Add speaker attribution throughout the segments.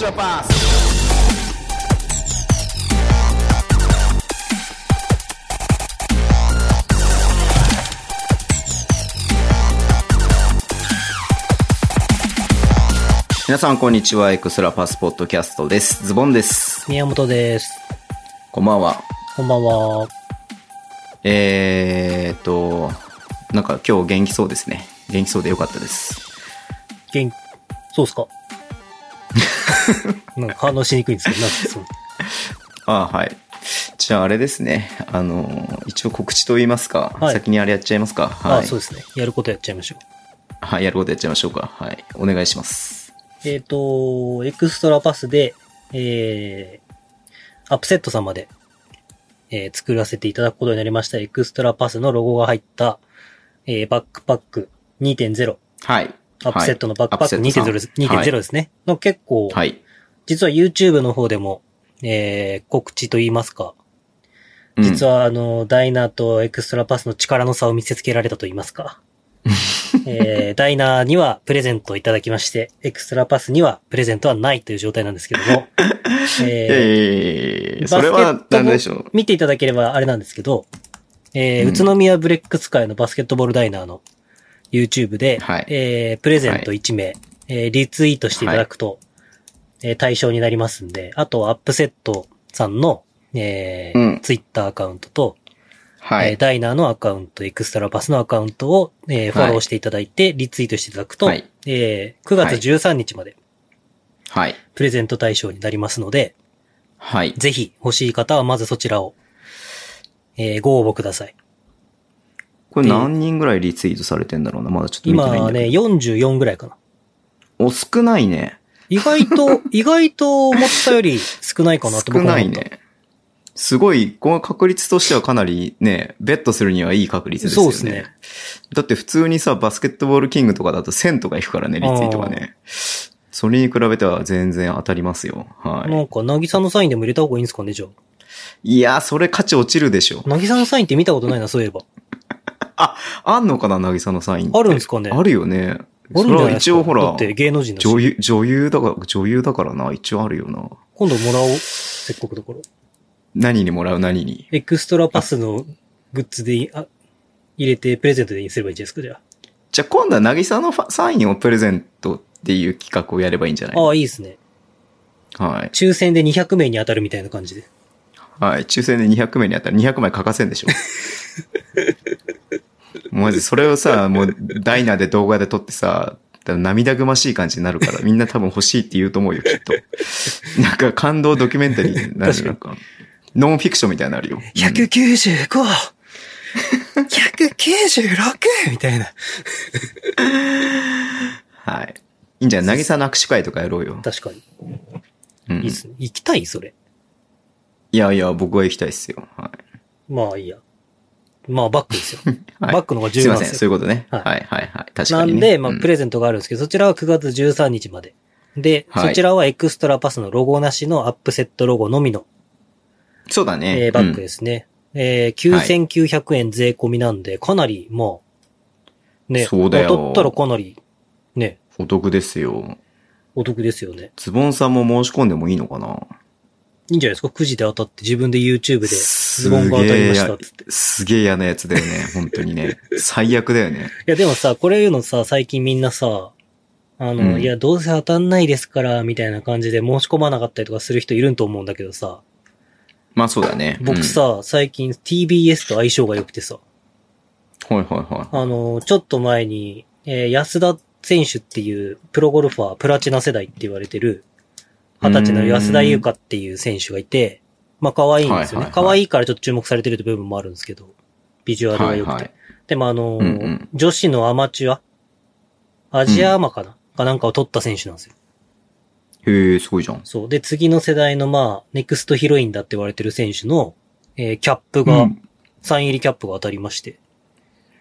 Speaker 1: your past.
Speaker 2: 皆さん、こんにちは。エクストラパスポッドキャストです。ズボンです。
Speaker 3: 宮本です。
Speaker 2: こんばんは。
Speaker 3: こんばんは。
Speaker 2: えーっと、なんか今日元気そうですね。元気そうでよかったです。
Speaker 3: 元気、そう っすかなんか反応しにくいんですけど、なんかそう。
Speaker 2: あーはい。じゃああれですね。あのー、一応告知と言いますか。
Speaker 3: はい
Speaker 2: 先にあれやっちゃいますか。 はい。
Speaker 3: あそうですね。やることやっちゃいましょ
Speaker 2: はい、やることやっちゃいましょうか。はい。お願いします。
Speaker 3: う。えっ、と、エクストラパスで、えー、アップセット様で、えー作らせていただくことになりました。エクストラパスのロゴが入った、えー、バックパック2.0。
Speaker 2: はい。
Speaker 3: アップセットのバックパック
Speaker 2: はいアップセットさん
Speaker 3: 2.0です2.0ですね。の結構、
Speaker 2: はい。
Speaker 3: 実は YouTube の方でも、えー、告知と言いますか、実
Speaker 2: は。
Speaker 3: はあの、ダイナーとエクストラパスの力の差を見せつけられたと言いま すか。えーダイナーにはプレゼントをいただきまして、エクストラパスにはプレゼントはないという状態なんで すけども、えー
Speaker 2: えー、
Speaker 3: バスケット
Speaker 2: それは
Speaker 3: ボ、
Speaker 2: なんでしょう。
Speaker 3: 見ていただければあれなんですけど、えー
Speaker 2: うん
Speaker 3: 宇都宮ブレックス界のバスケットボールダイナーの YouTube で、
Speaker 2: はい
Speaker 3: えープレゼント1名、えーリツイートしていただくと、えー対象になりますんで、あとアップセットさんの、えー
Speaker 2: うん
Speaker 3: ツイッターアカウントと、
Speaker 2: は
Speaker 3: えー
Speaker 2: い。
Speaker 3: ダイナーのアカウント、エクストラパスのアカウントを、えーフォローしていただいて、リツイートしていただくと、
Speaker 2: はい
Speaker 3: えー9月
Speaker 2: はい
Speaker 3: 13日まで
Speaker 2: はい。
Speaker 3: プレゼント対象になりますので、
Speaker 2: はい。
Speaker 3: ぜひ欲しい方はまずそちらを、えーご応募ください。
Speaker 2: これ何人ぐらいリツイートされてんだろうな。まだちょっと見てないん
Speaker 3: 今
Speaker 2: だけど。
Speaker 3: ね、44ぐらいかな。
Speaker 2: お、少ないね。
Speaker 3: 意外 と、意外と思ったより少ないかなと
Speaker 2: 少
Speaker 3: 僕は
Speaker 2: ない
Speaker 3: 思った。
Speaker 2: ね。すごい、この確率としてはかなりね、ベットするにはいい確率ですよ
Speaker 3: そう
Speaker 2: ね。
Speaker 3: ですね。
Speaker 2: だって普通にさ、バスケットボールキングとかだと1000とか引くからね、リツイートがね。それに比べては全然当たりますよ。
Speaker 3: な
Speaker 2: は
Speaker 3: んか、なぎさのサインでも入れた方がいいんですかね、じゃあ。
Speaker 2: い。いやー、それ価値落ちるでしょ。
Speaker 3: なぎさのサインって見たことないな、そういえば。
Speaker 2: あんのかな、なぎさのサインって。
Speaker 3: あるんですかね
Speaker 2: あるよね。
Speaker 3: あるんじゃないで
Speaker 2: 一
Speaker 3: すか
Speaker 2: 応ほ
Speaker 3: だ
Speaker 2: ら
Speaker 3: っ、て芸能人だし。
Speaker 2: 女優、女優だから、女優だからな、一応あるよな。
Speaker 3: 今度もらおう。せっかくだから。
Speaker 2: 何にもらう何に。
Speaker 3: エクストラパスのグッズでいあ入れてプレゼントですればいいんじゃないですか、じゃ
Speaker 2: じゃあ今度はなぎさのファサインをプレゼントっていう企画をやればいいんじゃない
Speaker 3: あ。ああ、いいですね。
Speaker 2: はい。
Speaker 3: 抽選で200名に当たるみたいな感じで。
Speaker 2: はい。抽選で200名に当たる200枚欠かせんで しょ。マジ、それをさ、もう、ダイナーで動画で撮ってさ、涙ぐましい感じになるから、みんな多分欲しいって言うと思うよ、きっ と。なんか感動ドキュメンタリーになるよなんか。ノンフィクションみたいになるよ。うん
Speaker 3: 195!196! みたいな。
Speaker 2: はい。いいんじゃない渚の握手会とかやろうよ。
Speaker 3: 確かに。
Speaker 2: うん
Speaker 3: いいっすね。行きたいそれ。
Speaker 2: いやいや、僕は行きたいっすよ。はい。
Speaker 3: まあいいや。まあバッ クですよ。
Speaker 2: はい
Speaker 3: バックの方が
Speaker 2: す
Speaker 3: 重
Speaker 2: い
Speaker 3: 要
Speaker 2: ま
Speaker 3: なん
Speaker 2: せ
Speaker 3: で
Speaker 2: ん、
Speaker 3: す
Speaker 2: そうい
Speaker 3: よ。
Speaker 2: うことね。は
Speaker 3: はいい
Speaker 2: はいはい。確
Speaker 3: な
Speaker 2: かに、ね。
Speaker 3: んで、まあ
Speaker 2: うん
Speaker 3: プレゼントがあるんですけど、そちらは9月13日まで。で、
Speaker 2: はい
Speaker 3: そちらはエクストラパスのロゴなしのアップセットロゴのみの
Speaker 2: そうだね。
Speaker 3: えーバッグ
Speaker 2: うん
Speaker 3: ですね。えー、9900円税込みなんで、かなり、まあ、ね、
Speaker 2: そうだよ
Speaker 3: まあ取ったらかなり、ね、
Speaker 2: お得ですよ。
Speaker 3: お得ですよね。
Speaker 2: ズボンさんも申し込んでもいいのかない
Speaker 3: いんじゃないですかくじで当たって自分で YouTube で、
Speaker 2: す
Speaker 3: ズ
Speaker 2: げ
Speaker 3: ボ
Speaker 2: え
Speaker 3: ンが当たりましたっつって。い
Speaker 2: すげえ嫌なやつだよね。本当に ね。最悪だよね。
Speaker 3: や、でもさ、これ言うのさ、最近みんなさ、あの、
Speaker 2: うん
Speaker 3: いや、どうせ当たんないですから、みたいな感じで申し込まなかったりとかする人いると思うんだけどさ、
Speaker 2: まあそうだね。
Speaker 3: 僕さ、最近 TBS と相性が良くてさ、
Speaker 2: うん。はいはいは
Speaker 3: あの、ちょっと前に、えー安田選手っていうプロゴルファー、プラチナ世代って言われてる、二十歳の安田優香っていう選手がいて、まあ可愛いんですよ
Speaker 2: はいはいは
Speaker 3: ね
Speaker 2: い。
Speaker 3: 可愛いからちょっと注目されてる部分もあるんですけど、ビジュア
Speaker 2: い。
Speaker 3: ル
Speaker 2: は
Speaker 3: が
Speaker 2: い
Speaker 3: 良くて。
Speaker 2: はい。
Speaker 3: でもあの、
Speaker 2: うんうん
Speaker 3: 女子のアマチュア、アジアアマかな、かなんかを取った選手なんですよ。
Speaker 2: へえ、すごいじゃん。
Speaker 3: そう。で、次の世代のまあ、ネクストヒロインだって言われてる選手の、えーキャップが、
Speaker 2: うん
Speaker 3: サイン入りキャップが当たりまして、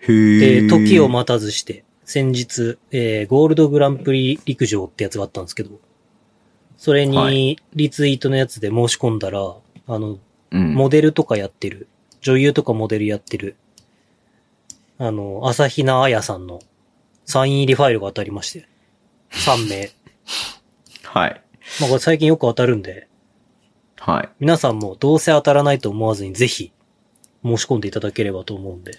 Speaker 2: へ
Speaker 3: で、
Speaker 2: え。
Speaker 3: 時を待たずして、先日、えーゴールドグランプリ陸上ってやつがあったんですけど、それ
Speaker 2: は
Speaker 3: に、リツイートのやつで申し込んだら、あの、
Speaker 2: うん
Speaker 3: モデルとかやってる、女優とかモデルやってる、あの、朝比奈彩さんのサイン入りファイルが当たりまして、3名。
Speaker 2: はい。
Speaker 3: まあこれ最近よく当たるんで、
Speaker 2: はい。
Speaker 3: 皆さんもどうせ当たらないと思わずにぜひ申し込んでいただければと思うんで。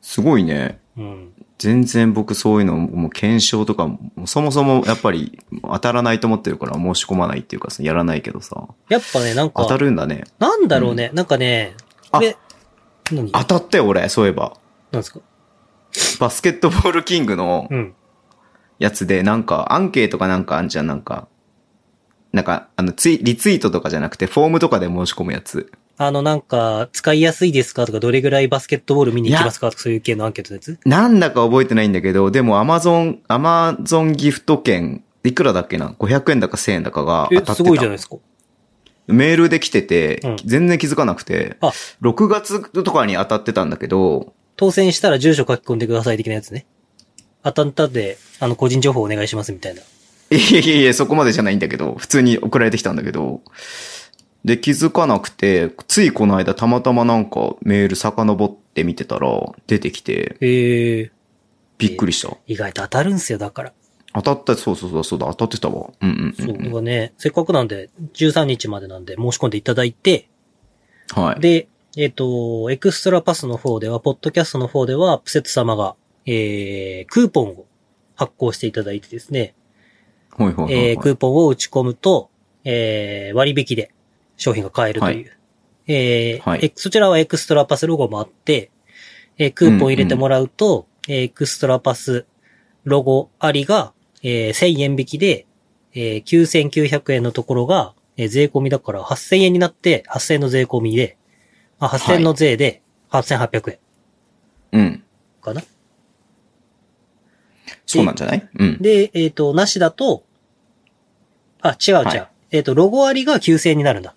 Speaker 2: すごいね。
Speaker 3: うん。
Speaker 2: 全然僕そういうのもう検証とかも、そもそもやっぱり当たらないと思ってるから申し込まないっていうかさ、やらないけどさ、
Speaker 3: やっぱね、なん
Speaker 2: 当た
Speaker 3: か、
Speaker 2: るんだね。
Speaker 3: なんだろうね、なんかね、
Speaker 2: あ
Speaker 3: これ、何
Speaker 2: 当たったよ俺、そういえば。
Speaker 3: なんですか
Speaker 2: バスケットボールキングの
Speaker 3: うん。
Speaker 2: やつで、なんかアンケートかなんかあんじゃん、なんか。なんか、あの、ツイ、リツイートとかじゃなくて、フォームとかで申し込むやつ。
Speaker 3: あの、なんか、使いやすいですかとか、どれぐらいバスケットボール見に行きますかとか、そういう系のアンケートのやつ
Speaker 2: なんだか覚えてないんだけど、でもアマゾン、アマゾンギフト券、いくらだっけな ?500 円だか1000円だかが当たって
Speaker 3: え、
Speaker 2: た。
Speaker 3: すごいじゃないですか。
Speaker 2: メールで来てて、
Speaker 3: うん
Speaker 2: 全然気づかなくて
Speaker 3: あ、
Speaker 2: 6月とかに当たってたんだけど、
Speaker 3: 当選したら住所書き込んでください的なやつね。当たったで、あの、個人情報お願いしますみたいな。
Speaker 2: いやいやいや、そこまでじゃないんだけど、普通に送られてきたんだけど、で、気づかなくて、ついこの間たまたまなんかメール遡って見てたら出てきて、
Speaker 3: へえ。
Speaker 2: びっくりした。
Speaker 3: 意外と当たるんすよ、だから。
Speaker 2: 当たった、そうそうそう、そうだ、当たってたわ。うんうん
Speaker 3: そうう、
Speaker 2: ん
Speaker 3: だからね、せっかくなんで、13日までなんで申し込んでいただいて、
Speaker 2: うん。はい。
Speaker 3: で、えっ、と、エクストラパスの方では、ポッドキャストの方では、プセット様が、えー、クーポンを発行していただいてですね、
Speaker 2: はいはいはい、はい
Speaker 3: えー、クーポンを打ち込むと、えー、割引で商品が買えるという。えー
Speaker 2: はい
Speaker 3: えそちらはエクストラパスロゴもあって、えークーポン入れてもらうと、えーエクストラパスロゴありが、えー1000円引きで、えー9900円のところが、えー税込みだから8000円になって、8000円の税込みで、あ8000円の税で8800円
Speaker 2: うん。
Speaker 3: かな。
Speaker 2: そうなんじゃないうん。
Speaker 3: で、えっ、と、なしだと、あ、違う違う。
Speaker 2: はい
Speaker 3: えっ、と、ロゴありが9000円になるんだ。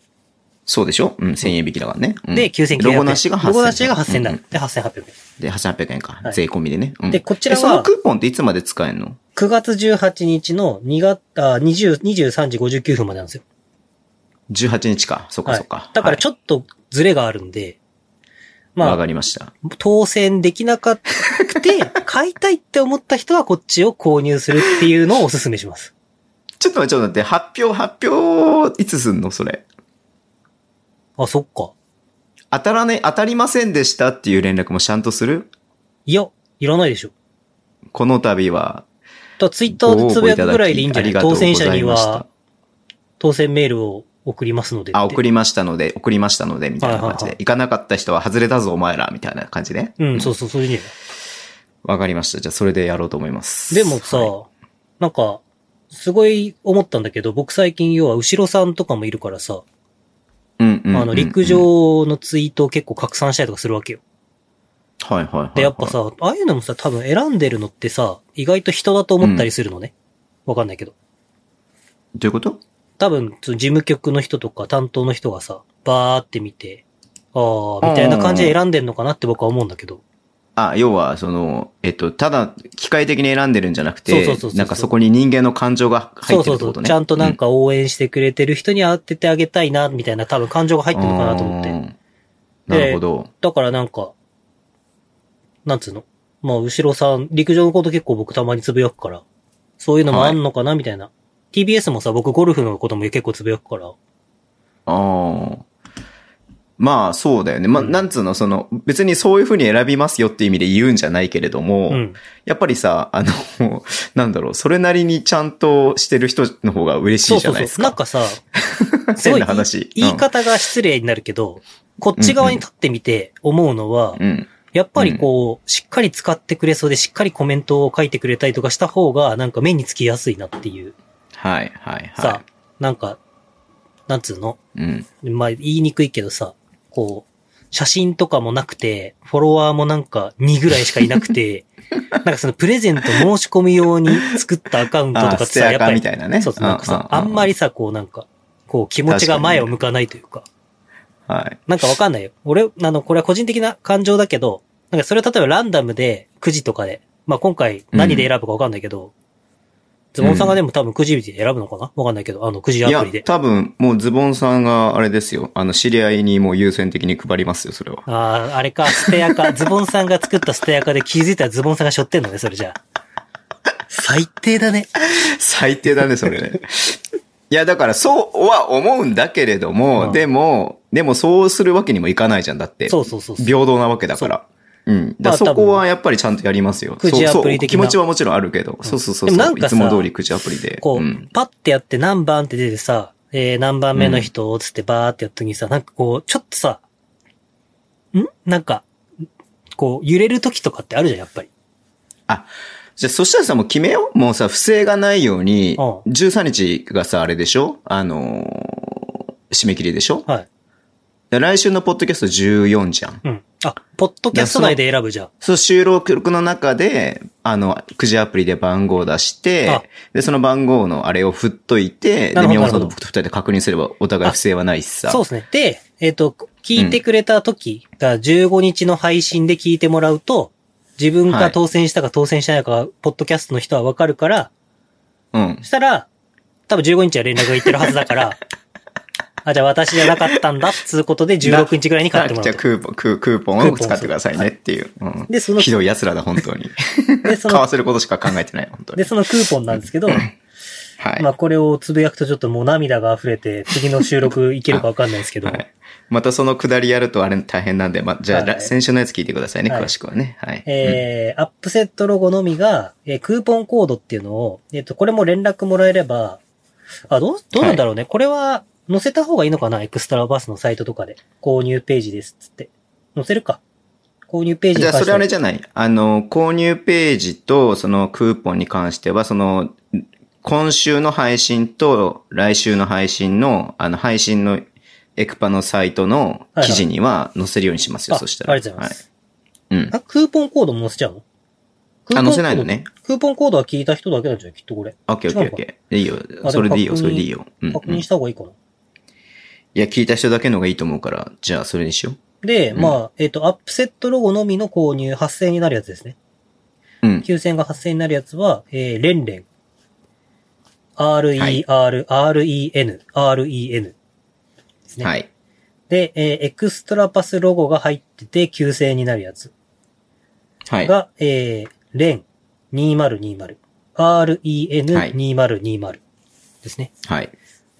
Speaker 2: そうでしょうん、1000円引きだからね。うん
Speaker 3: で、9900円。
Speaker 2: ロゴなしが8000円。
Speaker 3: ロゴなしが8000円だ。
Speaker 2: うんうん
Speaker 3: で、8800円。
Speaker 2: で、8800円か。
Speaker 3: はい
Speaker 2: 税込みでね。うん
Speaker 3: でこちらは
Speaker 2: えそのクーポンっていつまで使えんの
Speaker 3: 9月18日の2月、あ、20、23時59分までなんですよ。
Speaker 2: ?18 日か。そっか
Speaker 3: は
Speaker 2: そっ
Speaker 3: い
Speaker 2: か。。
Speaker 3: だから
Speaker 2: ょ
Speaker 3: ちょっとズレがあるんで、
Speaker 2: わ、
Speaker 3: ま
Speaker 2: か
Speaker 3: あ、
Speaker 2: りました。
Speaker 3: 当選できなかったくて、買いたいって思った人はこっちを購入するっていうのをお勧めします。
Speaker 2: ちょっと待って、ちょっと待って。発表、発表、いつすんのそれ。
Speaker 3: あ、そっか。
Speaker 2: 当たらね、当たりませんでしたっていう連絡もちゃんとする
Speaker 3: いや、いらないでしょ。
Speaker 2: この度は。
Speaker 3: だツイッターでつぶやくぐらいでいいんじゃない
Speaker 2: ご応募
Speaker 3: 当
Speaker 2: ただきあり
Speaker 3: 選
Speaker 2: がとうご
Speaker 3: 者
Speaker 2: ざ
Speaker 3: に
Speaker 2: いました
Speaker 3: は、当選メールを送りますのでって。
Speaker 2: あ、送りましたので、送りましたので、みたいな感じ
Speaker 3: はいはいは
Speaker 2: で行
Speaker 3: い。
Speaker 2: かなかった人は外れたぞ、お前ら、みたいな感じね。
Speaker 3: うん、そうそう、そういうね。
Speaker 2: わかりました。じゃあ、それでやろうと思います。
Speaker 3: でもさ、
Speaker 2: はい
Speaker 3: なんか、すごい思ったんだけど、僕最近要は後ろさんとかもいるからさ、
Speaker 2: うんうんうんうん
Speaker 3: あの、陸。上のツイートを結構拡散したりとかするわけよ。
Speaker 2: はいはいはい、はい。
Speaker 3: で、やっぱさ、ああいうのもさ、多分選んでるのってさ、意外と人だと思ったりするのね。わかんないけど。
Speaker 2: どういうこと
Speaker 3: 多分、その事務局の人とか担当の人がさ、バーって見て、あー、みたいな感じで選んでんのかなって僕は思うんだけど。
Speaker 2: あ、要は、その、えっと、ただ、機械的に選んでるんじゃなくて、
Speaker 3: そうそうそうそう
Speaker 2: なんかそこに人間の感情が入
Speaker 3: そ
Speaker 2: ってるっ
Speaker 3: うそう
Speaker 2: て
Speaker 3: そ
Speaker 2: こ
Speaker 3: う。
Speaker 2: とね。
Speaker 3: ちゃんとなん
Speaker 2: か
Speaker 3: か応援してくれてる人に当ててあげたいな、みたいな多分感情が入ってるのかなと思って。
Speaker 2: なるほど。
Speaker 3: だからなんか、なんつうのまあ、後ろさん、陸上のこと結構僕たまにつぶやくから、そういうのもあんのかなみたいな。TBS もさ、僕ゴルフのことも結構つぶやくから。
Speaker 2: ああ。まあ、そうだよね。まあ、
Speaker 3: うん
Speaker 2: なんつうの、その、別にそういうふうに選びますよっていう意味で言うんじゃないけれども、
Speaker 3: うん。
Speaker 2: やっぱりさ、あの、 なんだろう、それなりにちゃんとしてる人の方が嬉し
Speaker 3: そ
Speaker 2: いうじゃ
Speaker 3: そう
Speaker 2: ないです
Speaker 3: そう。な
Speaker 2: か
Speaker 3: ん。かさ、 すご
Speaker 2: 変
Speaker 3: い
Speaker 2: な話。
Speaker 3: 言
Speaker 2: う
Speaker 3: い
Speaker 2: ん
Speaker 3: 方が失礼になるけど、こっち側に立ってみて思うのは、
Speaker 2: うん。
Speaker 3: やっぱりこう、しっかり使ってくれそうで、しっかりコメントを書いてくれたりとかした方が、なんか目につきやすいなっていう。
Speaker 2: はい、はい、はい。
Speaker 3: さ、なんか、なんつうの
Speaker 2: うん。
Speaker 3: まあ、言いにくいけどさ、こう、写真とかもなくて、フォロワーもなんか2ぐらいしかいなく て、なんかそのプレゼント申し込み用に作ったアカウントと
Speaker 2: ああ
Speaker 3: かっ
Speaker 2: ー、
Speaker 3: て
Speaker 2: ステ
Speaker 3: さ、や
Speaker 2: ア
Speaker 3: っぱ
Speaker 2: カみ
Speaker 3: り、
Speaker 2: たいなね。
Speaker 3: そうそう、なんかさ、あんま
Speaker 2: り。
Speaker 3: りさ、こうなんか、こう気持ちが前を向かないというか、
Speaker 2: はい。
Speaker 3: なんかわかんないよ。俺、あの、これは個人的な感情だけど、なんかそれは例えばランダムで9時とかで、まあ今回何で選ぶかわかんないけど、ズボンさんがでも多分9時で選ぶのかなわかんないけど、あの9時
Speaker 2: い
Speaker 3: ア
Speaker 2: や
Speaker 3: プリで、。
Speaker 2: 多分、もうズボンさんがあれですよ。あの、知り合いにもう優先的に配りますよ、それは。
Speaker 3: ああ、あれか、ステア カ、ズボンさんが作ったステアカで気づいたらズボンさんが背負ってんのね、それじゃあ。最低だね。
Speaker 2: 最低だね、それね。 いや、だからそうは思うんだけれども、
Speaker 3: うん
Speaker 2: でも、でもそうするわけにもいかないじゃん。だって、
Speaker 3: そうそうそうそう。
Speaker 2: 平等なわけだから。うん。だから
Speaker 3: ま
Speaker 2: そ
Speaker 3: あ
Speaker 2: こはやっぱりちゃんとやりますよ。
Speaker 3: くじ
Speaker 2: そう
Speaker 3: アプ
Speaker 2: そう
Speaker 3: リ的
Speaker 2: 気
Speaker 3: な
Speaker 2: 持ちはもちろんあるけど。そうそうそう
Speaker 3: でもな
Speaker 2: そ
Speaker 3: ん
Speaker 2: う。い
Speaker 3: か
Speaker 2: つ
Speaker 3: さ
Speaker 2: も通りくじアプリで。
Speaker 3: こう、
Speaker 2: ん
Speaker 3: パッてやって何番って出てさ、えー、何番目の人をつってバーってやった時にさ、なんかこう、ちょっとさ、んなんか、こう、揺れる時とかってあるじゃん、やっぱり。
Speaker 2: じゃあ、そしたらさ、もう決めよう。もうさ、不正がないように、
Speaker 3: う
Speaker 2: 13日がさ、あれでしょあのー締め切りでしょ
Speaker 3: はい。
Speaker 2: で来週のポッドキャスト14じゃん。
Speaker 3: うん。あ、ポッドキャスト内で選ぶじゃん。
Speaker 2: そう、収録の中で、あの、くじアプリで番号を出して
Speaker 3: あ、
Speaker 2: で、その番号のあれを振っといて、で、
Speaker 3: なるほど
Speaker 2: 宮本さん
Speaker 3: なるほど
Speaker 2: と僕と二人で確認すれば、お互い不正はないしさ。
Speaker 3: そうですね。で、えっ、と、聞いてくれた時が15日の配信で聞いてもらうと、自分
Speaker 2: は
Speaker 3: が
Speaker 2: い
Speaker 3: 当選したか当選してないかが、ポッドキャストの人はわかるから、
Speaker 2: うん
Speaker 3: そ。したら、多分15日は連絡がいってるはず だから、あ、じゃあ私じゃなかったんだ、つうことで16日ぐらいに買っても
Speaker 2: じ
Speaker 3: ら
Speaker 2: ゃあ
Speaker 3: うと。
Speaker 2: クーポン、クークーポンを使ってくださいねっていう。うん
Speaker 3: で、その、
Speaker 2: ひどい奴らだ、本当に。
Speaker 3: で、 そ
Speaker 2: 買わ
Speaker 3: の、
Speaker 2: せることしか考えてない、本当に
Speaker 3: で、。そのクーポンなんですけど、
Speaker 2: はい
Speaker 3: ま。あこれをつぶやくとちょっともう涙が溢れて、次の収録いけるかわかんないですけど、
Speaker 2: はい。またその下りやるとあれ大変なんで、まあ、じゃあ、
Speaker 3: はい
Speaker 2: ら先週のやつ聞いてくださいね、
Speaker 3: はい
Speaker 2: 詳しくはね。はい。
Speaker 3: えー、アップセットロゴのみが、えークーポンコードっていうのを、えっ、と、これも連絡もらえれば、あ、どう、どうなんだろうね。これは、載せた方がいいのかなエクストラバスのサイトとかで。購入ページです、つって。載せるか。購入ペー
Speaker 2: うん
Speaker 3: ジ
Speaker 2: じゃあ、
Speaker 3: に
Speaker 2: そ
Speaker 3: 関して
Speaker 2: れは
Speaker 3: は
Speaker 2: あれじゃない。あの、購入ページと、そのクーポンに関しては、その、今週の配信と来週の配信の、あの、配信のエクパのサイトの記事には載せるようにしますよ、
Speaker 3: あ
Speaker 2: そしたら。
Speaker 3: ありがとうございます。
Speaker 2: はい。うん。
Speaker 3: あ、クーポンコードも載せちゃうのクーポ
Speaker 2: あ、
Speaker 3: ン
Speaker 2: 載せないのね。
Speaker 3: クーポンコードは聞いた人だけなんじゃないきっとこれ。
Speaker 2: オッケーオッケーオッケー。いいよ
Speaker 3: あ。
Speaker 2: それでいいよ、
Speaker 3: でも
Speaker 2: そ
Speaker 3: 確認
Speaker 2: れでいいよ。うん、
Speaker 3: 確
Speaker 2: うん
Speaker 3: 認
Speaker 2: い
Speaker 3: した方がいいかな。
Speaker 2: や、聞いた人だけのがいいと思うから、じゃあ、それにしよ
Speaker 3: で、
Speaker 2: うん
Speaker 3: まあ、えっ、と、アップセットロゴのみの購入8000円になるやつですね。
Speaker 2: う。うん。
Speaker 3: 9000が8000になるやつは、えー、レンレン。R-E-R、R-E-N、R-E-N ですね。
Speaker 2: はい。
Speaker 3: で、えーエクストラパスロゴが入ってて9000円になるやつ
Speaker 2: はい。
Speaker 3: が、えー、レン2020、REN2020 ですね。
Speaker 2: はい。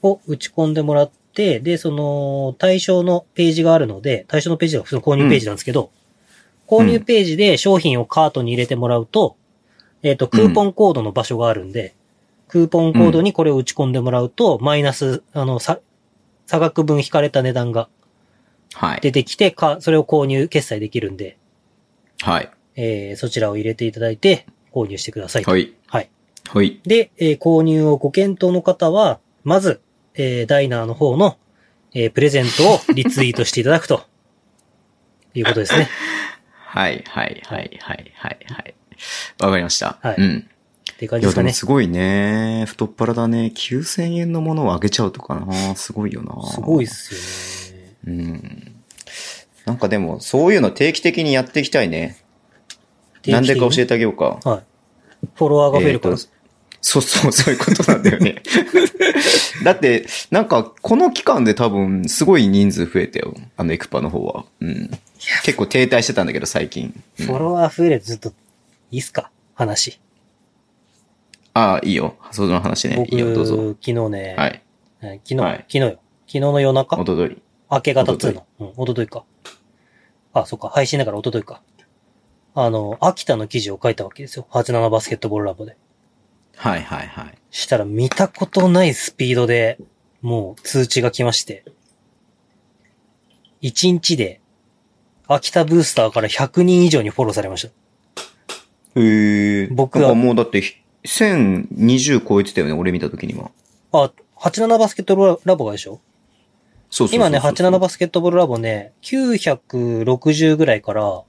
Speaker 3: を打ち込んでもらって、で、その、対象のページがあるので、対象のページが普通の購入ページなんですけど、購入ページで商品をカートに入れてもらうと、えっ、と、クーポンコードの場所があるんで、クーポンコードにこれを打ち込んでもらうと、マイナス、あの、さ差額分引かれた値段が
Speaker 2: はい。
Speaker 3: 出てきて、か、それを購入、決済できるんで、
Speaker 2: はい。
Speaker 3: えーそちらを入れていただいて、購入してくださいと。
Speaker 2: はい。
Speaker 3: はい。
Speaker 2: はい。
Speaker 3: で、えー購入をご検討の方は、まず、えーダイナーの方の、えープレゼントをリツイートしていただくと。 いうことですね。
Speaker 2: はい、はい、はい、はい、はい、はい。わかりました。
Speaker 3: はい
Speaker 2: うん。
Speaker 3: っていう感
Speaker 2: い
Speaker 3: じで
Speaker 2: や、
Speaker 3: す
Speaker 2: で
Speaker 3: か
Speaker 2: も
Speaker 3: ね。
Speaker 2: すごいね。太っ腹だね。9000円のものをあげちゃうとかな。すごいよな。
Speaker 3: すごいっ
Speaker 2: っす。
Speaker 3: すよね。
Speaker 2: うん。なんかでも、そういうの定期的にやっていきたいね。なんでか教え
Speaker 3: て。
Speaker 2: てあげようか。
Speaker 3: はい。フォロワーが増えるから
Speaker 2: えー。とそうそう、そういうことなんだよ ね。だって、なんか、この期間で多分、すごい人数増えたよ。あの、エクパの方は。うん。結構停滞してたんだけど、最近。うん
Speaker 3: フォロワー増えるとずっと、いいっすか話。
Speaker 2: ああ、いいよ。その話ね。
Speaker 3: 僕、
Speaker 2: いいよ、どうぞ。
Speaker 3: 昨日ね、
Speaker 2: はい。
Speaker 3: えー昨日、
Speaker 2: はい
Speaker 3: 昨日よ。昨日の夜中
Speaker 2: おととい。
Speaker 3: 明け方っつうの。うん、おとといか。あ、そっか、配信だからおとといか。あの、秋田の記事を書いたわけですよ。87バスケットボールラボで。
Speaker 2: はいはいはい。
Speaker 3: したら見たことないスピードで、もう通知が来まして。1日で、秋田ブースターから100人以上にフォローされました。
Speaker 2: へえ。
Speaker 3: 僕
Speaker 2: なん
Speaker 3: は
Speaker 2: かもうだってひ、1020超えてたよね、俺見た時には。
Speaker 3: あ、87バスケットボールラボがでしょ
Speaker 2: そうそうそうそう
Speaker 3: 今ね、87バスケットボールラボね、960ぐらいから、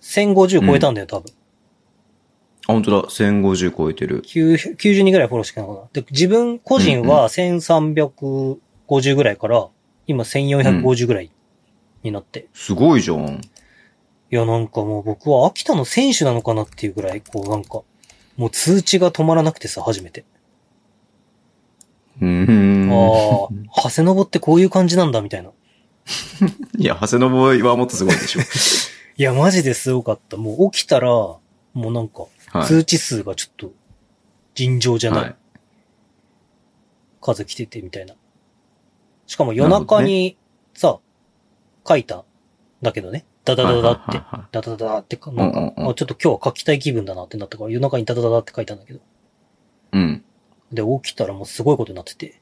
Speaker 3: 1050超えたんだよ、多分。
Speaker 2: あ、本当だ。1050超えてる。
Speaker 3: 9 90人ぐらいフォローしてないのかな。で、自分個人は1350ぐらいから、今1450ぐらいになって。
Speaker 2: すごいじゃん。
Speaker 3: いや、なんかもう僕は秋田の選手なのかなっていうぐらい、こうなんか、もう通知が止まらなくてさ、初めて。
Speaker 2: うーん。
Speaker 3: ああー、長谷信ってこういう感じなんだ、みたいな。
Speaker 2: いや、長谷信はもっとすごい でしょ。
Speaker 3: いや、マジですごかった。もう起きたら、もうなんか、
Speaker 2: はい。
Speaker 3: 通知数がちょっと、尋常じゃない
Speaker 2: はい
Speaker 3: 数来ててみたいな。しかも夜中にさ、書いたんだけどね。ダダダダっ
Speaker 2: はいはいは
Speaker 3: て
Speaker 2: いはい。
Speaker 3: ダダダダってか、なんか、
Speaker 2: うんうんうん
Speaker 3: あちょっと今日は書きたい気分だなってなったから夜中にダダダダって書いたんだけど。
Speaker 2: うん。
Speaker 3: で、起きたらもうすごいことになってて。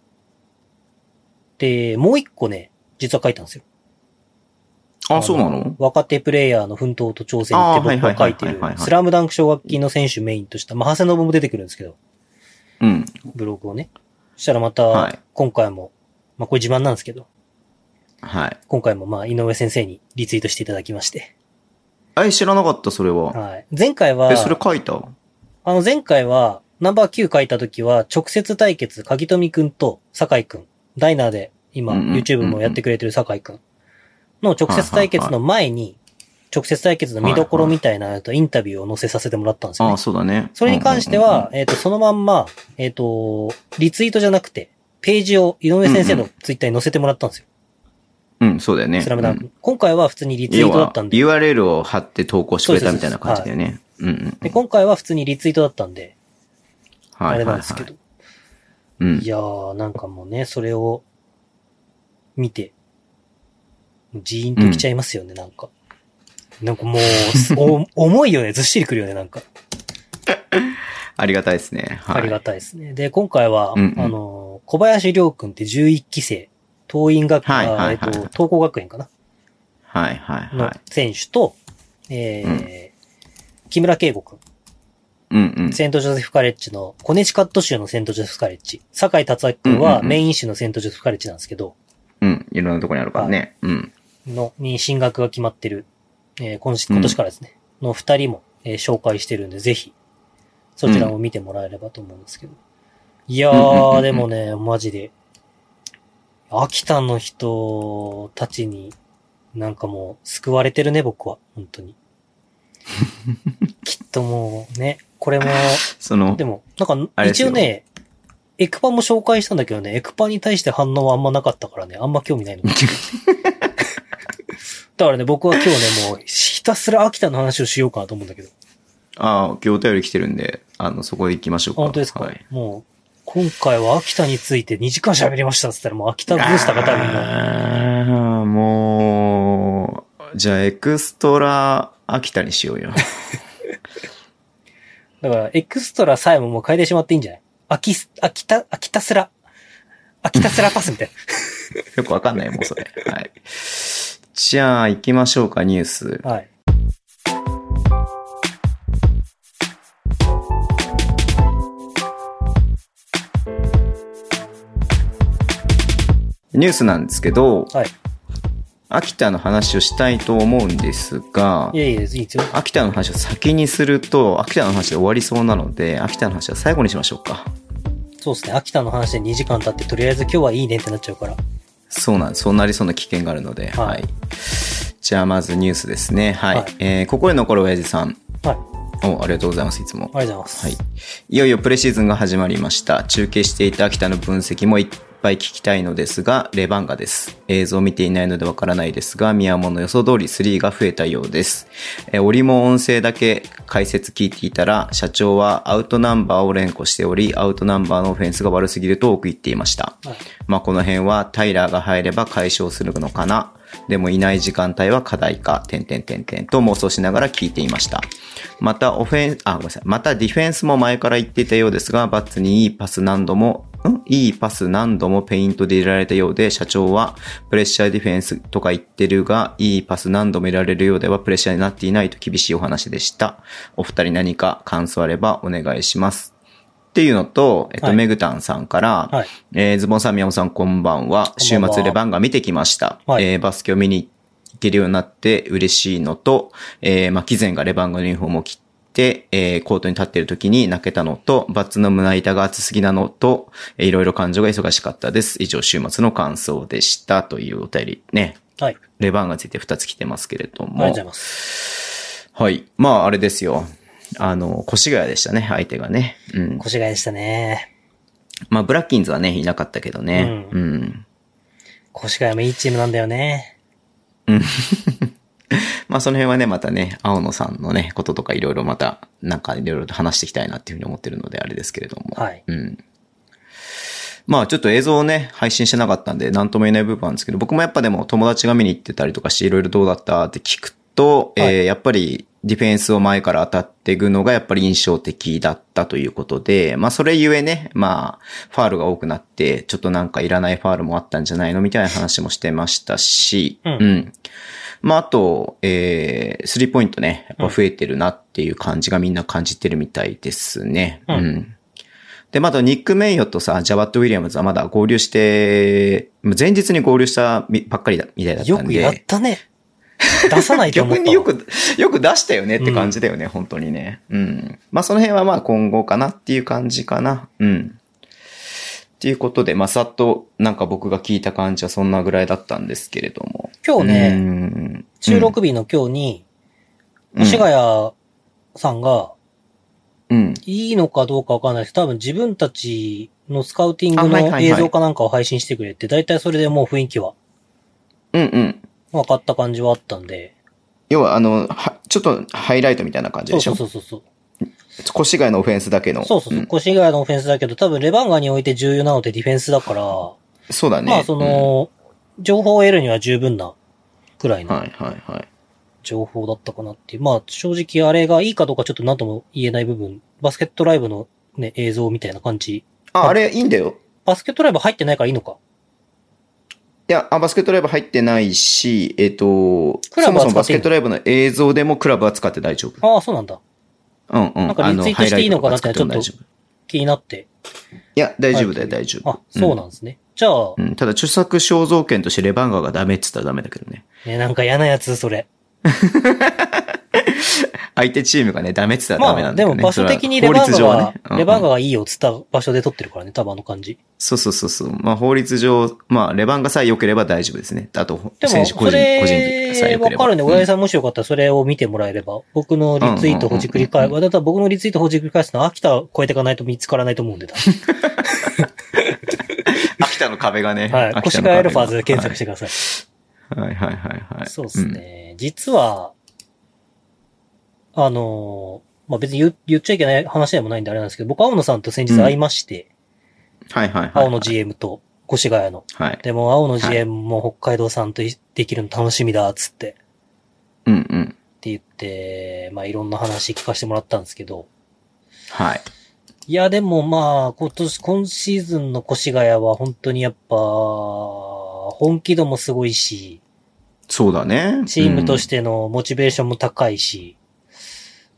Speaker 3: で、もう一個ね、実は書いたんですよ。
Speaker 2: あ、そうなの
Speaker 3: 若手プレイヤーの奮闘と挑戦って僕が書いて
Speaker 2: あーはいはいはい
Speaker 3: る
Speaker 2: はいはい、
Speaker 3: スラムダンク奨学金の選手メインとした、まあ、長谷信も出てくるんですけど、
Speaker 2: うん。
Speaker 3: ブログをね。そしたらま
Speaker 2: は
Speaker 3: た
Speaker 2: い、
Speaker 3: 今回も、まあ、これ自慢なんですけど、
Speaker 2: はい。
Speaker 3: 今回もまあ、井上先生にリツイートしていただきまして。
Speaker 2: え、知らなかった、それは。
Speaker 3: はい。前回は
Speaker 2: え、、それ書いた
Speaker 3: あの前回は、ナンバー9書いた時は、直接対決、鍵富くんと酒井くん、ダイナーで今、
Speaker 2: うんうん
Speaker 3: YouTube もやってくれてる酒井くんの直接対決の前に、直接対決の見どころみたいなえっとインタビューを載せさせてもらったんですよ、ね。
Speaker 2: あ、そうだね。
Speaker 3: それに関しては、えっ、と、そのまんま、えっ、と、リツイートじゃなくて、ページを井上先生のツイッターに載せてもらったんですよ。
Speaker 2: うん、うんうん、うん、そうだよね。
Speaker 3: スラムダン
Speaker 2: う
Speaker 3: ク
Speaker 2: ん。。
Speaker 3: 今回は普通にリツイー
Speaker 2: 要
Speaker 3: トだっ
Speaker 2: は、
Speaker 3: たんで、
Speaker 2: URL を貼って投稿してくれたみたいな感じだよね。うんうん。
Speaker 3: で今回は普通にリツイートだったんで、
Speaker 2: は
Speaker 3: あ
Speaker 2: い
Speaker 3: れ
Speaker 2: は
Speaker 3: ない
Speaker 2: は
Speaker 3: んですけど。
Speaker 2: い。うん
Speaker 3: い。やー、なんかもうね、それを見て、ジーンときちゃいますよね、なんか。なんかもう、 すお重いよね、ずっしりくるよね、なんか。
Speaker 2: ありがたいですね。はい。
Speaker 3: ありがたいですね。で、今回は、
Speaker 2: うんうん
Speaker 3: あの、小林亮君って11期生、東院学、
Speaker 2: はい
Speaker 3: あ
Speaker 2: は
Speaker 3: え
Speaker 2: い
Speaker 3: っ
Speaker 2: はい
Speaker 3: と、東工学園かな
Speaker 2: はいはい
Speaker 3: の
Speaker 2: はい。
Speaker 3: 選手と、えー、木村圭吾君、
Speaker 2: うんうん。
Speaker 3: セントジョセフカレッジの、コネチカット州のセントジョセフカレッジ、酒井達明君
Speaker 2: うんうん
Speaker 3: は
Speaker 2: うん
Speaker 3: メイン州のセントジョセフカレッジなんですけど、
Speaker 2: うん。いろんなとこにあるからね。うん。
Speaker 3: の、に進学が決まってる、えー今し今年からですね、の二人も、えー紹介してるんで、ぜひ、そちらも見てもらえればと思うんですけど。いや
Speaker 2: うんうんうんう
Speaker 3: ー、
Speaker 2: ん
Speaker 3: でもね、マジで、秋田の人たちに、なんかもう、救われてるね、僕は、本 当に。きっともう、ね、これも、
Speaker 2: その
Speaker 3: で、も、なん
Speaker 2: あ
Speaker 3: か、
Speaker 2: れです
Speaker 3: 一
Speaker 2: よ
Speaker 3: 応ね、エクパも紹介したんだけどね、エクパに対して反応はあんまなかったからね、あんま興味ないの。 だからね、僕は今日ね、もう、ひたすら秋田の話をしようかなと思うんだけど。
Speaker 2: ああ、今日お便り来てるんで、あの、そこ行きましょうか。
Speaker 3: 本当ですか、
Speaker 2: はい。
Speaker 3: もう、今回は秋田について2時間喋りましたって言ったら、もう秋田ブースターが多分もう
Speaker 2: あーもう、じゃあエクストラ秋田にし ようよ。
Speaker 3: だから、エクストラさえももう変えてしまっていいんじゃない秋す、秋田、秋田すら、秋田すらパスみたいな。
Speaker 2: よくわかんないもん、それ。はい。じゃあ行きましょうか、ニュース。
Speaker 3: はい。
Speaker 2: ニュースなんですけど、
Speaker 3: はい。
Speaker 2: 秋田の話をしたいと思うんですが
Speaker 3: い、やいや、いいですよ。
Speaker 2: 秋田の話を先にすると、秋田の話で終わりそうなので、秋田の話は最後にしましょうか。
Speaker 3: そうですね。秋田の話で2時間経って、とりあえず今日はいいねってなっちゃうから。
Speaker 2: そうなんです。そうなりそうな危険があるので、
Speaker 3: はい
Speaker 2: はい。じゃあまずニュースですね。はい。
Speaker 3: はい
Speaker 2: えー、ここへ残る親父さん。
Speaker 3: はい。
Speaker 2: お、ありがとうございます、いつも。
Speaker 3: ありがとうございます。
Speaker 2: はい。いよいよプレシーズンが始まりました。中継していた秋田の分析もいっぱい聞きたいのですが、レバンガです。映像を見ていないのでわからないですが、宮本の予想通り3が増えたようです。えー、折も音声だけ解説聞いていたら、社長はアウトナンバーを連呼しており、アウトナンバーのオフェンスが悪すぎると多く言っていました。
Speaker 3: はい
Speaker 2: まあ、この辺はタイラーが入れば解消するのかな。でもいない時間帯は課題か、点点点点と妄想しながら聞いていました。またオフェンス、あ、ごめんなさい。またディフェンスも前から言っていたようですが、バッツにいいパス何度も、んいいパス何度もペイントで入れられたようで、社長はプレッシャーディフェンスとか言ってるが、いいパス何度も入れられるようではプレッシャーになっていないと厳しいお話でした。お二人何か感想あればお願いします。っていうのと、えっと、
Speaker 3: はい
Speaker 2: メグタンさんから、
Speaker 3: はい。
Speaker 2: えーズボンさん、宮本さん、こんばんは。
Speaker 3: こん
Speaker 2: 週
Speaker 3: ばんは
Speaker 2: 末、レバンガ見てきました。
Speaker 3: はい
Speaker 2: えーバスケを見に行けるようになって嬉しいのと、えー、まあ、以前がレバンガのユニフォームを着て、えーコートに立っている時に泣けたのと、バッツの胸板が熱すぎなのと、えーいろいろ感情が忙しかったです。以上、週末の感想でした。というお便りね。
Speaker 3: はい。
Speaker 2: レバンガについて2つ来てますけれど
Speaker 3: ありがとう
Speaker 2: も
Speaker 3: ござ。います。
Speaker 2: はい。まあ、あれですよ。あの、越谷でしたね、相手がね。うん。
Speaker 3: 越谷でしたね。
Speaker 2: まあ、ブラッキンズはね、いなかったけどね。
Speaker 3: う
Speaker 2: うん
Speaker 3: 越谷もいいチームなんだよね。
Speaker 2: まあその辺はね、またね、青野さんのね、こととかいろいろまた、なんかいろいろと話していきたいなっていうふうに思ってるので、あれですけれども。
Speaker 3: はい。
Speaker 2: うん。まあちょっと映像をね、配信してなかったんで、なんとも言えない部分なんですけど、僕もやっぱでも友達が見に行ってたりとかして、いろいろどうだったって聞くと、
Speaker 3: は
Speaker 2: えーやっぱりディフェンスを前から当たっていくのがやっぱり印象的だったということで、まあそれゆえね、まあ、ファールが多くなって、ちょっとなんかいらないファールもあったんじゃないのみたいな話もしてましたし、
Speaker 3: うん
Speaker 2: うんまあ、あと、えー、スリーポイントね、やっぱ増えてるなっていう感じがみんな感じてるみたいですね。
Speaker 3: うん
Speaker 2: で、まだニック・メイヨとさ、ジャバット・ウィリアムズはまだ合流して、前日に合流したみばっかりだ、みたいだった
Speaker 3: よ
Speaker 2: ん
Speaker 3: く
Speaker 2: で。
Speaker 3: やったね。出さないと思 っ
Speaker 2: 逆
Speaker 3: たわ。
Speaker 2: によく、よく出したよねって感じだよね、本当にね。うん。まあその辺はまあ今後かなっていう感じかな。うん。っていうことで、まあさっとなんか僕が聞いた感じはそんなぐらいだったんですけれども。
Speaker 3: 今
Speaker 2: う
Speaker 3: 日ね、
Speaker 2: ん
Speaker 3: 収録日の今日に、
Speaker 2: うん
Speaker 3: 越谷さんが、
Speaker 2: うん。
Speaker 3: いいのかどうかわかんないです。多分自分たちのスカウティング
Speaker 2: あはいはい
Speaker 3: の
Speaker 2: はい
Speaker 3: 映像かなんかを配信してくれて、だいたいそれでもう雰囲気は
Speaker 2: うんうん。
Speaker 3: 分かった感じはあったんで。
Speaker 2: 要はあの、はちょっとハイライトみたいな感じで
Speaker 3: そう
Speaker 2: し
Speaker 3: そ
Speaker 2: ょ
Speaker 3: うそうそう。そう
Speaker 2: 越谷のオフェンスだけの。
Speaker 3: そうそう。
Speaker 2: ん
Speaker 3: 腰以外のオフェンスだけど、多分レバンガにおいて重要なのでディフェンスだから、
Speaker 2: そうだね。
Speaker 3: まあその、情報を得るには十分なくらい
Speaker 2: うん、
Speaker 3: の
Speaker 2: はいはいはい。
Speaker 3: 情報だったかなっていう。まあ正直あれがいいかどうかちょっと何とも言えない部分。バスケットライブのね、映像みたいな感じ。
Speaker 2: あ、あれいいんだよ。
Speaker 3: バスケットライブ入ってないからいいのか。
Speaker 2: いや、あバスケットライブ入ってないし、えっ、と、
Speaker 3: クラ
Speaker 2: そ
Speaker 3: ブ
Speaker 2: も
Speaker 3: は
Speaker 2: そもバス
Speaker 3: 使
Speaker 2: ケ
Speaker 3: っていいの
Speaker 2: ットライブの映像でもクラブは使って大丈夫。
Speaker 3: ああ、そうなんだ。
Speaker 2: うんうん。
Speaker 3: なんかリツイートしていいのかなってちょっと
Speaker 2: あのハイライトとか使っても大丈夫
Speaker 3: 気になって。
Speaker 2: いや、大丈夫だよ、大丈夫。
Speaker 3: あ、そうなんですね。じゃあ
Speaker 2: う、ん、ただ、著作肖像権としてレバンガがダメって言ったらダメだけどね。
Speaker 3: ね、なんか嫌なやつ、それ。
Speaker 2: 相手チームがね、ダメって言ったらダ
Speaker 3: ま
Speaker 2: メな
Speaker 3: あ、
Speaker 2: んだ
Speaker 3: で
Speaker 2: よね。
Speaker 3: も場所的にレバンガが、レバンガがいいよっつった場所で撮ってるからね、多分あの感じ。
Speaker 2: そうそうそうそう。まあ、法律上、まあ、レバンガさえ良ければ大丈夫ですね。あと、
Speaker 3: でも、
Speaker 2: 選手
Speaker 3: そ
Speaker 2: 個人、個人でさえ
Speaker 3: れ、
Speaker 2: 良け
Speaker 3: わ
Speaker 2: れば。
Speaker 3: かるんで、
Speaker 2: う
Speaker 3: 小林さんもしよかったらそれを見てもらえれば、僕のリツイートほじくり
Speaker 2: うん
Speaker 3: 返
Speaker 2: うんうん
Speaker 3: す、だったら僕のリツイートほじくり返すのは秋田を超えていかないと見つからないと思うんで、多分
Speaker 2: 秋田の壁がね。
Speaker 3: はい。
Speaker 2: 秋
Speaker 3: 腰
Speaker 2: 田の
Speaker 3: が
Speaker 2: 壁
Speaker 3: エルファーズで検索してください。
Speaker 2: はいはいはいはい。
Speaker 3: そうですね。実は、あのーまあ、別に言言っちゃいけない話でもないんであれなんですけど、僕、青野さんと先日会いまして、
Speaker 2: うん。はいはいはい。
Speaker 3: 青野 GM と越谷の。
Speaker 2: はい。
Speaker 3: でも、青
Speaker 2: は
Speaker 3: 野
Speaker 2: い
Speaker 3: GM も北海道さんといできるの楽しみだ、つって、
Speaker 2: うんうん。
Speaker 3: って言って、まあ、いろんな話聞かせてもらったんですけど、
Speaker 2: はい。
Speaker 3: いや、でもまあ、今年、今シーズンの越谷は本当にやっぱ、本気度もすごいし、
Speaker 2: そうだね。、
Speaker 3: チームとしててのモチベーションも高いし、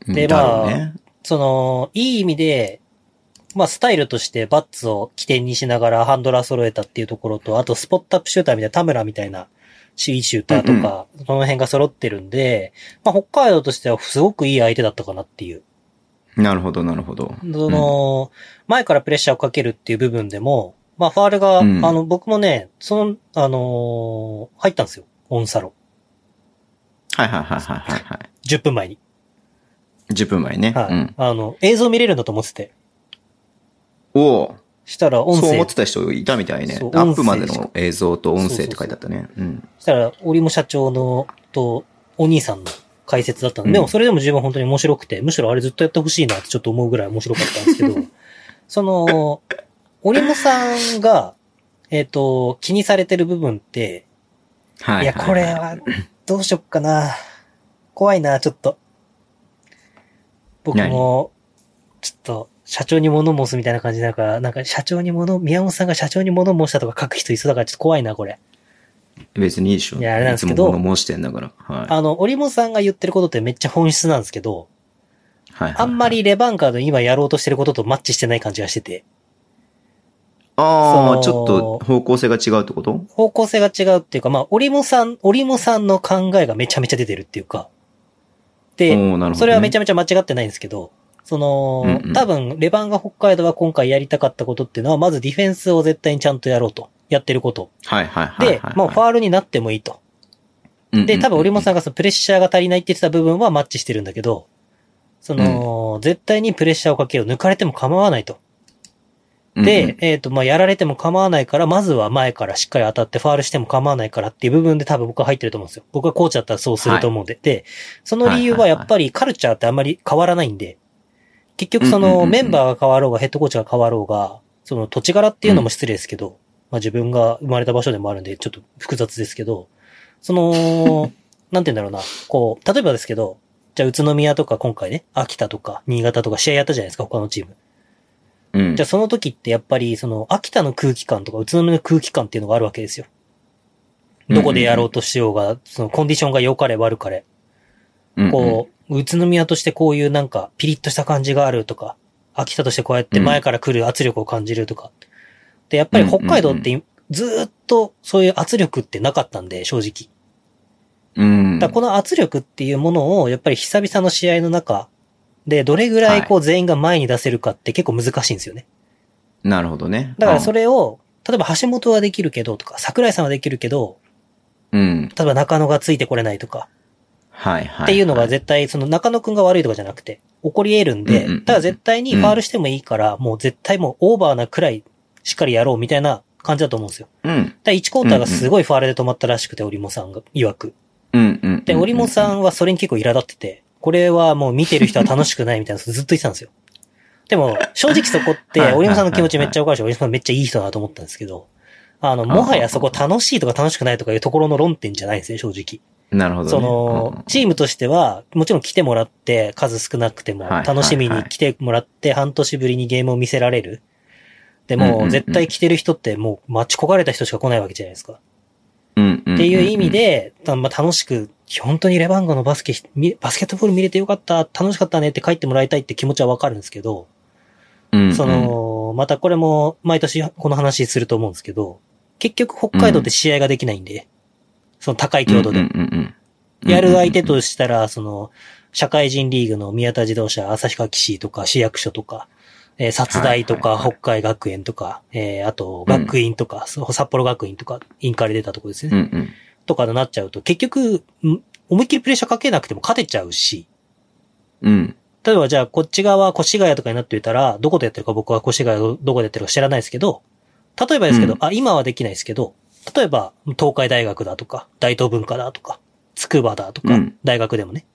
Speaker 2: うん
Speaker 3: で
Speaker 2: だろう
Speaker 3: まあ
Speaker 2: ね
Speaker 3: その、いい意味で、まあ、スタイルとしてバッツを起点にしながらハンドラー揃えたっていうところと、あとスポットアップシューターみたいな、田村みたいな、シーシューターとか、その辺が揃ってるんで、まあ、北海道としてはすごくいい相手だったかなっていう。
Speaker 2: なるほど、なるほど。
Speaker 3: その、前からプレッシャーをかけるっていう部分でも、まあ、ファールが、
Speaker 2: うん
Speaker 3: あの、僕もね、その、あのー入ったんですよ。オンサロ。
Speaker 2: はいはいはいはいはいは
Speaker 3: 10分前に。
Speaker 2: い。10分前ね。
Speaker 3: はい。
Speaker 2: うん。
Speaker 3: あの、映像見れるんだと思ってて。
Speaker 2: おお
Speaker 3: したら、音
Speaker 2: そう思
Speaker 3: 声
Speaker 2: って、た人いたみたいね
Speaker 3: そう。
Speaker 2: アップまで
Speaker 3: 音声し
Speaker 2: の映像と音声って書いてあったね。うん。
Speaker 3: したら、折茂社長の、と、お兄さんの解説だったんで、
Speaker 2: うん
Speaker 3: でもそれでも十分本当に面白くて、むしろあれずっとやってほしいなってちょっと思うぐらい面白かったんで すけど、その、折茂さんが、えっ、と、気にされてる部分って、
Speaker 2: はい。
Speaker 3: いや、これは、どうしよっかな。怖いな、ちょっと。僕も、ちょっと、社長に物申すみたいな感じだから、なんか社長に物、宮本さんが社長に物申したとか書く人いそうだからちょっと怖いな、これ。
Speaker 2: 別にいいでしょ。
Speaker 3: いやあれなんですけど
Speaker 2: いつも物申してんだから。はい。
Speaker 3: あの、折本さんが言ってることってめっちゃ本質なんですけど、
Speaker 2: はいはい
Speaker 3: あんま。りレバンカーの今やろうとしてることとマッチしてない感じがしてて、
Speaker 2: ああ、ち
Speaker 3: そ
Speaker 2: ょ
Speaker 3: の
Speaker 2: っと方向性が違うってこと
Speaker 3: 方向性が違うっていうか、まあ、折本さん、折本さんの考えがめちゃめちゃ出てるっていうか、で、
Speaker 2: おーなるほどね
Speaker 3: それはめちゃめちゃ間違ってないんですけど、その、
Speaker 2: うんうん
Speaker 3: 多分、レバンガ北海道は今回やりたかったことっていうのは、まずディフェンスを絶対にちゃんとやろうと。やってること。
Speaker 2: はいはいはいはい。
Speaker 3: で、まあ、ファールになってもいいと。
Speaker 2: ァ
Speaker 3: で、多分、折本
Speaker 2: ん。
Speaker 3: さんがそのプレッシャーが足りないって言ってた部分はマッチしてるんだけど、その、絶対にプレッシャーをかけよう。抜かれても構わないと。
Speaker 2: うんうん
Speaker 3: で、
Speaker 2: うん
Speaker 3: えっ、と、まあ、やられても構わないから、まずは前からしっかり当たって、ファールしても構わないからっていう部分で多分僕は入ってると思うんですよ。僕はコーチだったらそうすると思うんで。で、その理由はやっぱりカルチャーってあんまり変わらないんで、結局そ
Speaker 2: うんうんうんう
Speaker 3: の
Speaker 2: ん
Speaker 3: メンバーが変わろうがヘッドコーチが変わろうが、その土地柄っていうのも失礼ですけど、まあ自分が生まれた場所でもあるんで、ちょっと複雑ですけど、そ の、なんて言うんだろうな、こう、例えばですけど、じゃあ宇都宮とか今回ね、秋田とか新潟とか試合やったじゃないですか、他のチーム。
Speaker 2: うん
Speaker 3: じゃあ。その時ってやっぱり、その、秋田の空気感とか宇都宮の空気感っていうのがあるわけですよ。どこでやろうとしようが、そのコンディションが良かれ悪かれ、
Speaker 2: うん
Speaker 3: こう、宇都宮としてこういうなんか、ピリッとした感じがあるとか、秋田としてこうやって前から来る圧力を感じるとか。で、やっぱり北海道って、ずーっとそういう圧力ってなかったんで、正直。
Speaker 2: うん。
Speaker 3: だからこの圧力っていうものを、やっぱり久々の試合の中で、どれぐらいこう全員が前に出せるかって結構難しいんですよね。
Speaker 2: なるほどね。
Speaker 3: だからそ
Speaker 2: れ、
Speaker 3: れを、例えば橋本はできるけどとか、桜井さんはできるけど、
Speaker 2: うん。
Speaker 3: 例えば中野がついてこれないとか、
Speaker 2: はいはい。
Speaker 3: っていうのが絶対、その中野くんが悪いとかじゃなくて、起こり得るん
Speaker 2: うんうんうん
Speaker 3: で、ただ絶対にファールしてもいいから、もう絶対もうオーバーなくらいしっかりやろうみたいな感じだと思うんですよ。
Speaker 2: うん。
Speaker 3: だ1クォーターがすごいファールで止まったらしくて、オリモさんが曰く。
Speaker 2: うんうん。
Speaker 3: で、オリモさ
Speaker 2: ん。
Speaker 3: んはそれに結構苛立ってて、これはもう見てる人は楽しくないみた いなのずっと言ってたんですよ。でも、正直そこ
Speaker 2: はいは
Speaker 3: っ
Speaker 2: いはい
Speaker 3: て、
Speaker 2: はい
Speaker 3: オリモさんの気持ちめっちゃわかるし、オリモさんめっちゃいい人だなと思ったんですけど、あの、もはやそこ楽しいとか楽しくないとかいうところの論点じゃないんですね、正直。
Speaker 2: なるほどね。
Speaker 3: その、チームとしては、もちろん来てもらって、数少なくても、
Speaker 2: はい
Speaker 3: 楽しみ
Speaker 2: はい
Speaker 3: に
Speaker 2: はい
Speaker 3: 来てもらって、半年ぶりにゲームを見せられる。で
Speaker 2: うんうん
Speaker 3: も
Speaker 2: う
Speaker 3: う、
Speaker 2: ん
Speaker 3: 絶対来てる人って、もう、待ち焦がれた人しか来ないわけじゃないですか。
Speaker 2: うんうん。
Speaker 3: っていう意味で、たまあ、楽しく、本当にレバンガのバスケ、みバスケットボール見れてよかった、楽しかったねって帰ってもらいたいって気持ちはわかるんですけど、
Speaker 2: うん、うんうん
Speaker 3: そ、の、またこれも、毎年この話すると思うんですけど、結局北海道って試合ができないんで、その高い強度で
Speaker 2: うん。うんうんうん。
Speaker 3: やる相手としたら、その、社会人リーグの宮田自動車、旭川騎士とか、市役所とか、えー、札大と
Speaker 2: は
Speaker 3: か
Speaker 2: い、はいはい
Speaker 3: 北海学園とか、えー、あと、
Speaker 2: うん
Speaker 3: 学院とか、そう札幌学院とか、インカレ出たとこです
Speaker 2: う
Speaker 3: ね。
Speaker 2: んうん。
Speaker 3: とかになっちゃうと、結局、ん思いっきりプレッシャーかけなくても勝てちゃうし、
Speaker 2: うん。
Speaker 3: 例えばじゃあ、こっち側、越谷とかになっていたら、どこでやってるか僕は越谷をどこでやってるか知らないですけど、例えばですけど、
Speaker 2: うん
Speaker 3: あ、今はできないですけど、例えば、東海大学だとか、大東文化だとか、筑波だとか、
Speaker 2: うん
Speaker 3: 大学でもね、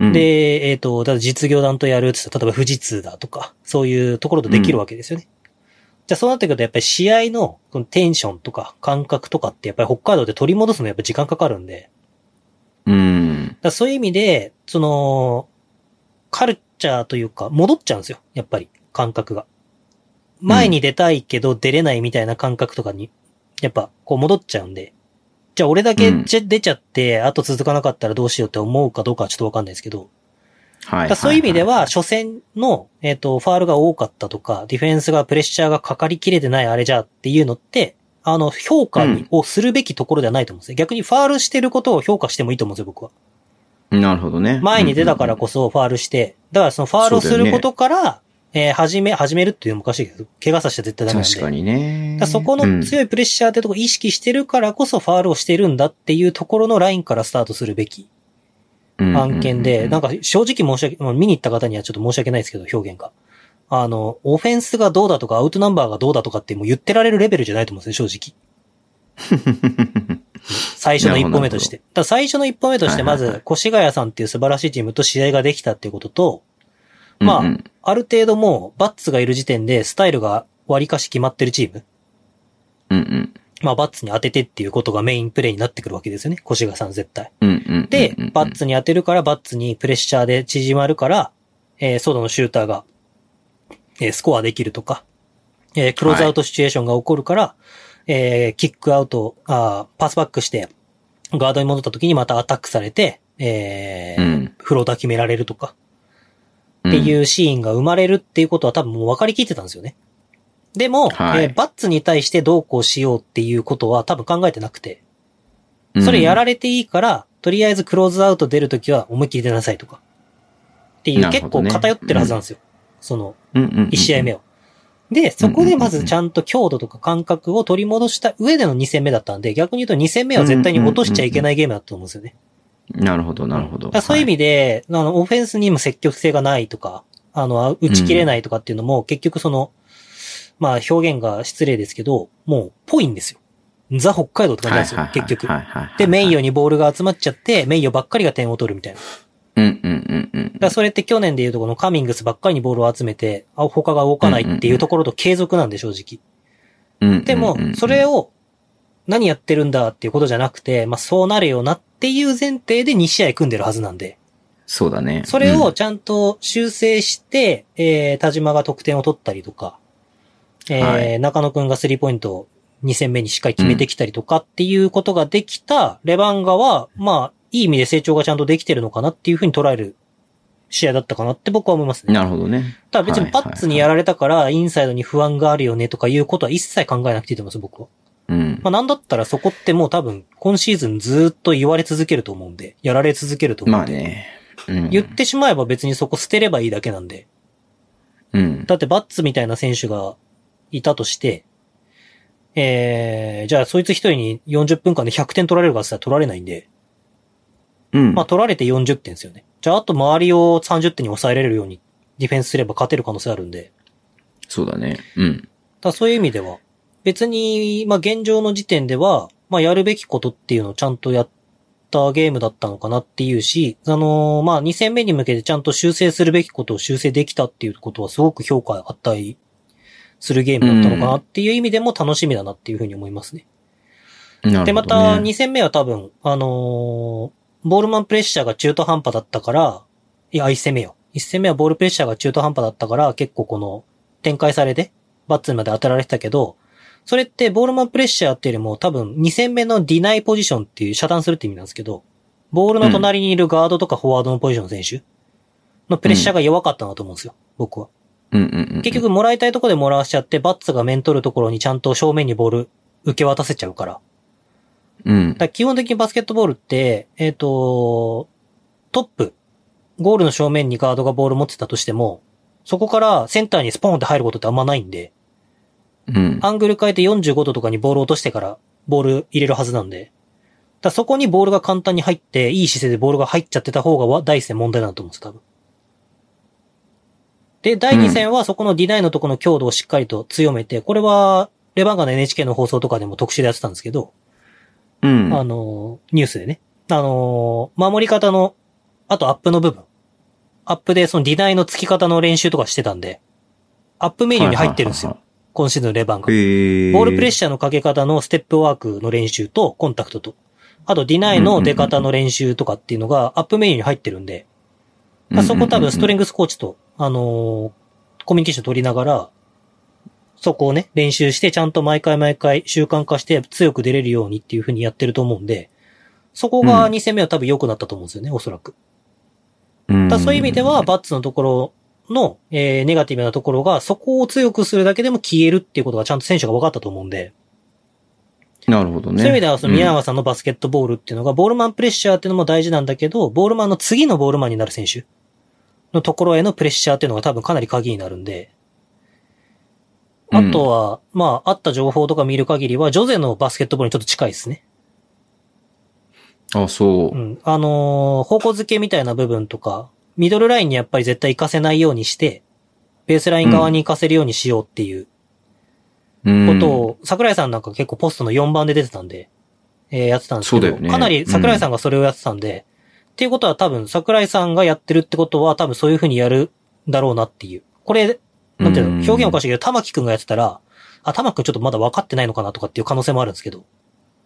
Speaker 2: うん、
Speaker 3: で、えっ、と、だから実業団とやるって言ったら、例えば富士通だとか、そういうところとできるわけですよね。じゃあそうなってくると、やっぱり試合のこのテンションとか感覚とかって、やっぱり北海道で取り戻すのやっぱ時間かかるんで、
Speaker 2: うん
Speaker 3: だ。からそういう意味で、その、カルチャーというか、戻っちゃうんですよ。やっぱり、感覚が。前に出たいけど出れないみたいな感覚とかに、やっぱ、こう戻っちゃうんで。じゃあ俺だけ
Speaker 2: うん
Speaker 3: じゃ出ちゃって、あと続かなかったらどうしようって思うかどうかはちょっとわかんないですけど、
Speaker 2: は
Speaker 3: だからそういう意味では、、初戦の、えっ、と、ファールが多かったとか、ディフェンスがプレッシャーがかかりきれてないあれじゃっていうのって、あの、評価にをするべきところではないと思うんですね。逆にファールしてることを評価してもいいと思うんですよ、僕は。
Speaker 2: なるほどね。
Speaker 3: 前に出たからこそファールして、だからそのファールをすることから、えー始め、始めるっていうのもおかしいけど、怪我させちゃ絶対ダメなんで。
Speaker 2: 確かにね。
Speaker 3: だからそこの強いプレッシャーってとこ意識してるからこそファールをしてるんだっていうところのラインからスタートするべき案件で、なん
Speaker 2: か、
Speaker 3: か正直申し訳、まあ見に行った方にはちょっと申し訳ないですけど、表現が。あの、オフェンスがどうだとか、アウトナンバーがどうだとかってもう言ってられるレベルじゃないと思うんですね、正直。最初の一歩目として。だから最初の一歩目として、ま
Speaker 2: はいはい
Speaker 3: ず、越谷さんっていう素晴らしいチームと試合ができたっていうことと、まあ
Speaker 2: うんうん
Speaker 3: ある程度もう、バッツがいる時点でスタイルが割りかし決まってるチーム。
Speaker 2: うん
Speaker 3: まあ、バッツに当ててっていうことがメインプレイになってくるわけですよね、越谷さん絶対。
Speaker 2: うんうんうん
Speaker 3: で、バッツに当てるから、バッツにプレッシャーで縮まるから、えー、外のシューターが、えースコアできるとか、えークローズアウトシチュエーションが起こるから、えーキックアウト、あーパスバックして、ガードに戻った時にまたアタックされて、えー
Speaker 2: うん
Speaker 3: フローター決められるとか、
Speaker 2: っ
Speaker 3: って
Speaker 2: う
Speaker 3: い
Speaker 2: ん、
Speaker 3: うシーンが生まれるっていうことは多分もう分かりきってたんですよね。でも、
Speaker 2: はい
Speaker 3: えーバッツに対してどうこうしようっていうことは多分考えてなくて、それやられていいから、とりあえずクローズアウト出るときは思いっきり出なさいとか。ってい
Speaker 2: な
Speaker 3: う、
Speaker 2: るほ
Speaker 3: 結
Speaker 2: ど
Speaker 3: 構
Speaker 2: ね
Speaker 3: 偏ってるはずなんですよ。その、
Speaker 2: うん、うんうんうん
Speaker 3: 1試合目を。で、そこでまずちゃんと強度とか感覚を取り戻した上での2戦目だったんで、逆に言うと2戦目は絶対に落としちゃいけないゲームだと思うんですよね。
Speaker 2: なるほど、なるほ
Speaker 3: だ
Speaker 2: ど。
Speaker 3: からそういう意味で、あの、オフェンスにも積極性がないとか、あの、打ち切れないとかっていうのも、結局その、まあ表現が失礼ですけど、もう、ぽいんですよ。ザ・北海道って感じなんですよ、結局。
Speaker 2: はいはいはいはいはいはい、
Speaker 3: で、名誉にボールが集まっちゃって、名誉ばっかりが点を取るみたいな。
Speaker 2: うんうんうんうん
Speaker 3: だからそれって去年でいうとこのカミングスばっかりにボールを集めて、あ、他が動かないっていうところと継続なんで正直。
Speaker 2: うんうんうん。
Speaker 3: でも、それを何やってるんだっていうことじゃなくて、まあそうなるよなっていう前提で2試合組んでるはずなんで、
Speaker 2: そうだね。
Speaker 3: それをちゃんと修正して、えー、田島が得点を取ったりとか、えー
Speaker 2: はい
Speaker 3: 中野くんがスリーポイントを2戦目にしっかり決めてきたりとかっていうことができたレバンガは、まあ、いい意味で成長がちゃんとできてるのかなっていうふうに捉える試合だったかなって僕は思います
Speaker 2: うん
Speaker 3: ね。
Speaker 2: なるほどね。
Speaker 3: ただ別にパッツにやられたから、インサイドに不安があるよねとかいうことは一切考えなくていいと思います、僕は。
Speaker 2: うん
Speaker 3: ま。あなんだったらそこってもう多分、今シーズンずーっと言われ続けると思うんで、やられ続けると思
Speaker 2: ま
Speaker 3: う
Speaker 2: あ
Speaker 3: んで。
Speaker 2: ね。うん。
Speaker 3: 言ってしまえば別にそこ捨てればいいだけなんで。
Speaker 2: うん。
Speaker 3: だってバッツみたいな選手がいたとして、えー、じゃあそいつ一人に40分間で100点取られるかって言ったら取られないんで、
Speaker 2: うん。
Speaker 3: まあ取られて40点ですよね。じゃああと周りを30点に抑えられるようにディフェンスすれば勝てる可能性あるんで、
Speaker 2: そうだね。うん。
Speaker 3: だからそういう意味では、別に、まあ現状の時点では、まあやるべきことっていうのをちゃんとやったゲームだったのかなっていうし、あのーまあ2戦目に向けてちゃんと修正するべきことを修正できたっていうことはすごく評価値するゲームだったのかなっていう意味でも楽しみだなっていうふうに思いますね。
Speaker 2: なるほど、ね。
Speaker 3: で、また2戦目は多分、あのーボールマンプレッシャーが中途半端だったから、いや、1戦目よ。1戦目はボールプレッシャーが中途半端だったから、結構この、展開されて、バッツまで当てられてたけど、それってボールマンプレッシャーっていうよりも多分2戦目のディナイポジションっていう遮断するって意味なんですけど、ボールの隣にいるガードとかフォワードのポジションの選手のプレッシャーが弱かったなと思うんですよ、僕は。
Speaker 2: うんうんうん。
Speaker 3: 結局、もらいたいところでもらわしちゃって、バッツが面取るところにちゃんと正面にボール受け渡せちゃうから。
Speaker 2: うん
Speaker 3: だか。ら基本的にバスケットボールって、えっ、と、トップ、ゴールの正面にガードがボール持ってたとしても、そこからセンターにスポーンって入ることってあんまないんで、
Speaker 2: うん。
Speaker 3: アングル変えて45度とかにボール落としてからボール入れるはずなんで、だからそこにボールが簡単に入って、いい姿勢でボールが入っちゃってた方がわ第一戦問題なんだと思うんです、多分。で、第2戦はそこのディナイのとこの強度をしっかりと強めて、これは、レバンガの NHK の放送とかでも特集でやってたんですけど、
Speaker 2: うん。
Speaker 3: あの、ニュースでね。あの、守り方の、あとアップの部分。アップでそのディナイの付き方の練習とかしてたんで、アップメニューに入ってるんですよ。
Speaker 2: はい
Speaker 3: 今シーズンのレバンが。
Speaker 2: はいはいはい。え
Speaker 3: ボールプレッ
Speaker 2: シ
Speaker 3: シャーのかけ方のステップワークの練習とコンタクトと、あとディナイの出方の練習とかっていうのがアップメニューに入ってるんで、まあそこ多分ストリン
Speaker 2: グ。
Speaker 3: グスコーチと、あのーコミュニケーション取りながら、そこをね、練習して、ちゃんと毎回毎回習慣化して強く出れるようにっていう風にやってると思うんで、そこが
Speaker 2: うん
Speaker 3: 2戦目は多分良くなったと思うんですよね、おそらく。
Speaker 2: うん
Speaker 3: だからそういう意味では、、バッツのところの、えーネガティブなところが、そこを強くするだけでも消えるっていうことがちゃんと選手が分かったと思うんで、
Speaker 2: なるほどね。
Speaker 3: そういう意味では、その宮
Speaker 2: 宮
Speaker 3: 川さんのバスケットボールっていうのが、ボールマンプレッシャーっていうのも大事なんだけど、ボールマンの次のボールマンになる選手のところへのプレッシャーっていうのが多分かなり鍵になるんで、あとは、まあ、あった情報とか見る限りは、ジョゼのバスケットボールにちょっと近いですね。
Speaker 2: あ、そうう。
Speaker 3: ん。あのー方向づけみたいな部分とか、ミドルラインにやっぱり絶対行かせないようにして、ベースライン側に行かせるようにしようっていう
Speaker 2: こ
Speaker 3: ことを、桜井さんなんか結構ポストの4番で出てたんで、えーやってたんですけ
Speaker 2: そう
Speaker 3: ど、
Speaker 2: だよね
Speaker 3: かなり桜井さんがそれをやってたんで、っていうことは多分桜井さんがやってるってことは多分そういう風にやるんだろうなっていう。これ、なんていうの、表現おかしいけど、玉木くんがやってたら、あ、玉木くんちょっとまだ分かってないのかなとかっていう可能性もあるんですけど、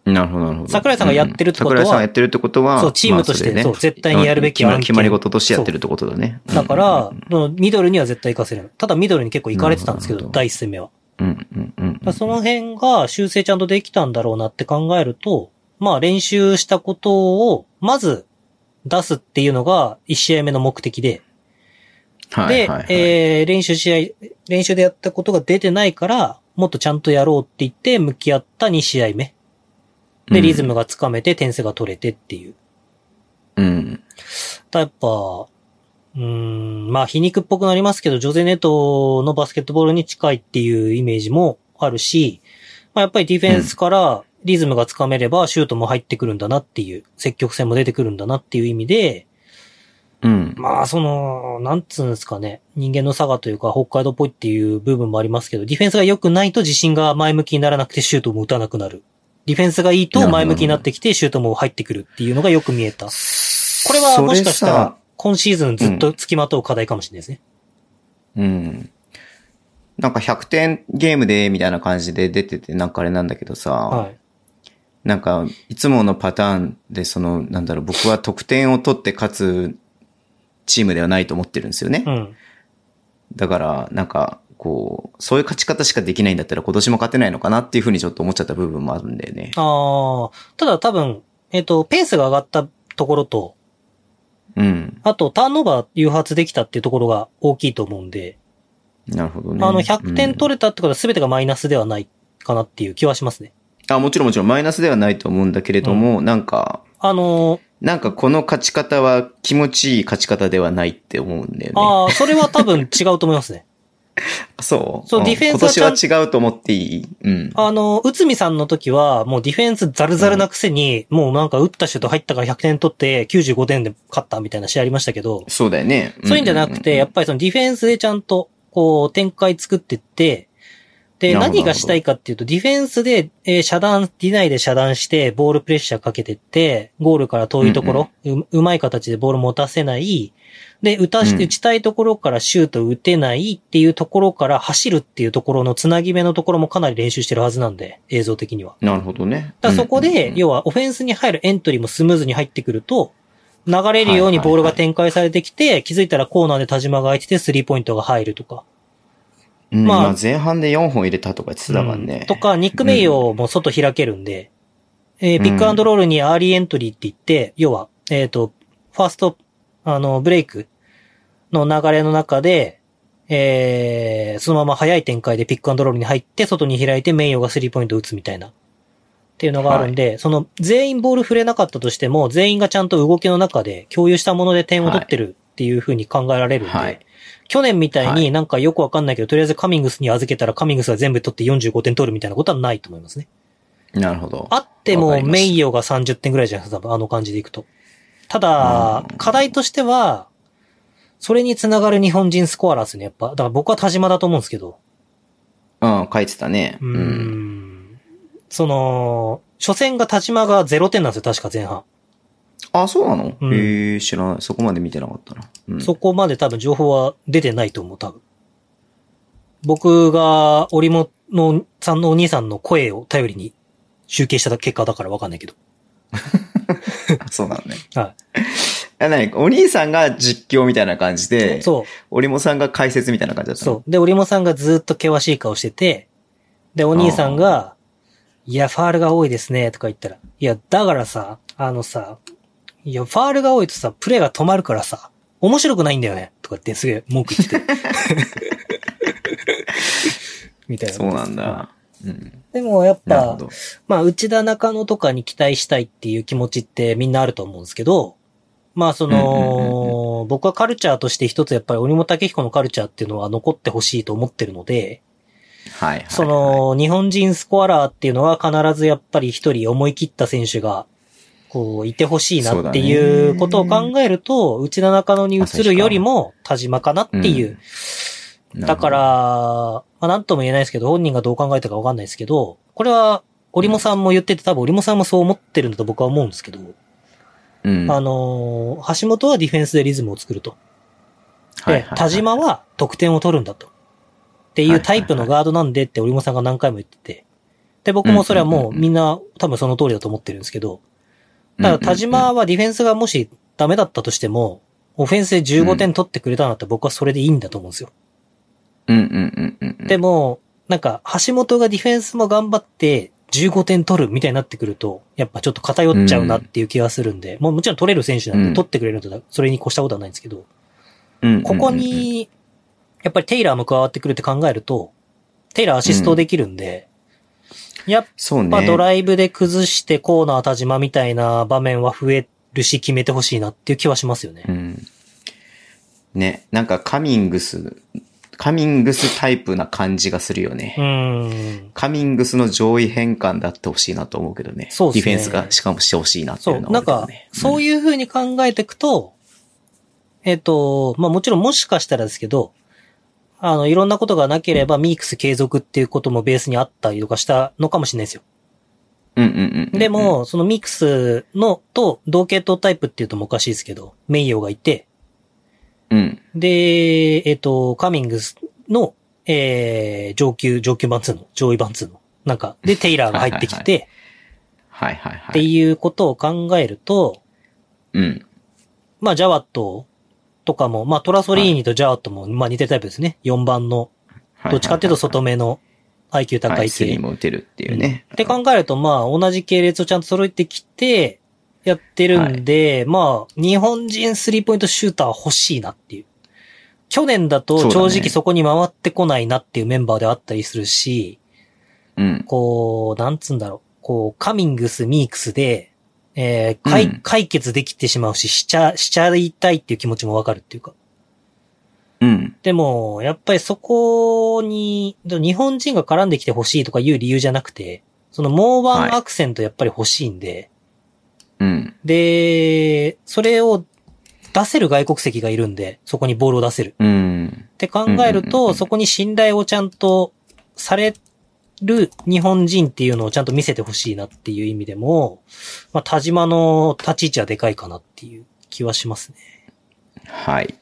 Speaker 2: なるほど、なるほど。
Speaker 3: 桜井さんがやってるってこ
Speaker 2: う
Speaker 3: とは
Speaker 2: ん桜井さんがやってるってことは、
Speaker 3: そうチームとして
Speaker 2: まあれね
Speaker 3: そう絶対にやるべき案件
Speaker 2: 決まり事としてやってるってことだね。
Speaker 3: だから
Speaker 2: う、ん
Speaker 3: そのミドルには絶対行かせる。ただミドルに結構行かれてたんですけ
Speaker 2: なる
Speaker 3: ど、
Speaker 2: ほど
Speaker 3: 第一戦目は。
Speaker 2: うんうんうんうん。
Speaker 3: だからその辺が修正ちゃんとできたんだろうなって考えると、まあ練習したことを、まず出すっていうのが1試合目の目的で、
Speaker 2: はい
Speaker 3: で
Speaker 2: はいはい、
Speaker 3: えー練習試合、練習でやったことが出てないから、もっとちゃんとやろうって言って向き合った2試合目。で、リズムがつかめて点数が取れてっていう。
Speaker 2: うん。
Speaker 3: ただやっぱ、うーん、まあ皮肉っぽくなりますけど、ジョゼネトのバスケットボールに近いっていうイメージもあるし、まあやっぱりディフェンスからリズムがつかめればシュートも入ってくるんだなっていう、積極性も出てくるんだなっていう意味で、
Speaker 2: うん。
Speaker 3: まあその、なんつうんですかね、人間の差がというか北海道っぽいっていう部分もありますけど、ディフェンスが良くないと自信が前向きにならなくてシュートも打たなくなる。ディフェンスがいいと前向きになってきてシュートも入ってくるっていうのがよく見えた。こ
Speaker 2: こ
Speaker 3: れはもしかしたら、今シーズンずっと付きまとう課題かもしれないですね。
Speaker 2: うん。なんか100点ゲームで、みたいな感じで出てて、なんかあれなんだけどさ、
Speaker 3: はい。
Speaker 2: なんか、いつものパターンで、その、なんだろう、僕は得点を取って勝つチームではないと思ってるんですよね。
Speaker 3: うん。
Speaker 2: だから、なんか、こう、そういう勝ち方しかできないんだったら今年も勝てないのかなっていうふうにちょっと思っちゃった部分もあるんだよね。
Speaker 3: ああ、ただ多分、えっ、と、ペースが上がったところと、
Speaker 2: うん。
Speaker 3: あと、ターンオーバー誘発できたっていうところが大きいと思うんで、
Speaker 2: なるほどね。
Speaker 3: あの、100点取れたってことは全てがマイナスではないかなっていう気はしますね。
Speaker 2: うんあ、もちろんもちろんマイナスではないと思うんだけれども、なんか、
Speaker 3: あのー
Speaker 2: なんかこの勝ち方は気持ちいい勝ち方ではないって思うんだよね。
Speaker 3: ああ、それは多分違うと思いま すね。
Speaker 2: そう。
Speaker 3: そうんディフェンスはちゃん
Speaker 2: 今年は違うと思っていい。うん。
Speaker 3: あの、内海さんの時は、もうディフェンスザルザルなくせに、もうなんか打ったシュート入ったから100点取って95点で勝ったみたいな試合ありましたけど、
Speaker 2: そうだよね。
Speaker 3: そういうんじゃなくて、やっぱりそのディフェンスでちゃんと、こう、展開作ってって、で、
Speaker 2: なるほど
Speaker 3: 何がしたいかっていうと、ディフェンスで、えー遮断、ディナイで遮断して、ボールプレッシャーかけてって、ゴールから遠いところ、ううまい形でボール持たせない、で、打たし
Speaker 2: うん
Speaker 3: て打ちたいところからシュート打てないっていうところから走るっていうところのつなぎ目のところもかなり練習してるはずなんで、映像的には。
Speaker 2: なるほどね。
Speaker 3: だからそこ
Speaker 2: うんうん
Speaker 3: で、
Speaker 2: うん
Speaker 3: 要はオフェンスに入るエントリーもスムーズに入ってくると、流れるようにボールが展開されてきて、気づいたらコーナーで田島が空いててスリーポイントが入るとか。
Speaker 2: うん
Speaker 3: まあ
Speaker 2: まあ、前半で4本入れたとか言ってたからね
Speaker 3: う。んとか、ニック・メイヨーも外開けるんで、えーピックアンドロールにアーリーエントリーって言って、要は、えっ、と、ファースト、あの、ブレイクの流れの中で、えー、そのまま早い展開でピックアンドロールに入って、外に開いてメイヨーがスリーポイントを打つみたいな。っていうのがあるんで、その全員ボール触れなかったとしても、全員がちゃんと動きの中で共有したもので点を取ってるっていうふうに考えられるんで、
Speaker 2: はい
Speaker 3: 去年みたい
Speaker 2: は
Speaker 3: になんかよくわかんないけど、とりあえずカミングスに預けたらカミングスが全部取って45点取るみたいなことはないと思いますね。
Speaker 2: なるほど。
Speaker 3: あって
Speaker 2: わか
Speaker 3: も
Speaker 2: ります
Speaker 3: メイヨが30点ぐらいじゃないですか、多分あの感じでいくと。ただ
Speaker 2: うん、
Speaker 3: 課題としては、それにつながる日本人スコアラーですね、やっぱ。だから僕は田島だと思うんですけど。
Speaker 2: うん、書いてたね。
Speaker 3: う
Speaker 2: う
Speaker 3: ー
Speaker 2: ん。
Speaker 3: ん。その、初戦が田島が0点なんですよ、確か前半。
Speaker 2: あ、そうなの
Speaker 3: うん
Speaker 2: へえ、知らない。そこまで見てなかったな。うん
Speaker 3: そこまで多分情報は出てないと思う、多分。僕が、折ものさんのお兄さんの声を頼りに集計した結果だからわかんないけど。
Speaker 2: あ そうなのね。
Speaker 3: は
Speaker 2: あ、なに、お兄さんが実況みたいな感じ
Speaker 3: い。
Speaker 2: で、
Speaker 3: そ
Speaker 2: おりもさんが解説みたいな感じだっ
Speaker 3: う、
Speaker 2: たの
Speaker 3: そう。で、折もさんがずっと険しい顔してて、で、お兄さんが、いや、ファールが多いですね、とか言ったら、いや、だからさ、あのさ、いや、ファールが多いとさ、プレーが止まるからさ、面白くないんだよね、とかってすげえ文句言っ てて。みたいな。
Speaker 2: そうなんだ。うん。
Speaker 3: でもやっ
Speaker 2: なるほ
Speaker 3: ぱ、
Speaker 2: ど。
Speaker 3: まあ、内田中野とかに期待したいっていう気持ちってみんなあると思うんですけど、まあ、そ
Speaker 2: うんう
Speaker 3: の、僕はカルチャーとして一つやっぱり鬼本武彦のカルチャーっていうのは残ってほしいと思ってるので、
Speaker 2: はいはい。
Speaker 3: そ
Speaker 2: はい、
Speaker 3: の、日本人スコアラーっていうのは必ずやっぱり一人思い切った選手が、こう、いてほしい
Speaker 2: そ
Speaker 3: な
Speaker 2: うだ
Speaker 3: っ
Speaker 2: ね
Speaker 3: ていうことを考えると、内田中野に移るよりも田島かなっていう
Speaker 2: うんなる
Speaker 3: だ
Speaker 2: ほど
Speaker 3: から、、まあ、なんとも言えないですけど、本人がどう考えたかわかんないですけど、これは、オリモさんも言ってて、多分オリモさんもそう思ってるんだと僕は思うんですけど、
Speaker 2: うん。
Speaker 3: あのー橋本はディフェンスでリズムを作ると。
Speaker 2: はいはい
Speaker 3: で
Speaker 2: は、い
Speaker 3: 田島は得点を取るんだと。っていうタイプのガードなんでって、オリモさんが何回も言ってて。で、僕もそれはも
Speaker 2: うんうん
Speaker 3: う
Speaker 2: うんうん
Speaker 3: みんな多分その通りだと思ってるんですけど、ただ田島はディフェンスがもしダメだったとしても、オフェンスで15点取ってくれたなって僕はそれでいいんだと思うんですよ。
Speaker 2: うんうんうんうんうん。
Speaker 3: でも、なんか、橋本がディフェンスも頑張って、15点取るみたいになってくると、やっぱちょっと偏っちゃうなっていう気がするんで、もうもちろん取れる選手なん
Speaker 2: う
Speaker 3: で
Speaker 2: ん
Speaker 3: 取ってくれるんだ、それに越したことはないんですけど、
Speaker 2: うんうんうんうん、
Speaker 3: ここに、やっぱりテイラーも加わってくるって考えると、テイラーアシストできるんで、やっ
Speaker 2: そうね。
Speaker 3: ぱドライブで崩してコーナー田島みたいな場面は増えるし決めてほしいなっていう気はしますよね
Speaker 2: う。ん。ね、なんかカミングス、カミングスタイプな感じがするよね。
Speaker 3: うーん。
Speaker 2: カミングスの上位変換であってほしいなと思うけどね。
Speaker 3: そうっすね
Speaker 2: ディフェンスがしかもしてほしいなってい
Speaker 3: そうう、
Speaker 2: の
Speaker 3: な
Speaker 2: は
Speaker 3: んか、そう
Speaker 2: い
Speaker 3: いう風に考えていくと、えっと、まあもちろんもしかしたらですけど、あの、いろんなことがなければ、ミークス継続っていうこともベースにあったりとかしたのかもしれないですよ。
Speaker 2: うん。うんうんうんうん。
Speaker 3: で、も、そのミックスのと同系統タイプっていうともおかしいですけど、名誉がいて、
Speaker 2: うん。
Speaker 3: で、えっ、と、カミングスの、えー、上級、上級版2の、上位版2の、なんか、で、テイラーが入ってきて、
Speaker 2: はいはい
Speaker 3: っ
Speaker 2: は
Speaker 3: て
Speaker 2: い。
Speaker 3: いうことを考えると、
Speaker 2: うん。
Speaker 3: まあ、ジャワットとかも、まあ、トラソリーニとジャワットも、まあ、似てるタイプですね。4番の、どっちかっていうと外目の IQ 高
Speaker 2: はいい、スリ
Speaker 3: 系
Speaker 2: ー。も打てるっていうね。
Speaker 3: って考えると、まあ、同じ系列をちゃんと揃えてきて、やってるんで、まあ、日本人スリーポイントシューター欲しいなっていう。去年だ
Speaker 2: そう
Speaker 3: と
Speaker 2: だね
Speaker 3: 正直そこに回ってこないなっていうメンバーであったりするし、
Speaker 2: うん。
Speaker 3: こう、なんつうんだろう、こう、カミングス、ミークスで、えー解
Speaker 2: うん
Speaker 3: 解決できてしまうし、しちゃ、しちゃいたいっていう気持ちもわかるっていうか。
Speaker 2: うん。
Speaker 3: でも、やっぱりそこに、日本人が絡んできてほしいとかいう理由じゃなくて、そのもうワンアクセントやっぱり欲しいんで、
Speaker 2: うん。
Speaker 3: で、それを出せる外国籍がいるんで、そこにボールを出せる。
Speaker 2: うん。
Speaker 3: って考える
Speaker 2: うんうんうんう
Speaker 3: と、
Speaker 2: ん
Speaker 3: そこに信頼をちゃんとされる日本人っていうのをちゃんと見せてほしいなっていう意味でも、まあ、田島の立ち位置はでかいかなっていう気はしますね。
Speaker 2: はい。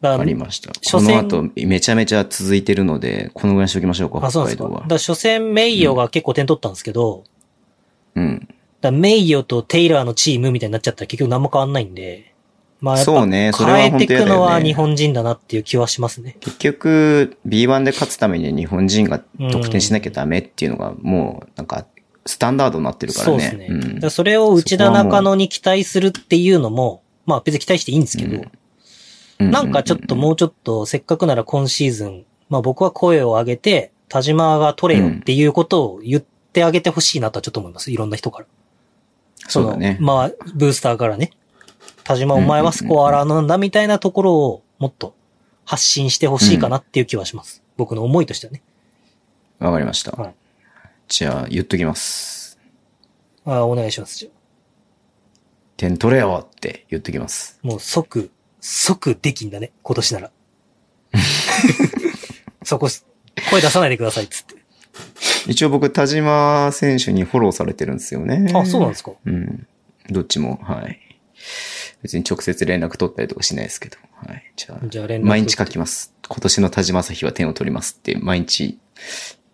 Speaker 3: だ
Speaker 2: あ
Speaker 3: から
Speaker 2: りました。
Speaker 3: 初
Speaker 2: この
Speaker 3: 戦
Speaker 2: 後、めちゃめちゃ続いてるので、このぐらいにしておきましょうか、
Speaker 3: あ、そう
Speaker 2: 北
Speaker 3: なん
Speaker 2: 海道
Speaker 3: ですか。だか
Speaker 2: は。
Speaker 3: ら初戦名誉が結構点取ったんですけど、
Speaker 2: うん。
Speaker 3: だからメイヨとテイラーのチームみたいになっちゃったら結局何も変わんないんで。まあやっ
Speaker 2: そ
Speaker 3: ぱ
Speaker 2: うねそれは
Speaker 3: 変えて
Speaker 2: 本
Speaker 3: い
Speaker 2: 当やだよね
Speaker 3: くのは日本人だなっていう気はしますね。
Speaker 2: 結局、B1 で勝つために日本人が得点しなきゃダメっていうのが、もう、なんか、スタンダードになってるから
Speaker 3: そう
Speaker 2: ね。
Speaker 3: ですね。だ
Speaker 2: ん
Speaker 3: からそれを内田中野に期待するっていうのも、まあ別に期待していいんですけど、
Speaker 2: う
Speaker 3: なんかちょっともうちょっとせっかくなら今シーズン、まあ僕は声を上げて、田島が取れよっていうことを言ってあげてほしいなとはちょっと思います。いろんな人から。
Speaker 2: そうだね
Speaker 3: そ。のまあ、ブースターからね。田島お前はスコアラーなんだみたいなところをもっと発信してほしいかなっていう気はします。僕の思いとしてはね。
Speaker 2: わかりました。
Speaker 3: はい
Speaker 2: じゃあ、言っときます。
Speaker 3: ああ、お願いします。じゃ
Speaker 2: 点取れよって言っときます。
Speaker 3: あもう即、即できんだね。今年 なら。そこ、声出さないでくださいっつって。
Speaker 2: 一応僕、田島選手にフォローされてるんですよね。
Speaker 3: あ、そうなんですか。
Speaker 2: うん。どっちも、はい。別に直接連絡取ったりとかしないですけど。はい。じゃあ、
Speaker 3: じゃあ連絡
Speaker 2: 毎日書きます。今年の田島朝日は点を取りますって、毎日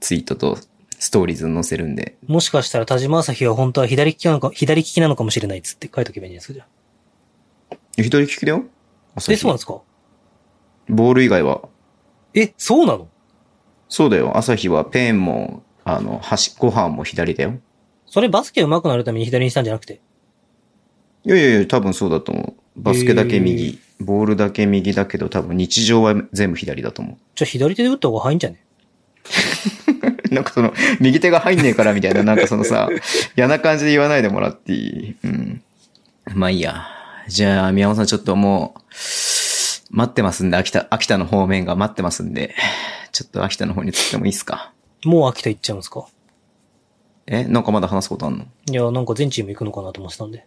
Speaker 2: ツイートとストーリーズ載せるんで。
Speaker 3: もしかしたら田島朝日は本当は左利きなのか、左利きなのかもしれないっつって書いとけばいいんじゃないですか、じゃあ。
Speaker 2: 一人聞きだよ朝
Speaker 3: え、
Speaker 2: 日
Speaker 3: そうなんですか
Speaker 2: ボール以外は。
Speaker 3: え、そうなの
Speaker 2: そうだよ。朝日はペンも、あの、箸、ご飯も左だよ。
Speaker 3: それバスケ上手くなるために左にしたんじゃなくて。
Speaker 2: いやいやいや、多分そうだと思う。バスケだけ
Speaker 3: へ
Speaker 2: 右、ボールだけ右だけど、多分日常は全部左だと思
Speaker 3: じゃあ左手で打った方が早いんじゃね
Speaker 2: う。 なんかその、右手が入んねえからみたいな、なんかそのさ、嫌な感じで言わないでもらっていいうん。まあいいや。じゃあ、宮本さんちょっともう、待ってますんで、秋田、秋田の方面が待ってますんで、ちょっと秋田の方に移ってもいいっすか
Speaker 3: もう秋田行っちゃうんですか
Speaker 2: えなんかまだ話すことあんの
Speaker 3: いや、なんか全チーム行くのかなと思ってたんで。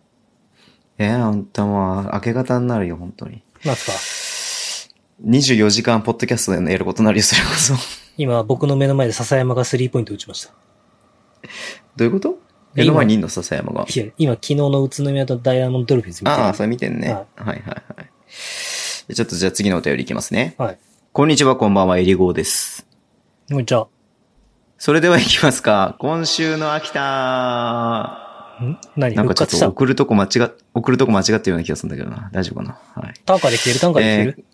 Speaker 2: えー、本当もう、明け方になるよ、本当に。
Speaker 3: なんすか
Speaker 2: 24時間、ポッドキャストでやることになるよ、それこそ。
Speaker 3: 今、僕の目の前で笹山がスリーポイント打ちました。
Speaker 2: どういうこと目の前にいんの、笹山が。
Speaker 3: いや、今、昨日の宇都宮とダイヤモンドドルフィンズ見てる
Speaker 2: ああ、それ見てんね。
Speaker 3: は
Speaker 2: はいはいはい。ちょっとじゃあ次のお便りいきますね。
Speaker 3: はい。
Speaker 2: こんにちは、こんばんは、えりごーです。
Speaker 3: もうじゃあ、
Speaker 2: それではいきますか。今週の秋田。
Speaker 3: ん何
Speaker 2: なんか
Speaker 3: 復
Speaker 2: ちょっ
Speaker 3: 活し
Speaker 2: と
Speaker 3: た
Speaker 2: 送るとこ間違っ、送るとこ間違ってるような気がするんだけどな。大丈夫かな。はい。
Speaker 3: タンカーで消えるタンカーで消える、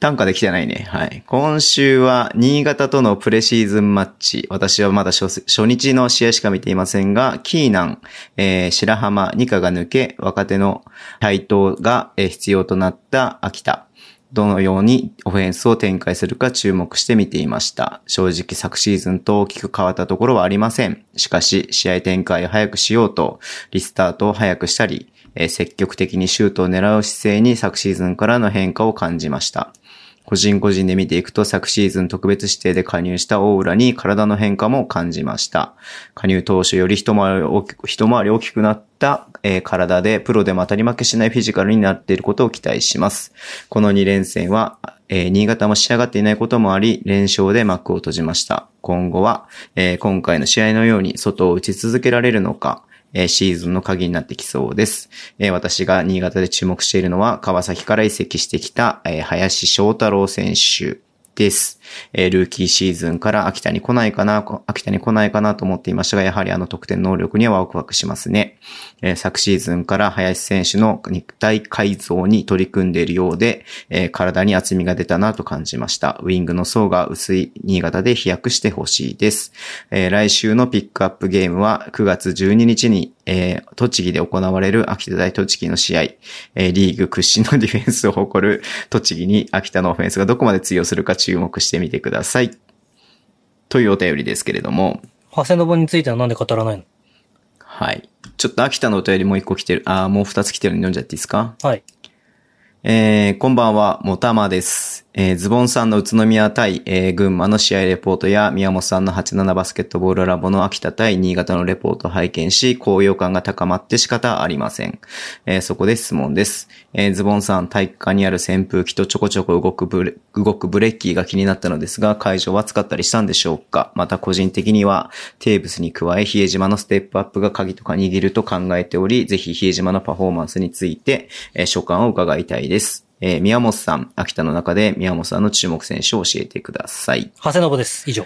Speaker 2: 短歌で来てないね。はい。今週は、新潟とのプレシーズンマッチ。私はまだ初初日の試合しか見ていませんが、キーナン、えー白浜、ニカが抜け、若手の台頭がえー必要となった秋田。どのようにオフェンスを展開するか注目して見ていました。正直昨シーズンと大きく変わったところはありません。しかし、試合展開を早くしようと、リスタートを早くしたり、えー積極的にシュートを狙う姿勢に昨シーズンからの変化を感じました。個人個人で見ていくと昨シーズン特別指定で加入した大浦に体の変化も感じました。加入当初より一回り大きく一回り大きくなった、えー体でプロでも当たり負けしないフィジカルになっていることを期待します。この2連戦は、えー新潟も仕上がっていないこともあり、連勝で幕を閉じました。今後は、えー今回の試合のように外を打ち続けられるのか、えーシーズンの鍵になってきそうです。えー私が新潟で注目しているのは、川崎から移籍してきた、えー林翔太郎選手です。えールーキーシーズンから秋田に来ないかな、こ秋田に来ないかなと思っていましたが、やはりあの得点能力にはワクワクしますね。えー昨シーズンから林選手の肉体改造に取り組んでいるようで、えー体に厚みが出たなと感じました。ウィングの層が薄い新潟で飛躍してほしいです。えー来週のピックアップゲームは9月12日に、えー栃木で行われる秋田大栃木の試合、えーリーグ屈指のディフェンスを誇る栃木に秋田のオフェンスがどこまで通用するか注目してみてください。というお便りですけれども、
Speaker 3: 長谷信についてはなんで語らないの
Speaker 2: はい。ちょっと秋田のお便りもう一個来てる。あーもう二つ来てるの読んじゃっていいですか
Speaker 3: はい。
Speaker 2: えーこんばんは、もたまです。えーズボンさんの宇都宮対、えー群馬の試合レポートや、宮本さんの87バスケットボールラボの秋田対新潟のレポートを拝見し、高揚感が高まって仕方ありません。えーそこで質問です。えーズボンさん、体育館にある扇風機とちょこちょこ動くブレ動くブレッキーが気になったのですが、会場は使ったりしたんでしょうかまた個人的には、テーブスに加え、比江島のステップアップが鍵とか握ると考えており、ぜひ比江島のパフォーマンスについて、えー所感を伺いたいです。えー宮本さん、秋田の中で宮本さんの注目選手を教えてください。
Speaker 3: 長谷信です。以上。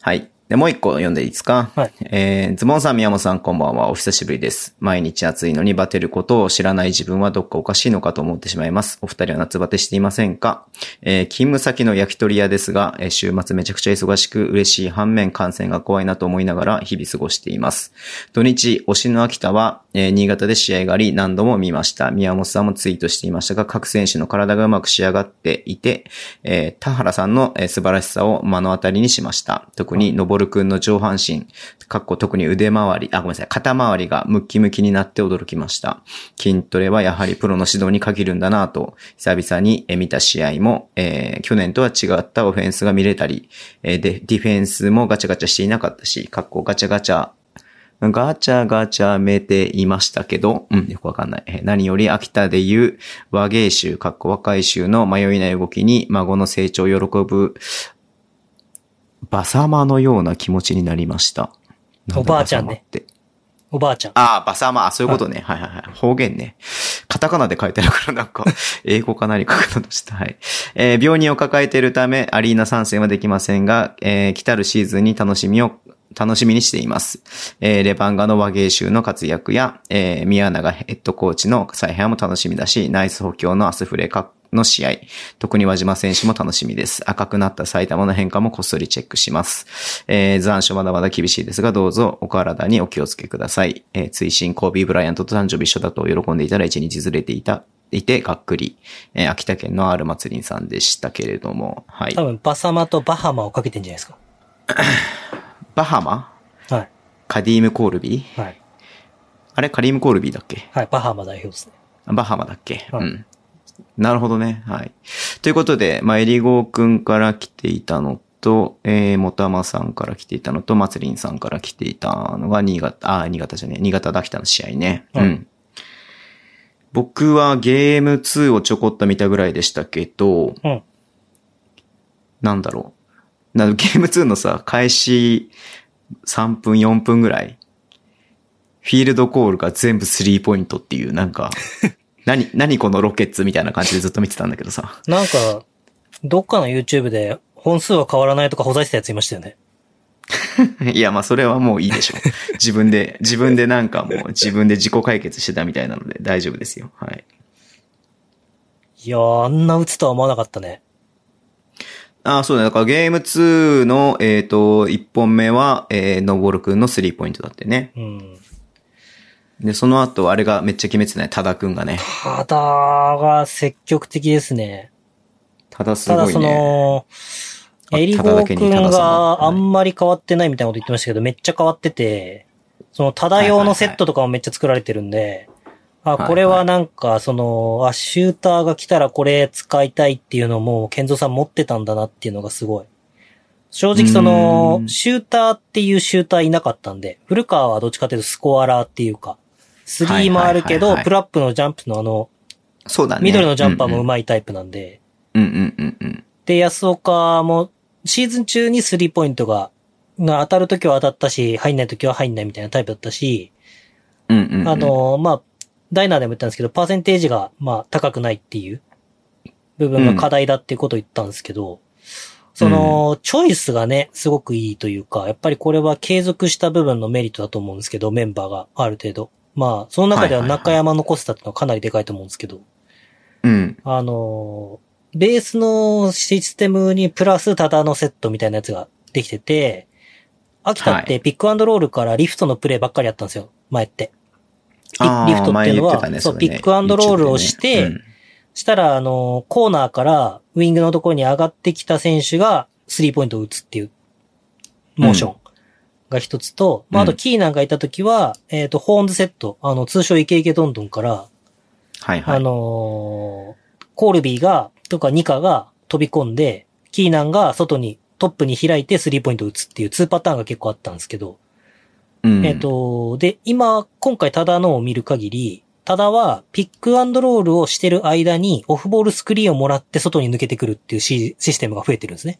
Speaker 2: はい。で、もう一個読んでいいですか
Speaker 3: はい
Speaker 2: えーズボンさん、宮本さん、こんばんは。お久しぶりです。毎日暑いのにバテることを知らない自分はどっかおかしいのかと思ってしまいます。お二人は夏バテしていませんかえー勤務先の焼き鳥屋ですが、えー週末めちゃくちゃ忙しく嬉しい反面感染が怖いなと思いながら日々過ごしています。土日、推しの秋田は、えー新潟で試合があり何度も見ました。宮本さんもツイートしていましたが、各選手の体がうまく仕上がっていて、えー田原さんの、えー素晴らしさを目の当たりにしました。特に、のぼるくんの上半身、かっこ特に腕回り、あ、ごめんなさい、肩回りがムッキムキになって驚きました。筋トレはやはりプロの指導に限るんだなぁと、久々にえー見た試合も、えー去年とは違ったオフェンスが見れたり、えーで、ディフェンスもガチャガチャしていなかったし、かっこガチャガチャガチャガチャめていましたけど、うん、よくわかんない。えー何より秋田でいう和芸集、かっこ若い衆の迷いない動きに孫の成長を喜ぶ、バサマのような気持ちになりました。なんだ
Speaker 3: おばあちゃんね
Speaker 2: バサマって
Speaker 3: おばあちゃん。
Speaker 2: ああ、バサマ、あそういうことね。はいはいはい。方言ね。カタカナで書いてあるから、なんか、英語か何かかなとした。はい。えー病人を抱えているため、アリーナ参戦はできませんが、えー来たるシーズンに楽しみを、楽しみにしています。えーレバンガの和芸集の活躍や、えー宮永ヘッドコーチの再編も楽しみだし、ナイス補強のアスフレカの試合、特に和島選手も楽しみです。赤くなった埼玉の変化もこっそりチェックします。えー残暑まだまだ厳しいですが、どうぞお体にお気をつけください。えー追伸コービー・ブライアントと誕生日一緒だと喜んでいたら一日ずれていた、いてがっくり。えー秋田県のあるまつりんさんでしたけれども、はい
Speaker 3: 多。分、バサマとバハマをかけてんじゃないです
Speaker 2: バハマ
Speaker 3: か。はい。
Speaker 2: カディーム・コールビー
Speaker 3: はい。
Speaker 2: あれカリーム・コールビーだっけ
Speaker 3: はい。バハマ代表ですね。
Speaker 2: バハマだっけ、
Speaker 3: は
Speaker 2: う
Speaker 3: い
Speaker 2: ん。なるほどね。はい。ということで、まあ、エリゴーくんから来ていたのと、えー、もたまさんから来ていたのと、まつりんさんから来ていたのが、新潟、あー、新潟じゃねえ、新潟だきたの試合ね。
Speaker 3: はい
Speaker 2: うん。僕はゲーム2をちょこっと見たぐらいでしたけど、
Speaker 3: うん。
Speaker 2: なんだろう。なゲーム2のさ、開始3分、4分ぐらい、フィールドコールが全部スリーポイントっていう、なんか、何、何このロケッツみたいな感じでずっと見てたんだけどさ。
Speaker 3: なんか、どっかの YouTube で本数は変わらないとかほざいてたやついましたよね。
Speaker 2: いや、まあそれはもういいでしょう。自分で、自分でなんかもう自分で自己解決してたみたいなので大丈夫ですよ。はい。
Speaker 3: いやー、あんな打つとは思わなかったね。
Speaker 2: ああ、そうだ、ね。だからゲーム2の、えっ、と、1本目は、えー、のぼるくんのスリーポイントだってね。
Speaker 3: うん。
Speaker 2: で、その後、あれがめっちゃ決めてない、多田くんがね。
Speaker 3: ただが積極的ですね。
Speaker 2: 多田す
Speaker 3: た
Speaker 2: ごい
Speaker 3: だ
Speaker 2: ね。
Speaker 3: その、
Speaker 2: あ
Speaker 3: エリゴ
Speaker 2: ただだけ
Speaker 3: ー
Speaker 2: に
Speaker 3: 君
Speaker 2: ただその
Speaker 3: があんまり変わってないみたいなこと言ってましたけど、めっちゃ変わってて、その、ただ用のセットとかもめっちゃ作られてるんで、あ、これはなんか、その、あ、シューターが来たらこれ使いたいっていうのも、健三さん持ってたんだなっていうのがすごい。正直そうの
Speaker 2: ー、ん
Speaker 3: シューターっていうシューターいなかったんで、古川はどっちかというとスコアラーっていうか、スリーもあるけ
Speaker 2: はいはいはい
Speaker 3: ど
Speaker 2: は、い
Speaker 3: プラップのジャンプのあの、
Speaker 2: そうだね。
Speaker 3: 緑のジャンパーも
Speaker 2: うまい。
Speaker 3: 上手いタイプなんで、
Speaker 2: うんうんうんうん。
Speaker 3: で、安岡も、シーズン中にスリーポイントが、が当たるときは当たったし、入んないときは入んないみたいなタイプだったし、
Speaker 2: うんうん、うん。
Speaker 3: あ、の、まあ、ダイナーでも言ったんですけど、パーセンテージが、まあ、高くないっていう部分が課題だっていうことを言ったんですけど、その、チョイスがね、すごくいいというか、やっぱりこれは継続した部分のメリットだと思うんですけど、メンバーがある程度。まあ、その中では
Speaker 2: はいはいはい
Speaker 3: 中山のコスタっていうのはかなりでかいと思うんですけど、
Speaker 2: うん。
Speaker 3: あの、ベースのシステムにプラスタダのセットみたいなやつができてて、秋田っ
Speaker 2: は
Speaker 3: てピックアンドロールからリフトのプレイばっかりやったんですよ、前って。リ
Speaker 2: あー
Speaker 3: リフトっていうの
Speaker 2: 前
Speaker 3: は
Speaker 2: 言てたね
Speaker 3: そう
Speaker 2: れね
Speaker 3: ピックアンドロールをして
Speaker 2: 一応ね
Speaker 3: したら、あの、コーナーからウィングのところに上がってきた選手がスリーポイントを打つっていうモーションが一つと、まあ、あと
Speaker 2: うん
Speaker 3: キーなんかいた時は、えっ、と、ホーンズセット、あの、通称イケイケどんどんから、
Speaker 2: はいは
Speaker 3: あ
Speaker 2: い。
Speaker 3: のーコールビーが、とかニカが飛び込んで、キーナンが外に、トップに開いてスリーポイントを打つっていう2パターンが結構あったんですけど、
Speaker 2: うん
Speaker 3: えっ、、と、で、今、今回タダのを見る限り、タダはピックアンドロールをしてる間にオフボールスクリーンをもらって外に抜けてくるっていうシシステムが増えてるんですね。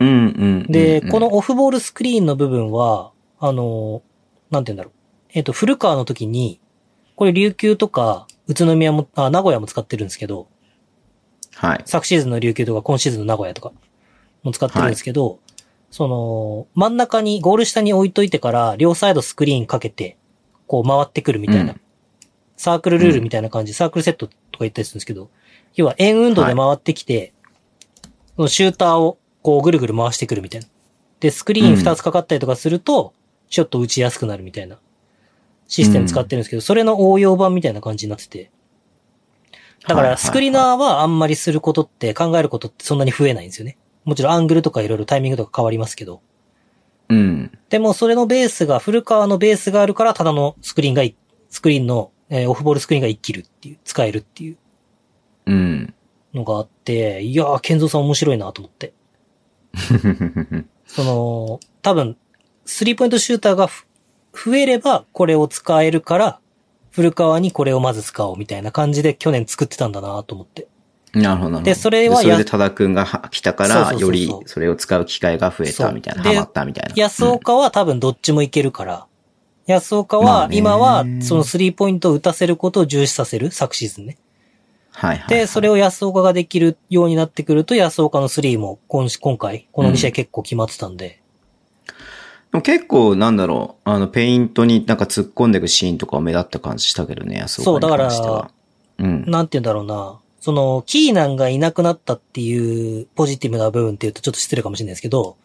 Speaker 2: うんうんうんうん。
Speaker 3: で、このオフボールスクリーンの部分は、あの、なんて言うんだろう。えっ、と、古川の時に、これ琉球とか宇都宮も、あ、名古屋も使ってるんですけど、
Speaker 2: はい。
Speaker 3: 昨シーズンの琉球とか今シーズンの名古屋とかも使ってるんですけど、その、真ん中に、ゴール下に置いといてから、両サイドスクリーンかけて、こう回ってくるみたいな、
Speaker 2: うん
Speaker 3: サークルルールみたいな感じ、サークルセットとか言ったりするんですけど、要は円運動で回ってきて、そのシューターをこうぐるぐる回してくるみたいな。で、スクリーン2つかかったりとかすると、ちょっと打ちやすくなるみたいなシステム使ってるんですけど、それの応用版みたいな感じになってて、だか
Speaker 2: はいはいは
Speaker 3: ら、
Speaker 2: い
Speaker 3: スクリーナーはあんまりすることって、考えることってそんなに増えないんですよね。もちろんアングルとかいろいろタイミングとか変わりますけど。
Speaker 2: うん。
Speaker 3: でも、それのベースが、古川のベースがあるから、ただのスクリーンがい、スクリーンの、えーオフボールスクリーンが生きるっていう、使えるっていう
Speaker 2: うん。
Speaker 3: のがあって、いやー、健三さん面白いなと思って。その、多分、スリーポイントシューターがふ増えれば、これを使えるから、古川にこれをまず使おうみたいな感じで去年作ってたんだなと思って。
Speaker 2: なるほどなるほど。
Speaker 3: でそれは
Speaker 2: でそれ
Speaker 3: や
Speaker 2: で多田くんがは来たか
Speaker 3: そう
Speaker 2: ら、
Speaker 3: そうそうそ
Speaker 2: よ
Speaker 3: う
Speaker 2: りそれを使う機会が増えたみたいな、
Speaker 3: そう
Speaker 2: ハ
Speaker 3: で
Speaker 2: マったみたいな。
Speaker 3: 安岡は多分どっちもいけるから、安岡
Speaker 2: ま
Speaker 3: は
Speaker 2: あね
Speaker 3: 今はそのスリーポイントを打たせることを重視させる、昨シーズンね。
Speaker 2: はいはい。
Speaker 3: で、それ
Speaker 2: を、
Speaker 3: を安岡ができるようになってくると、安岡のスリーも今し今回、この2試合結構決まってたんで、
Speaker 2: でも結構、なんだろう、あの、ペイントになんか突っ込んでいくシーンとかは目立った感じしたけどね、安岡に関しては。うん。
Speaker 3: なんて言うんだろうな、その、キーナンがいなくなったっていうポジティブな部分って言うとちょっと失礼かもしれないですけど、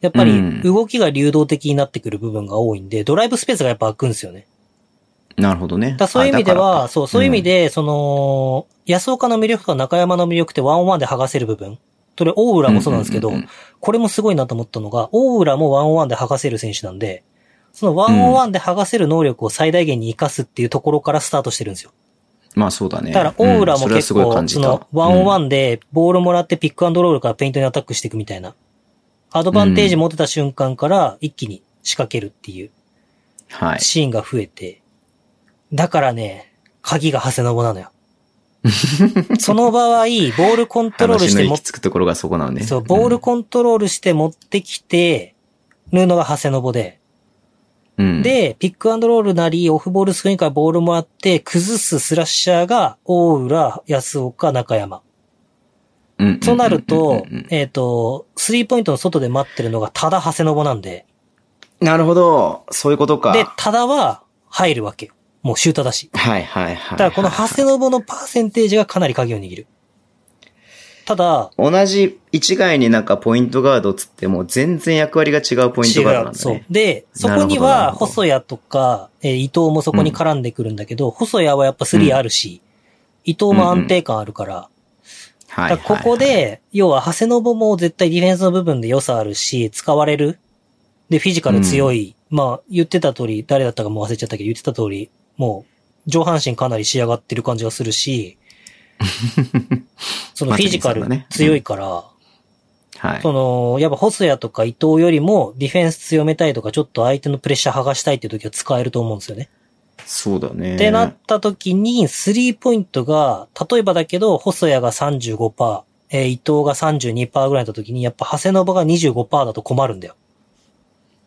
Speaker 3: やっぱ
Speaker 2: う
Speaker 3: り
Speaker 2: ん
Speaker 3: 動きが流動的になってくる部分が多いんで、ドライブスペースがやっぱ空くんですよね。
Speaker 2: なるほどね。
Speaker 3: だからそういう意味で
Speaker 2: あだから
Speaker 3: は、
Speaker 2: か
Speaker 3: そう、そういう意味で、その、安岡の魅力と中山の魅力ってワンオンワンで剥がせる部分。それ、大浦もそうなんですけど、
Speaker 2: うううん
Speaker 3: これもすごいなと思ったのが、大浦もワンオンワンで剥がせる選手なんで、そのワンオンワンで剥がせる能力を最大限に活かすっていうところからスタートしてるんですよ。
Speaker 2: まあそうだね。
Speaker 3: だから、大浦
Speaker 2: うん
Speaker 3: も
Speaker 2: それは
Speaker 3: 結
Speaker 2: すごい
Speaker 3: 構、
Speaker 2: 感じ
Speaker 3: そ
Speaker 2: た
Speaker 3: の、ワンオンワ
Speaker 2: うん
Speaker 3: ンでボールもらってピックアンドロールからペイントにアタックしていくみたいな。アドバンテージ持てた瞬間から一気に仕掛けるっていう
Speaker 2: はい。
Speaker 3: シーンが増えて、だからね、鍵が長谷信 なのよ。その場合、ボールコントロール
Speaker 2: 話
Speaker 3: し
Speaker 2: の
Speaker 3: て
Speaker 2: 行
Speaker 3: も
Speaker 2: き、着くところがそこなのね。
Speaker 3: そう、ボール
Speaker 2: ん
Speaker 3: コントロールして持ってきて、るのが長谷信で、
Speaker 2: うん、
Speaker 3: で、ピックアンドロールなり、オフボールスクリーンからボールもらって、崩すスラッシャーが、大浦、安岡、中山。
Speaker 2: うん、うん
Speaker 3: となると
Speaker 2: うんうんうん、
Speaker 3: えっと、スリーポイントの外で待ってるのが、ただ長谷信なんで、
Speaker 2: なるほど。そういうことか。
Speaker 3: で、ただは入るわけよ。もうシューターだし。
Speaker 2: はいはいはい。
Speaker 3: ただこの長谷信のパーセンテージがかなり鍵を握る。ただ、
Speaker 2: 同じ一概になんかポイントガードっつっても全然役割が違うポイントガードなんだね。
Speaker 3: そう。で、そこに
Speaker 2: なるほどなる
Speaker 3: は
Speaker 2: ほど
Speaker 3: 細谷とか、えー伊藤もそこに絡んでくるんだけど、細谷はやっぱ3あるし、伊藤も安定感あるから、
Speaker 2: はい
Speaker 3: だからここ、で、要は長谷信も絶対ディフェンスの部分で良さあるし、使われる。で、フィジカル強い。まあ、言ってた通り、誰だったかもう忘れちゃったけど、言ってた通り、もう、上半身かなり仕上がってる感じがする し、そのフィジカル
Speaker 2: 松井さんがね
Speaker 3: 強いから、
Speaker 2: はい。
Speaker 3: その、やっぱ細谷とか伊藤よりもディフェンス強めたいとか、ちょっと相手のプレッシャー剥がしたいっていう時は使えると思うんですよね。
Speaker 2: そうだね。
Speaker 3: ってなった時に、スリーポイントが、例えばだけど、細谷が35%、えー伊藤が32%ぐらいだった時に、やっぱ長谷信が25%だと困るんだよ。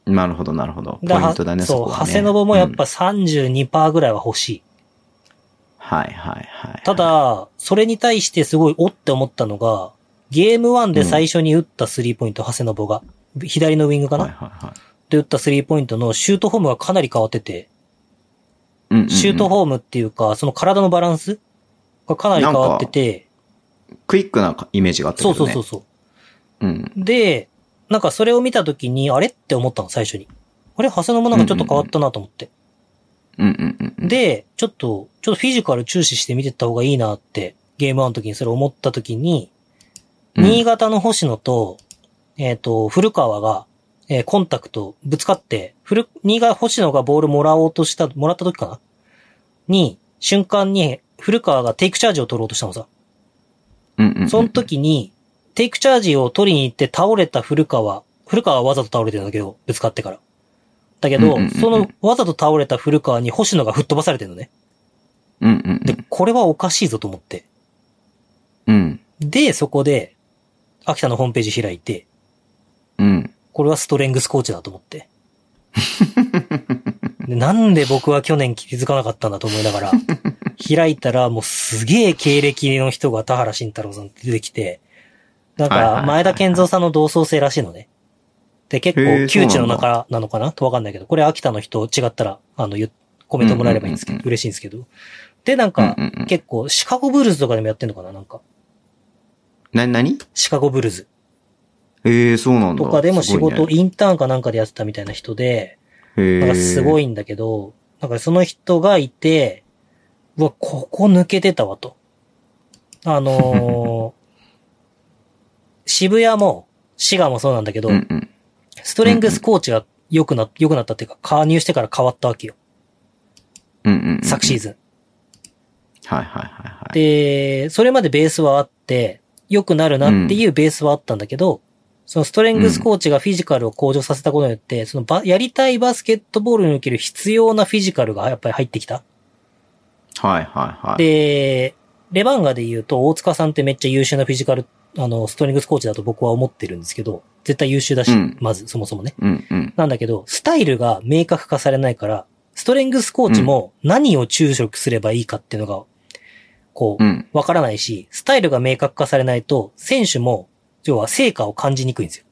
Speaker 2: なるほど、なるほど。ポ
Speaker 3: だ
Speaker 2: イントだね、そ
Speaker 3: そ
Speaker 2: こ
Speaker 3: う、
Speaker 2: は、ね。
Speaker 3: 長谷信もやっぱ
Speaker 2: うん
Speaker 3: 32%ぐらいは欲しい。
Speaker 2: はいはいはい。
Speaker 3: た、だ、それに対してすごいおって思ったのが、ゲーム1で最初に打ったスリーポイント、長谷信が。左のウィングかな、
Speaker 2: はいはいはい
Speaker 3: で打ったスリーポイントのシュートフォームがかなり変わってて、
Speaker 2: うんうんうん。
Speaker 3: シュートフォームっていうか、その体のバランスがかなり変わってて、
Speaker 2: クイックなイメージがあったけど
Speaker 3: そう
Speaker 2: ね。
Speaker 3: そうそうそう。
Speaker 2: う。うん。
Speaker 3: で、なんかそれを見たときに、あれって思ったの、最初に。あれ、長谷信なんかちょっと変わったなと思って。
Speaker 2: うんうんうんうん。、
Speaker 3: で、ちょっと、ちょっとフィジカル注視して見てった方がいいなって、ゲーム1の時にそれ思った時に、
Speaker 2: うん
Speaker 3: 新潟の星野と、えっ、と、古川が、えーコンタクトぶつかって、古、新潟星野がボールもらおうとした、もらった時かなに、瞬間に古川がテイクチャージを取ろうとしたのさ。
Speaker 2: うんうんうん、
Speaker 3: その、時に、テイクチャージを取りに行って倒れた古川、古川はわざと倒れてるんだけど、ぶつかってから。だけど、
Speaker 2: うんうんうんうん
Speaker 3: そのわざと倒れた古川に星野が吹っ飛ばされてるのね。
Speaker 2: うんうん
Speaker 3: で、これはおかしいぞと思って。
Speaker 2: うん。うん。
Speaker 3: で、そこで、秋田のホームページ開いて、
Speaker 2: うん。
Speaker 3: これはストレングスコーチだと思って。でなんで僕は去年気づかなかったんだと思いながら、開いたらもうすげえ経歴の人が田原慎太郎さんって出てきて、なん
Speaker 2: はいはいはい
Speaker 3: か
Speaker 2: はい
Speaker 3: 前田健三さんの同窓生らしいのね。で、結
Speaker 2: へ
Speaker 3: 構
Speaker 2: え
Speaker 3: 窮地の中なのかなとわかんないけど、これ秋田の人違ったら、あの、ゆコメントもらえればいいんですけ
Speaker 2: うんうん
Speaker 3: ど
Speaker 2: う、ん
Speaker 3: 嬉しいんですけど。で、なんか
Speaker 2: うんうんうん、
Speaker 3: 結構シカゴブルーズとかでもやってんのかななんか、
Speaker 2: な、なに
Speaker 3: シカゴブルーズ
Speaker 2: ええー、そうなんだ。
Speaker 3: とかでも仕
Speaker 2: す
Speaker 3: 事、
Speaker 2: ごいね
Speaker 3: インターンかなんかでやってたみたいな人で、
Speaker 2: へ
Speaker 3: なんかすご
Speaker 2: い。
Speaker 3: いんだけど、なんかその人がいて、うわ、ここ抜けてたわと。あの ー渋谷も、滋賀もそうなんだけど、
Speaker 2: うんうん。
Speaker 3: ストレングスコーチが良くな、良くなったっていうか、加入してから変わったわけよ。
Speaker 2: うんうんうん。
Speaker 3: 昨シー
Speaker 2: ズ
Speaker 3: ズン。
Speaker 2: ン。はいはいはいはい。
Speaker 3: で、それまでベースはあって、良くなるなっていうベースはあったんだけど、そのストレングスコーチがフィジカルを向上させたことによって、そのば、やりたいバスケットボールにおける必要なフィジカルがやっぱり入ってきた。
Speaker 2: はいはいはい。
Speaker 3: で、レバンガで言うと、大塚さんってめっちゃ優秀なフィジカル、あの、ストリングスコーチだと僕は思ってるんですけど、絶対優秀だし、
Speaker 2: うん
Speaker 3: まず、そもそもね。
Speaker 2: うんうん。
Speaker 3: なんだけど、スタイルが明確化されないから、ストレングスコーチも何を注力すればいいかっていうのが、こ
Speaker 2: う
Speaker 3: う、
Speaker 2: ん。
Speaker 3: わからないし、スタイルが明確化されないと、選手も、要は成果を感じにくいんですよ。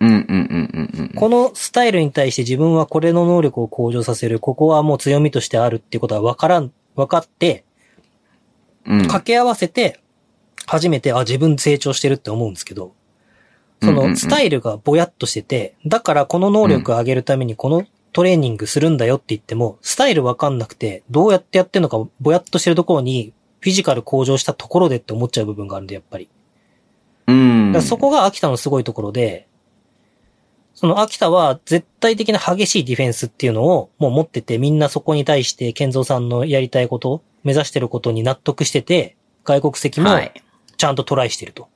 Speaker 2: うんうんうんうんうん。
Speaker 3: このスタイルに対して自分はこれの能力を向上させる、ここはもう強みとしてあるっていうことはわからん、わかって、
Speaker 2: うん
Speaker 3: 掛け合わせて、初めて、あ、自分成長してるって思うんですけど、そ
Speaker 2: うんうんうん
Speaker 3: のスタイルがぼやっとしてて、だからこの能力を上げるためにこのトレーニングするんだよって言っても、スタイルわかんなくて、どうやってやってんのかぼやっとしてるところに、フィジカル向上したところでって思っちゃう部分があるんで、やっぱり。
Speaker 2: うん。
Speaker 3: だからそこが秋田のすごいところで、その秋田は絶対的な激しいディフェンスっていうのをもう持ってて、みんなそこに対して健三さんのやりたいこと、目指してることに納得してて、外国籍も
Speaker 2: はい
Speaker 3: ちゃんとトライしてると。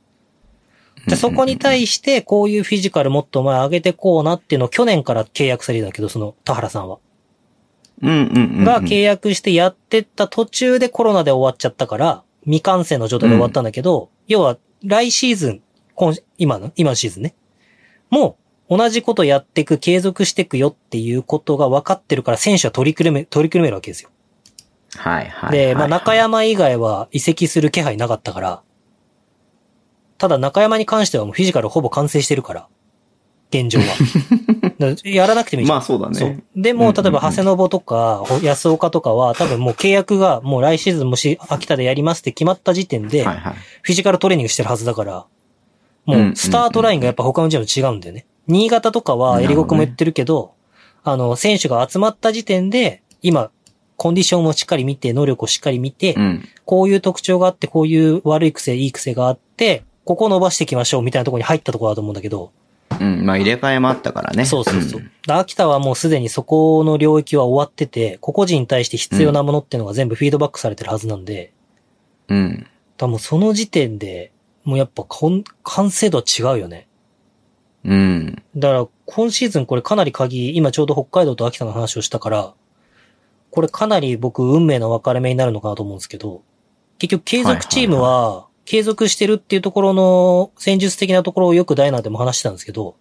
Speaker 3: でそこに対して、こういうフィジカルもっとお前上げてこうなっていうのを去年から契約されるんだけど、その田原さんは。
Speaker 2: うんうんうんうん。
Speaker 3: が契約してやってった途中でコロナで終わっちゃったから、未完成の状態で終わったんだけど、要は来シーズン、今、今の、今のシーズンね。もう、同じことやってく、継続してくよっていうことが分かってるから、選手は取りくるめ、取りくるめるわけですよ。
Speaker 2: はいはい。
Speaker 3: で、まあ中。山以外は移籍する気配なかったから、ただ中山に関してはもうフィジカルほぼ完成してるから、現状は。だからやらなくてもいいじゃん
Speaker 2: まあそうだ
Speaker 3: そう
Speaker 2: ね。。
Speaker 3: で
Speaker 2: うんう
Speaker 3: も、
Speaker 2: んうん
Speaker 3: 例えば、長谷信とか、ほ安岡とかは、多分もう契約が、もう来シーズンもし、秋田でやりますって決まった時点で、
Speaker 2: はいはい。
Speaker 3: フィジカルトレーニングしてるはずだから、
Speaker 2: うんう
Speaker 3: も
Speaker 2: んう
Speaker 3: う、
Speaker 2: ん
Speaker 3: スタートラインがやっぱ他のチームと違うんだよね。新潟とか
Speaker 2: な
Speaker 3: は、
Speaker 2: るほど
Speaker 3: エ
Speaker 2: ね
Speaker 3: リゴクも言ってるけど、あの、選手が集まった時点で、今、コンディションもしっかり見て、能力をしっかり見て
Speaker 2: う、ん。
Speaker 3: こういう特徴があって、こういう悪い癖、いい癖があって、ここを伸ばしていきましょうみたいなところに入ったところだと思うんだけど、
Speaker 2: うん。まあ入れ替えもあったからね。
Speaker 3: そうそうそう。
Speaker 2: ん。
Speaker 3: だ秋田はもうすでにそこの領域は終わってて、個々人に対して必要なものっていうのが全部フィードバックされてるはずなんで、
Speaker 2: うん。
Speaker 3: だからもうその時点で、もうやっぱこん完成度は違うよね。
Speaker 2: うん。
Speaker 3: だから今シーズンこれかなり鍵、今ちょうど北海道と秋田の話をしたから、これかなり僕運命の分かれ目になるのかなと思うんですけど、結局継続チームは、継続してるっていうところの戦術的なところをよくダイナーでも話してたんですけど、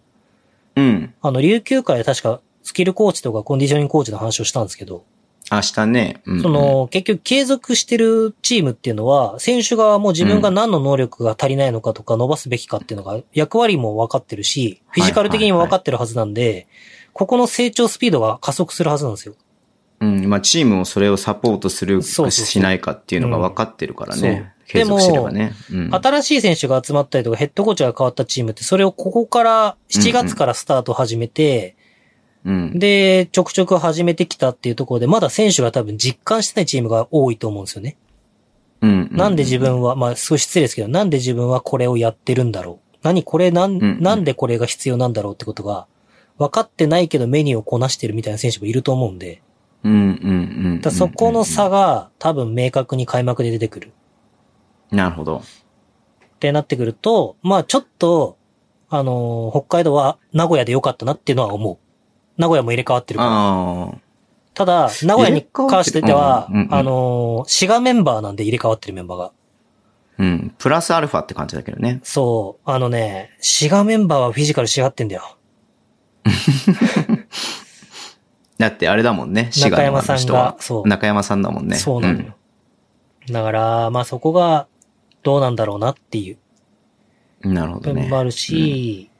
Speaker 2: うん。
Speaker 3: あの、琉球会で確かスキルコーチとかコンディショニングコーチの話をしたんですけど、
Speaker 2: 明日ね。うん、
Speaker 3: そ、の、結局継続してるチームっていうのは、選手側も自分が何の能力が足りないのかとか伸ばすべきかっていうのが役割も分かってるし、フィジカル的にも分かってるはずなんで、ここの成長スピードが加速するはずなんですよ。
Speaker 2: うん、まあチームをそれをサポートする
Speaker 3: そうそう
Speaker 2: か
Speaker 3: そう
Speaker 2: しないかっていうのが分かってるからね。
Speaker 3: そう
Speaker 2: 継続してればね。うん。
Speaker 3: 新しい選手が集まったりとか、ヘッドコーチが変わったチームって、それをここから、7月からスタート始めて、
Speaker 2: うん。
Speaker 3: で、ちょくちょく始めてきたっていうところで、まだ選手が多分実感してないチームが多いと思うんですよね。
Speaker 2: うん。
Speaker 3: なんで自分は、まあ、すごい失礼ですけど、なんで自分はこれをやってるんだろう。何これ、なん、
Speaker 2: うん
Speaker 3: なんでこれが必要なんだろうってことが、分かってないけどメニューをこなしてるみたいな選手もいると思うんで、
Speaker 2: うん、うん、うんうん。
Speaker 3: だからそこの差が多分明確に開幕で出てくる。
Speaker 2: なるほど。
Speaker 3: ってなってくると、まあちょっと、あのー北海道は名古屋で良かったなっていうのは思う。名古屋も入れ替わってるから。
Speaker 2: ああ。
Speaker 3: ただ、名古屋に関してで
Speaker 2: 入れ
Speaker 3: は、
Speaker 2: 替わってるうんうんうん
Speaker 3: あのー滋賀メンバーなんで入れ替わってるメンバーが。
Speaker 2: うん。プラスアルファって感じだけどね。
Speaker 3: そう、あのね、滋賀メンバーはフィジカルしがってんだよ。
Speaker 2: だってあれだもんね、滋賀
Speaker 3: 中
Speaker 2: の
Speaker 3: 山さん
Speaker 2: 人
Speaker 3: が
Speaker 2: は。。
Speaker 3: そう。
Speaker 2: 中山さんだもんね。
Speaker 3: そうなの
Speaker 2: ん
Speaker 3: よ。だから、まあそこが、どうなんだろうなっていう
Speaker 2: なるほ
Speaker 3: 部
Speaker 2: ど
Speaker 3: 分
Speaker 2: ね。
Speaker 3: もあるし、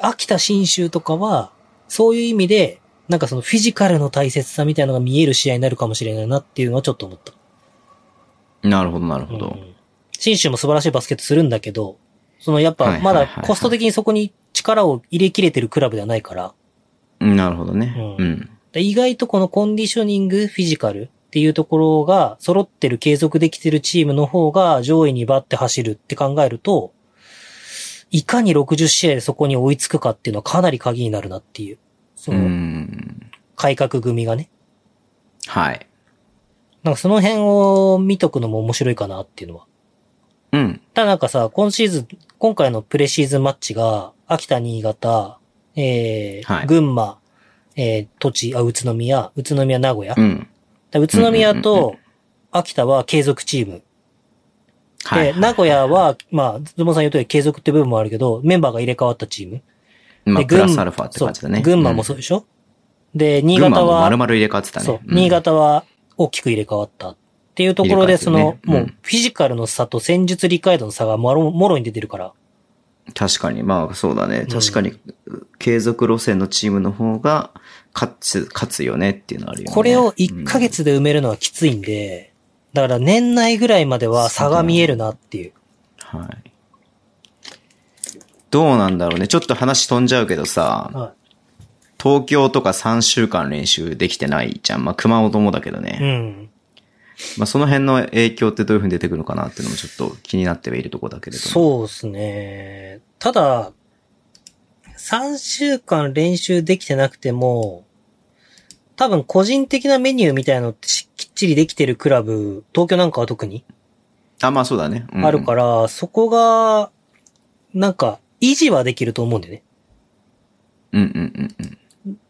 Speaker 3: 秋田新州とかは、そういう意味で、なんかそのフィジカルの大切さみたいなのが見える試合になるかもしれないなっていうのはちょっと思った。
Speaker 2: うんなるほど、なるほ
Speaker 3: う
Speaker 2: ど。
Speaker 3: ん新州も素晴らしいバスケットするんだけど、そのやっ
Speaker 2: はい
Speaker 3: ぱ
Speaker 2: はい
Speaker 3: ま
Speaker 2: はいは
Speaker 3: だ
Speaker 2: い
Speaker 3: コスト的にそこに力を入れきれてるクラブではないから、
Speaker 2: うんなるほどね。
Speaker 3: う
Speaker 2: うんん。
Speaker 3: で意外とこのコンディショニング、フィジカルっていうところが揃ってる継続できてるチームの方が上位にバッて走るって考えると、いかに60試合でそこに追いつくかっていうのはかなり鍵になるなっていう。そうの
Speaker 2: ん。
Speaker 3: 改革組がね。
Speaker 2: はい。
Speaker 3: なんかその辺を見とくのも面白いかなっていうのは。
Speaker 2: うん。
Speaker 3: ただなんかさ、今シーズン、今回のプレシーズンマッチが、秋田、新潟、えー、
Speaker 2: はい
Speaker 3: 群馬、えー、栃、あ、宇都宮、宇都宮、名古屋
Speaker 2: う。ん。
Speaker 3: だから宇都宮
Speaker 2: うんうんうん
Speaker 3: と秋田は継続チーム。
Speaker 2: は
Speaker 3: で、
Speaker 2: い。
Speaker 3: 名古屋は、まあ、ズボンさん言うとり継続って部分もあるけど、メンバーが入れ替わったチーム。
Speaker 2: まあ、
Speaker 3: で、
Speaker 2: プ
Speaker 3: 群
Speaker 2: ラスアルファって感じだ
Speaker 3: そ
Speaker 2: ね。
Speaker 3: う群馬も
Speaker 2: そ
Speaker 3: そうでしょ、で、
Speaker 2: うん。
Speaker 3: 新
Speaker 2: 群
Speaker 3: 潟
Speaker 2: 馬も
Speaker 3: は、
Speaker 2: 丸々入れ替わってたね。
Speaker 3: そう、
Speaker 2: ん
Speaker 3: 新。潟は大きく入れ替わった。っていうところ
Speaker 2: 入れ
Speaker 3: で、そ
Speaker 2: 替わってる
Speaker 3: の
Speaker 2: ね、
Speaker 3: もう
Speaker 2: うん、
Speaker 3: フィジカルの差と戦術理解度の差がもろ、もろに出てるから。
Speaker 2: 確かに、まあ、そうだね。確かに、継続路線のチームの方が、勝つ、勝つよねっていうのはあるよね。
Speaker 3: これを1ヶ
Speaker 2: うん
Speaker 3: 月で埋めるのはきついんで、だから年内ぐらいまでは差が見えるなっていう。
Speaker 2: はい。どうなんだろうね。ちょっと話飛んじゃうけどさ、
Speaker 3: は
Speaker 2: 東京とか3週間練習できてないじゃん。まあ、熊本もだけどね。
Speaker 3: い。うん。
Speaker 2: まあ、その辺の影響ってどういう風に出てくるのかなっていうのもちょっと気になってはいるところだけれども。
Speaker 3: そうですね。ただ、3週間練習できてなくても、多分個人的なメニューみたいのってしきっちりできてるクラブ、東京なんかは特に
Speaker 2: あ、まあそうだね。うん
Speaker 3: あるから、そこが、なんか維持はできると思うんだよね。
Speaker 2: うんうんうんうん。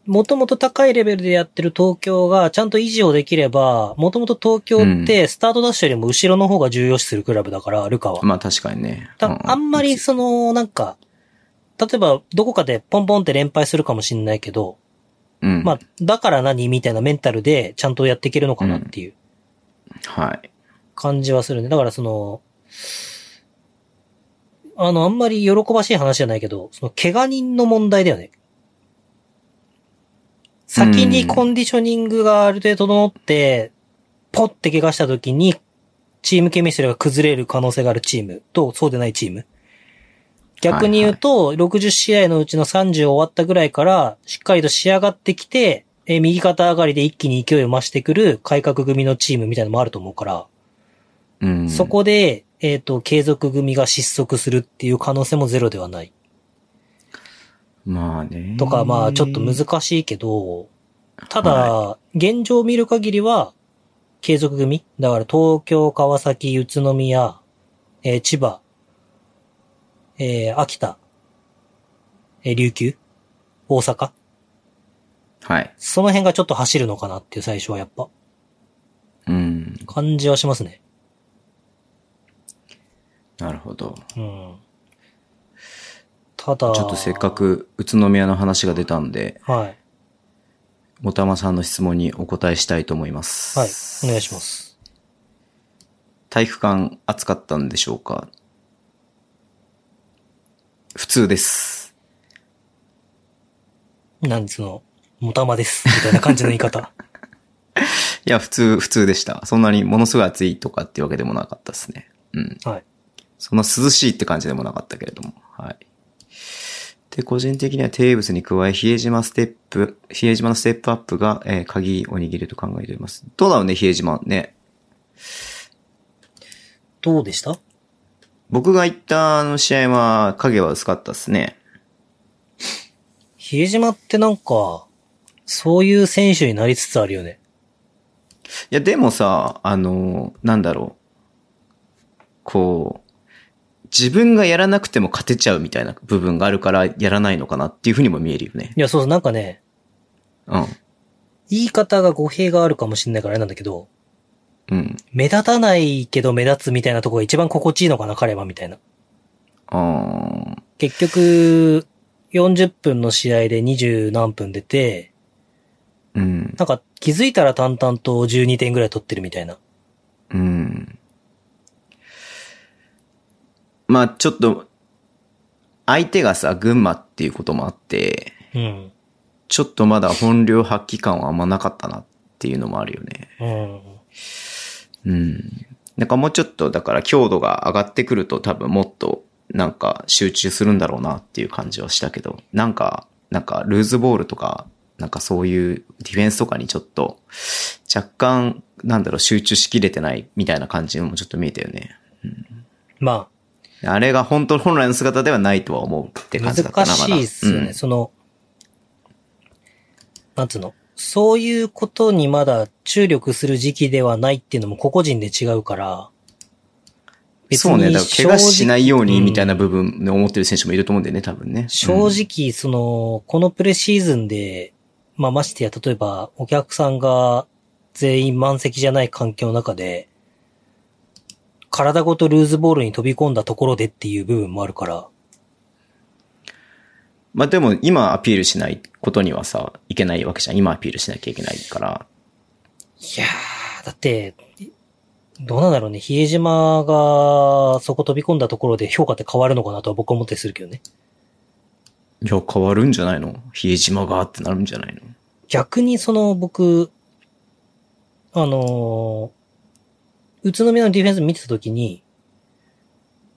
Speaker 3: もともと高いレベルでやってる東京がちゃんと維持をできれば、もともと東京ってスタートダッシュよりも後ろの方が重要視するクラブだから、ルカは。
Speaker 2: まあ確かにね。
Speaker 3: た
Speaker 2: うう
Speaker 3: あんまりその、なんか、例えばどこかでポンポンって連敗するかもしんないけど、
Speaker 2: うん。
Speaker 3: まあ、だから何みたいなメンタルでちゃんとやっていけるのかなっていう
Speaker 2: はい。
Speaker 3: 感じはするね。だからその、あの、あんまり喜ばしい話じゃないけど、その、怪我人の問題だよね。先にコンディショニングがある程度整って、ポッて怪我した時に、チームケミストリーが崩れる可能性があるチームと、そうでないチーム。逆に言うと、60試合のうちの30終わったぐらいから、しっかりと仕上がってきて、えー右肩上がりで一気に勢いを増してくる改革組のチームみたいなのもあると思うから、
Speaker 2: うん。
Speaker 3: そ。こで、えっ、と、継続組が失速するっていう可能性もゼロではない。
Speaker 2: まあね。
Speaker 3: とか、まあ、ちょっと
Speaker 2: い。
Speaker 3: 難しいけど、ただ、
Speaker 2: は
Speaker 3: 現状を見る限りは、継続組だから、東京、川崎、宇都宮、えー千葉、えー秋田、えー琉球、大阪。
Speaker 2: はい。
Speaker 3: その辺がちょっと走るのかなっていう最初はやっぱ、
Speaker 2: うん。
Speaker 3: 感じはしますね。
Speaker 2: なるほど。
Speaker 3: うん。ただ、
Speaker 2: ちょっとせっか。く宇都宮の話が出たんで、
Speaker 3: はい。
Speaker 2: もたまさんの質問にお答えしたいと思います。
Speaker 3: はい。お願いします。
Speaker 2: 体育館暑かったんでしょうか普通です。
Speaker 3: なんつうの、もたまです。みたいな感じの言い 方。
Speaker 2: いや、普通、普通でした。そんなにものすごい暑いとかってわけでもなかったですね。うん。
Speaker 3: はい。
Speaker 2: そんな涼しいって感じでもなかったけれども。はい。で、個人的にはテーブスに加え、比江島ステップ、比江島のステップアップが、えー鍵を握ると考えております。どうだろうね、比江島ね。
Speaker 3: どうでした
Speaker 2: 僕が行ったあの試合は、影は薄かったですね。
Speaker 3: 比江島ってなんか、そういう選手になりつつあるよね。
Speaker 2: いや、でもさ、あの、なんだろう。こう、自分がやらなくても勝てちゃうみたいな部分があるから、やらないのかなっていうふうにも見えるよね。
Speaker 3: いや、そうそう、なんかね、
Speaker 2: うん。
Speaker 3: 言い方が語弊があるかもしれないからあれなんだけど、
Speaker 2: うん。
Speaker 3: 目立たないけど目立つみたいなとこが一番心地いいのかな、彼は、みたいな。
Speaker 2: あー
Speaker 3: 結局、40分の試合で20何分出て、
Speaker 2: うん。
Speaker 3: なんか気づいたら淡々と12点ぐらい取ってるみたいな。
Speaker 2: うん。まあちょっと、相手がさ、群馬っていうこともあって、
Speaker 3: うん。
Speaker 2: ちょっとまだ本領発揮感はあんまなかったなっていうのもあるよね。
Speaker 3: うん。
Speaker 2: うん。なんかもうちょっと、だから強度が上がってくると多分もっと、なんか集中するんだろうなっていう感じはしたけど、なんか、なんかルーズボールとか、なんかそういうディフェンスとかにちょっと、若干、なんだろう、集中しきれてないみたいな感じのもちょっと見えたよね。
Speaker 3: ま
Speaker 2: あれが本当、本来の姿ではないとは思うって
Speaker 3: あ、
Speaker 2: 感じだった
Speaker 3: 難
Speaker 2: な、まだ。
Speaker 3: しいっすよね。その、なんつうの。そういうことにまだ注力する時期ではないっていうのも個々人で違うから、
Speaker 2: うん、そうね、だから怪我しないように
Speaker 3: うん
Speaker 2: みたいな部分で思ってる選手もいると思うんだよね、多分ね。
Speaker 3: 正直、その、このプレシーズンで、まあ、ましてや、例えば、お客さんが全員満席じゃない環境の中で、体ごとルーズボールに飛び込んだところでっていう部分もあるから、
Speaker 2: まあでも今アピールしないことにはさ、いけないわけじゃん。今アピールしなきゃいけないから。
Speaker 3: いやー、だって、どうなんだろうね、比江島がそこ飛び込んだところで評価って変わるのかなとは僕は思ったりするけどね。
Speaker 2: いや、変わるんじゃないの比江島がってなるんじゃないの
Speaker 3: 逆にその僕、あのー宇都宮のディフェンス見てたときに、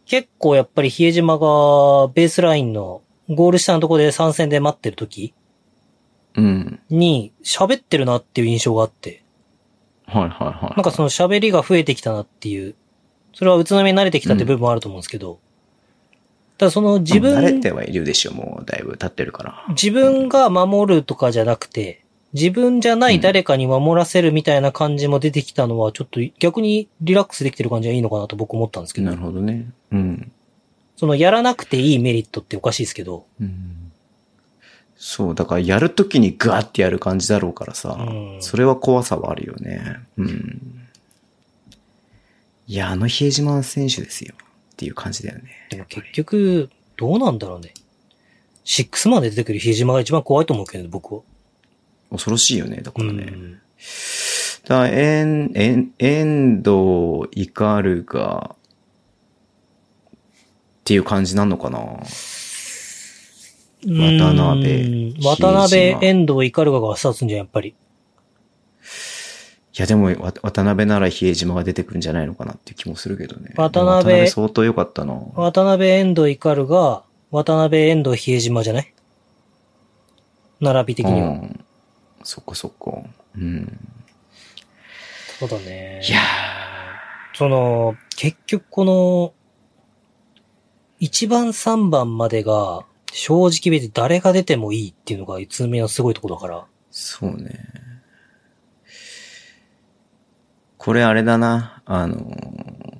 Speaker 3: 結構やっぱり比江島がベースラインのゴール下のところで参戦で待ってるとき
Speaker 2: うん。
Speaker 3: に喋ってるなっていう印象があって、
Speaker 2: はいはいはい。
Speaker 3: なんかその喋りが増えてきたなっていう、それは宇都宮に慣れてきたって部分もあると思うんですけど、ただその自
Speaker 2: 慣れ
Speaker 3: 分
Speaker 2: てはいるでしょ、もうだいぶ経ってるから。
Speaker 3: 自分が守るとかじゃなくて、自分じゃない誰かに守らせるみたいな感じも出てきたのは、ちょっと逆にリラックスできてる感じがいいのかなと僕思ったんですけ
Speaker 2: な
Speaker 3: ど
Speaker 2: る、ほどね。うん。
Speaker 3: そのやらなくていいメリットっておかしいですけど、
Speaker 2: うんそう、だからやるときにガーってやる感じだろうからさ、
Speaker 3: うん
Speaker 2: それは怖さはあるよね。うん。いや、あの比江島選手ですよ。っていう感じだよね。
Speaker 3: でも結局、どうなんだろうね。シックスマンで出てくる比江島が一番怖いと思うけどね、僕は。
Speaker 2: 恐ろしいよね、だか
Speaker 3: う
Speaker 2: らね。
Speaker 3: ん。
Speaker 2: だえん、えん、遠藤、イカルが、っていう感じなのかな渡辺比江
Speaker 3: うん渡辺
Speaker 2: 島、
Speaker 3: 遠藤、イカルガがスタートすんじゃん、やっぱり。
Speaker 2: いや、でも、わ渡辺なら比江島が出てくるんじゃないのかなって気もするけどね。
Speaker 3: 渡
Speaker 2: で
Speaker 3: 辺
Speaker 2: も渡辺相当良かったな。
Speaker 3: 渡辺、遠藤、イカルガ、渡辺、遠藤、比江島じゃない並び的には。
Speaker 2: うん、そっかそっか。うん。
Speaker 3: そうだね。
Speaker 2: いや
Speaker 3: その、結局この、1番3番までが、正直別に誰が出てもいいっていうのが宇都宮のすごいとこだから。
Speaker 2: そうね。これあれだな。あのー、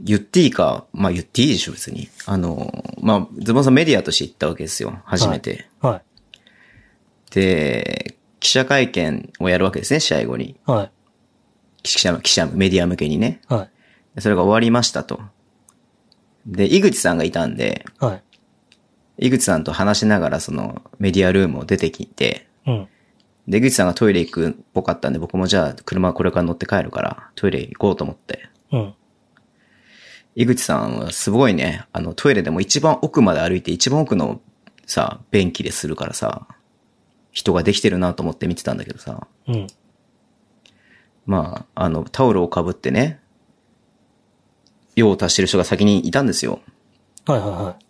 Speaker 2: 言っていいか、まあ言っていいでしょ、別に。あのー、まあ、ズボンさんメディアとして行ったわけですよ、初めて。
Speaker 3: は
Speaker 2: で、記者会見をやるわけですね、試合後に。
Speaker 3: い。はい。
Speaker 2: 記者、記者、メディア向けにね。
Speaker 3: は
Speaker 2: それが終わりましたと。で、井口さんがいたんで、
Speaker 3: い。はい。
Speaker 2: 井口さんと話しながらそのメディアルームを出てきて、
Speaker 3: うん。
Speaker 2: で、井口さんがトイレ行くっぽかったんで、僕もじゃあ車これから乗って帰るから、トイレ行こうと思って。
Speaker 3: うん。
Speaker 2: 井口さんはすごいね、あのトイレでも一番奥まで歩いて一番奥のさ、便器でするからさ、人ができてるなと思って見てたんだけどさ、
Speaker 3: うん。
Speaker 2: まあ、あの、タオルをかぶってね、用を足してる人が先にいたんですよ。
Speaker 3: はいはいはい。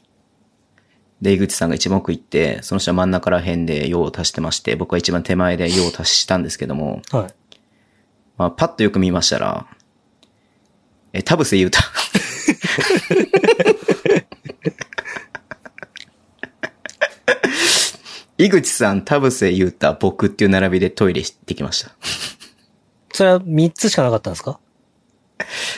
Speaker 2: で、井口さんが一番奥行って、その人は真ん中ら辺で用を足してまして、僕は一番手前で用を足したんですけども、
Speaker 3: はい。
Speaker 2: まあ、パッとよく見ましたら、え、田臥勇太。井口さん、田臥勇太、僕っていう並びでトイレ行ってきました。
Speaker 3: それは3つしかなかったんですか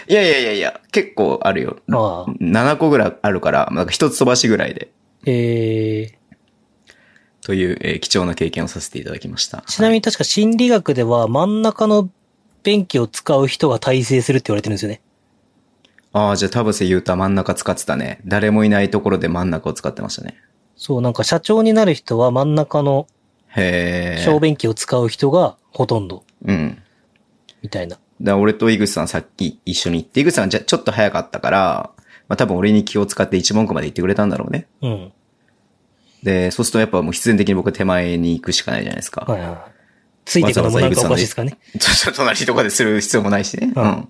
Speaker 2: いやいやいやいや、結構あるよ。
Speaker 3: ああ。
Speaker 2: 7個ぐらいあるから、なんか1つ飛ばしぐらいで、
Speaker 3: えー、
Speaker 2: という、えー貴重な経験をさせていただきました。
Speaker 3: ちなみに確か心理学では真ん中の便器を使う人が耐性するって言われてるんですよね。
Speaker 2: ああ、じゃあ田臥勇太真ん中使ってたね。誰もいないところで真ん中を使ってましたね。
Speaker 3: そう、なんか社長になる人は真ん中の
Speaker 2: へえ。
Speaker 3: 小便器を使う人がほとんど、
Speaker 2: うん。
Speaker 3: みたいな。
Speaker 2: だから俺と井口さんさっき一緒に行って、井口さんじゃちょっと早かったから、まあ多分俺に気を使って一文句まで行ってくれたんだろうね。
Speaker 3: うん。
Speaker 2: で、そうするとやっぱもう必然的に僕は手前に行くしかないじゃないですか。
Speaker 3: はいはい。ついてくのもなんかおかしいですかね。
Speaker 2: ちょっと 隣とかでする必要もないしね。
Speaker 3: う
Speaker 2: うんん。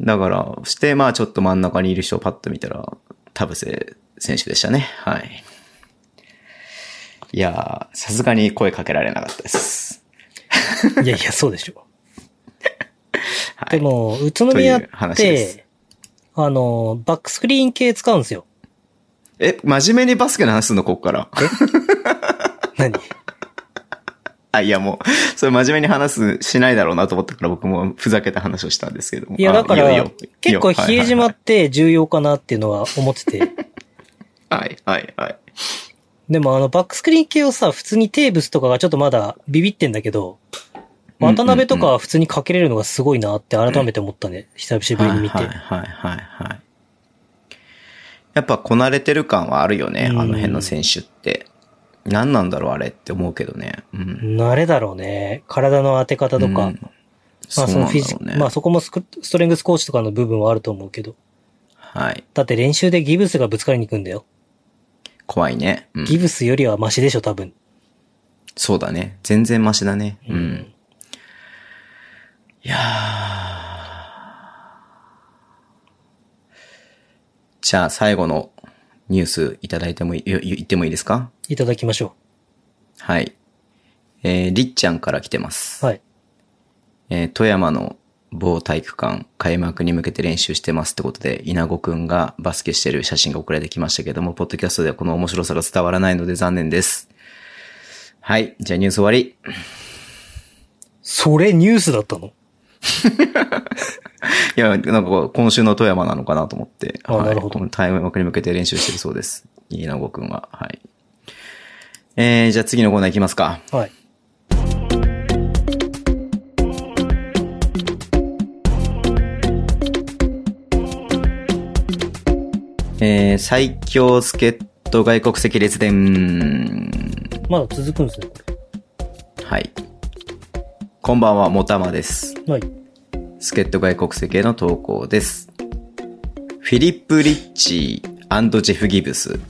Speaker 2: だから、して、まあちょっと真ん中にいる人をパッと見たら、田臥選手でしたね。はい。いやー、さすがに声かけられなかったです。
Speaker 3: いやいや、そうでしょ。
Speaker 2: は
Speaker 3: で
Speaker 2: い。
Speaker 3: も、宇都
Speaker 2: とい
Speaker 3: 宮っ
Speaker 2: う話です
Speaker 3: て、あの、バックスクリーン系使うんですよ。
Speaker 2: え、真面目にバスケの話すんのこっから。
Speaker 3: 何
Speaker 2: あ、いやもう、 それ真面目に話す、しないだろうなと思ったから僕もふざけた話をしたんですけども。
Speaker 3: いや、
Speaker 2: あ
Speaker 3: だから
Speaker 2: いいよいいよ、
Speaker 3: 結構比江島
Speaker 2: は
Speaker 3: っ
Speaker 2: い
Speaker 3: て重要かなっていうのは思ってて。
Speaker 2: はいはい、はいはい
Speaker 3: でもあの、バックスクリーン系をさ、普通にテーブスとかがちょっとまだビビってんだけど、
Speaker 2: うんうんうん
Speaker 3: 渡辺とかは普通にかけれるのがすごいなって改めて思ったね。久しぶりに見て。
Speaker 2: はいはいはいはい。やっぱこなれてる感はあるよね、
Speaker 3: うん
Speaker 2: あの辺の選手って。何なんだろうあれって思うけどね。うん。
Speaker 3: 慣れだろうね。体の当て方とか。
Speaker 2: うん
Speaker 3: ま
Speaker 2: そ
Speaker 3: あ
Speaker 2: う
Speaker 3: そ
Speaker 2: な
Speaker 3: の
Speaker 2: ん
Speaker 3: フィ
Speaker 2: だ
Speaker 3: ジ
Speaker 2: ろうね。
Speaker 3: まあそこもスクストレングスコーチとかの部分はあると思うけど。
Speaker 2: はい。
Speaker 3: だって練習でギブスがぶつかりに行くんだよ。
Speaker 2: 怖いね、うん
Speaker 3: ギブスよりはマシでしょ、多分。
Speaker 2: そうだね。全然マシだね。うん。
Speaker 3: うん
Speaker 2: いやーじゃあ最後のニュースいただいてもいい、い言ってもいいですか
Speaker 3: いただきましょ
Speaker 2: はい。えー、りっちゃんから来てます。
Speaker 3: う。はい。
Speaker 2: えー富山の某体育館開幕に向けて練習してますってことで、稲子くんがバスケしてる写真が送られてきましたけども、ポッドキャストではこの面白さが伝わらないので残念です。はい。じゃあニュース終わり。
Speaker 3: それニュースだったの
Speaker 2: いや、なんか今週の富山なのかなと思って。
Speaker 3: あ
Speaker 2: はい、
Speaker 3: なるほど
Speaker 2: このタイム枠に向けて練習してるそうです。稲子くんは。はい。えー、じゃあ次のコーナーいきますか。
Speaker 3: はい。
Speaker 2: えー、最強助っ人外国籍列伝。
Speaker 3: まだ続くんですね、こ
Speaker 2: はい。こんばんは、もたまです。
Speaker 3: れ。はい。
Speaker 2: 助っ人外国籍への投稿です。フィリップ・リッチージェフ・ギブス。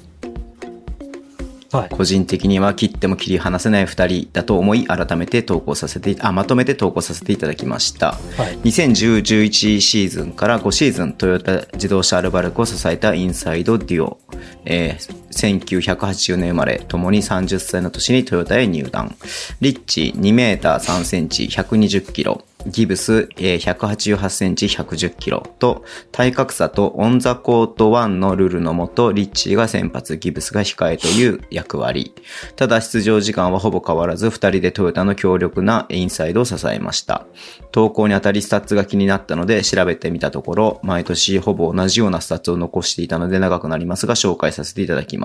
Speaker 3: はい。
Speaker 2: 個人的には切っても切り離せない二人だと思い、改めて投稿させて、あ、まとめて投稿させていただきました。
Speaker 3: はい。
Speaker 2: 2010-11シーズンから5シーズン、トヨタ自動車アルバルクを支えたインサイドデュオ。えー1980年生まれ、共に30歳の年にトヨタへ入団。リッチ2メーター3センチ120キロ。ギブス、えー188センチ110キロと、体格差とオンザコート1のルールのもと、リッチーが先発、ギブスが控えという役割。ただ出場時間はほぼ変わらず、2人でトヨタの強力なインサイドを支えました。投稿にあたりスタッツが気になったので調べてみたところ、毎年ほぼ同じようなスタッツを残していたので長くなりますが紹介させていただきます。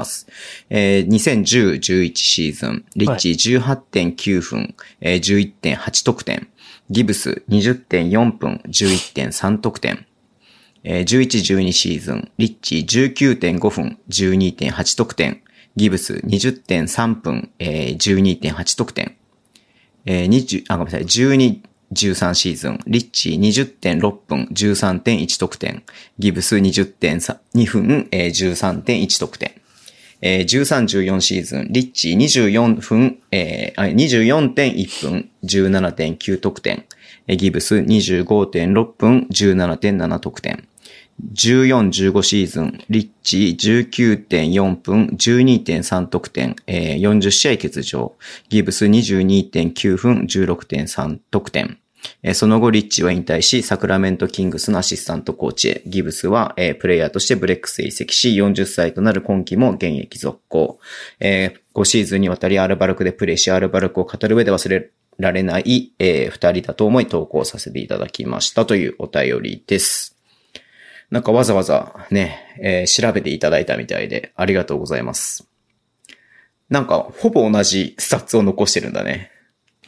Speaker 2: えー2010-11シーズン、リッチー18.9分、えー11.8得点、ギブス20.4分、11.3得点、えー11-12シーズン、リッチー19.5分、12.8得点、ギブス20.3分、えー、12.8得点。えー、20、あ、ごめんなさい、12、13シーズン、リッチー20.6分、13.1得点、ギブス20.2分、えー、13.1得点。えー、13、14シーズン、リッチー24分、えー、あ24.1分、17.9得点、えーギブス25.6分、17.7得点。14、15シーズン、リッチー19.4分、12.3得点、えー40試合欠場。ギブス22.9分、16.3得点。えーその後、リッチは引退し、サクラメントキングスのアシスタントコーチへ、ギブスは、えープレイヤーとしてブレックスへ移籍し、40歳となる今季も現役続行。え5シーズンにわたりアルバルクでプレイし、アルバルクを語る上で忘れられない、え2人だと思い投稿させていただきましたというお便りです。なんかわざわざね、えー調べていただいたみたいで、ありがとうございます。なんか、ほぼ同じスタッツを残してるんだね。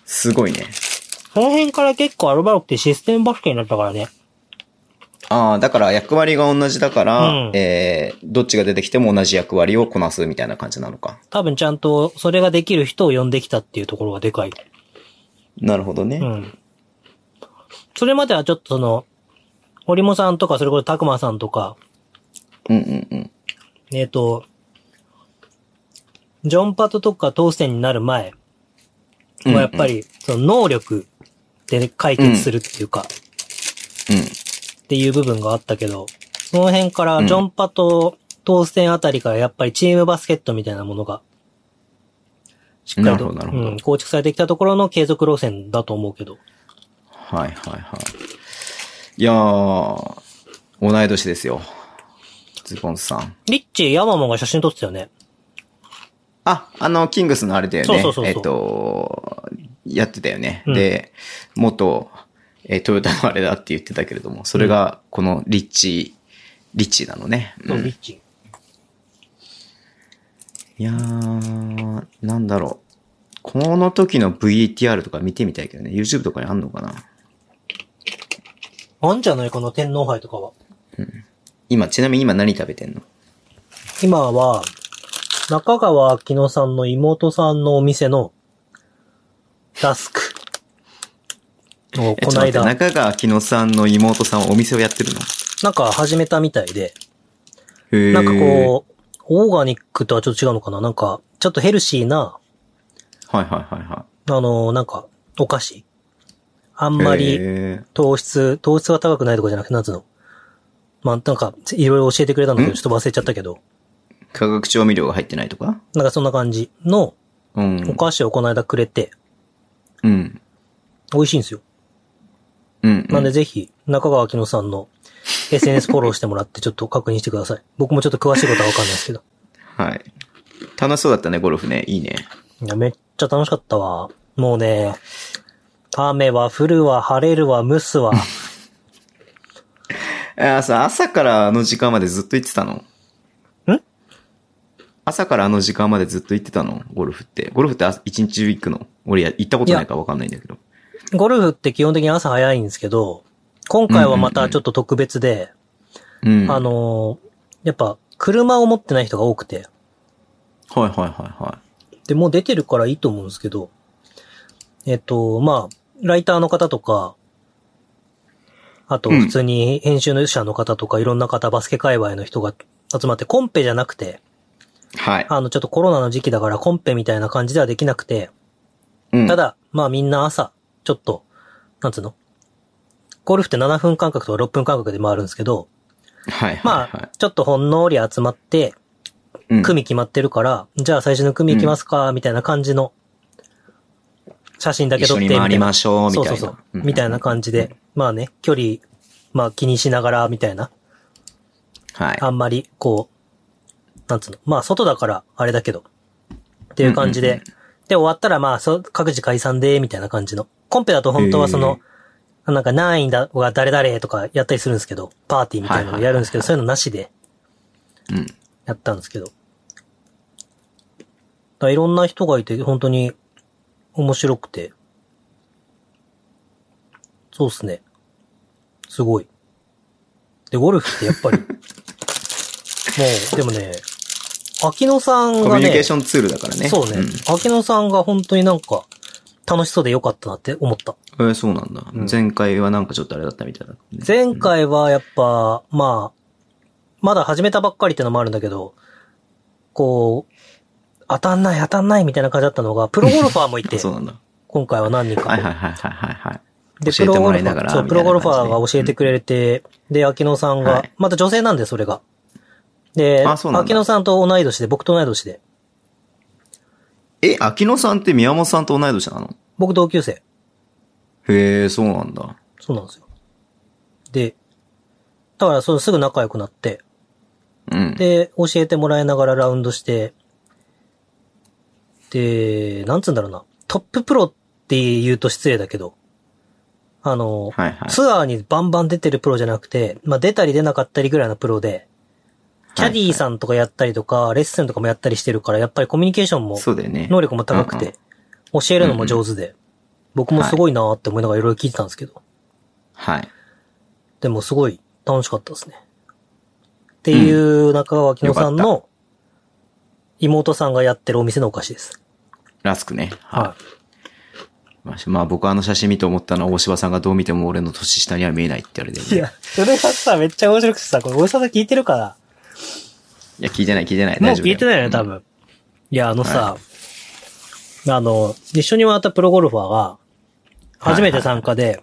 Speaker 2: すごいね。
Speaker 3: その辺から結構アルバロクってシステムバスケになったからね。
Speaker 2: ああ、だから役割が同じだから、
Speaker 3: うん
Speaker 2: えー、どっちが出てきても同じ役割をこなすみたいな感じなのか。
Speaker 3: 多分ちゃんとそれができる人を呼んできたっていうところがでかい。
Speaker 2: なるほどね。
Speaker 3: うん。それまではちょっとその、堀本さんとか、それこそたくまさんとか、
Speaker 2: うんうんうん。
Speaker 3: えっ、と、ジョンパトとか当選になる前はやっぱり、その能力で解決するっていうか、
Speaker 2: う
Speaker 3: っていう部分があったけど、その辺からジョンパト当選あたりからやっぱりチームバスケットみたいなものが、しっかり
Speaker 2: なるほ
Speaker 3: と、
Speaker 2: どなるほど
Speaker 3: うん構築されてきたところの継続路線だと思うけど。
Speaker 2: ん。はいはいはい。いやー、同い年ですよ。ズボンさん。
Speaker 3: リッチー、ヤマモンが写真撮ってたよね。
Speaker 2: あ、あの、キングスのあれだよね。
Speaker 3: そうそうそうそう
Speaker 2: えっと、やってたよね。
Speaker 3: うん
Speaker 2: で、元、えートヨタのあれだって言ってたけれども、それが、このリッチ、リッチなのね。う
Speaker 3: そ
Speaker 2: ん
Speaker 3: う、リッチー。
Speaker 2: いやー、なんだろう。この時の VTR とか見てみたいけどね。YouTube とかにあんのかな
Speaker 3: あんじゃないこの天皇杯とかは。
Speaker 2: 今、ちなみに今何食べてんの
Speaker 3: 今は、中川明乃さんの妹さんのお店の、ラスク。を
Speaker 2: え
Speaker 3: この
Speaker 2: ちょっと
Speaker 3: 間、
Speaker 2: 待って中川きのさんの妹さんはお店をやってるの
Speaker 3: なんか始めたみたいで、
Speaker 2: へー
Speaker 3: なんかこう、オーガニックとはちょっと違うのかななんか、ちょっとヘルシーな、
Speaker 2: はいはいはいは
Speaker 3: あの、なんか、お菓子。あん
Speaker 2: い。
Speaker 3: ま
Speaker 2: へ
Speaker 3: り
Speaker 2: ー
Speaker 3: 糖質、糖質が高くないとかじゃなくて、なんつうの。まあ、なんか、いろいろ教えてくれたんだけ
Speaker 2: ん
Speaker 3: ど、ちょっと忘れちゃったけど、
Speaker 2: 化学調味料が入ってないとか
Speaker 3: なんかそんな感じの
Speaker 2: うん。
Speaker 3: お菓子をこの間くれて、
Speaker 2: うん。
Speaker 3: 美味しいんですよ。
Speaker 2: うん。
Speaker 3: なんでぜひ、中川明乃さんの SNS フォローしてもらって、ちょっと確認してください。僕もちょっと詳しいことはわかんないですけど。
Speaker 2: はい。楽しそうだったね、ゴルフね。いいね。
Speaker 3: いや、めっちゃ楽しかったわ。もうね、雨は降るわ、晴れるわ、蒸すわ。
Speaker 2: ああ、そう、朝からあの時間までずっと行ってたの
Speaker 3: ん
Speaker 2: 朝からあの時間までずっと行ってたのゴルフって。ゴルフってあ一日中行くの俺や行ったことないからわかんないんだけど。
Speaker 3: ゴルフって基本的に朝早いんですけど、今回はまたちょっと特別で、
Speaker 2: うん。
Speaker 3: あ、のーやっぱ、車を持ってない人が多くて、
Speaker 2: はいはいはいは
Speaker 3: で、もう出てるからいいと思うんですけど、えっと、まあ、ライターの方とか、あと、
Speaker 2: うん
Speaker 3: 普通に編集者の方とか、いろんな方、バスケ界隈の人が集まって、コンペじゃなくて、
Speaker 2: い。はい。
Speaker 3: あの、ちょっとコロナの時期だから、コンペみたいな感じではできなくて、
Speaker 2: うん、
Speaker 3: た、だ、まあみんな朝、ちょっと、なんつうのゴルフって7分間隔とか6分間隔で回るんですけど、
Speaker 2: はいはいはい、
Speaker 3: まあ、ちょっとほんのり集まって、
Speaker 2: うん、
Speaker 3: 組決まってるから、じゃあ最初の組行きますか、みたいな感じの、写真だけ
Speaker 2: 一
Speaker 3: 撮っ
Speaker 2: 緒
Speaker 3: て、
Speaker 2: に
Speaker 3: みたい
Speaker 2: 回り
Speaker 3: な
Speaker 2: ましょう、みた
Speaker 3: そ
Speaker 2: いうな。
Speaker 3: そうそう。みたいな感じ
Speaker 2: う
Speaker 3: で
Speaker 2: ん。、
Speaker 3: まあね、距離、まあ気にしながら、みたいな。
Speaker 2: はい。
Speaker 3: あんまり、こう、なんつうの。まあ外だから、あれだけど。っていう感じ
Speaker 2: うんうん
Speaker 3: で。で、終わったら、まあ、そ各自解散で、みたいな感じの。コンペだと本当はその、なんか何位だ、が誰々とかやったりするんですけど、パーティーみたいなのやるんですけど、そういうのなしで
Speaker 2: うん。
Speaker 3: やったんですけど。だからいろんな人がいて、本当に面白くて。そうっすね。すごい。 で、ゴルフってやっぱり、もう、でもね、秋野さん
Speaker 2: コミ
Speaker 3: が
Speaker 2: ュニケー
Speaker 3: ね、
Speaker 2: ションツールだからね。
Speaker 3: そうね、
Speaker 2: ん
Speaker 3: 秋野さんが本当になんか、楽しそうでよかったなって思った。
Speaker 2: えーそうなんだ、
Speaker 3: うん
Speaker 2: 前回はなんかちょっとあれだったみたいだ、
Speaker 3: 前回はやっぱ、まあ、まだ始めたばっかりってのもあるんだけど、こう、当たんない当たんないみたいな感じだったのが、プロゴルファーもい
Speaker 2: うん
Speaker 3: て
Speaker 2: あ、 そうなんだ。
Speaker 3: 今回は何人か。
Speaker 2: はいはいはいはいはいはい。
Speaker 3: で、
Speaker 2: 教えてもらいながら
Speaker 3: そう、
Speaker 2: み
Speaker 3: プ
Speaker 2: たいな
Speaker 3: ロゴルファーが教えてくれて、で、秋野さんが、
Speaker 2: はい
Speaker 3: また女性なんで、それが。で、
Speaker 2: あそうなんだ
Speaker 3: 秋野さんと同い年で、僕と同い年で、
Speaker 2: え、秋野さんって宮本さんと同い年なの
Speaker 3: 僕同級生。
Speaker 2: へえ、そうなんだ。
Speaker 3: そうなんですよ。で、だから、そう、すぐ仲良くなって、
Speaker 2: うん。
Speaker 3: で、教えてもらいながらラウンドして、で、なんつうんだろうな、トッププロって言うと失礼だけど、あの、
Speaker 2: はいはい。
Speaker 3: ツアーにバンバン出てるプロじゃなくて、まあ出たり出なかったりぐらいのプロで、キャディーさんとかやったりとか、レッスンとかもやったりしてるから、やっぱりコミュニケーションも、
Speaker 2: そうだよね。
Speaker 3: 能力も高く
Speaker 2: うん
Speaker 3: て、教えるのも上手で、僕もすごいなーって思いながらいろいろ聞いてたんですけど、
Speaker 2: はい。
Speaker 3: でもすごい楽しかったですね。っていう中川明乃さん
Speaker 2: よ
Speaker 3: の妹さんがやってるお店のお菓子です。
Speaker 2: ラスクね。
Speaker 3: は
Speaker 2: まあ、まあ僕はあの写真見て思ったのは大柴さんがどう見ても俺の年下には見えないってあれで、ね。
Speaker 3: い。いや、それがさ、めっちゃ面白くてさ、これ大沢さん聞いてるから、
Speaker 2: いや聞いてない聞いてない。
Speaker 3: もう
Speaker 2: 大丈夫だ
Speaker 3: 聞いてないよね、多。分。いや、あのさ、あの、一緒に回ったプロゴルファーが、初めて参加で、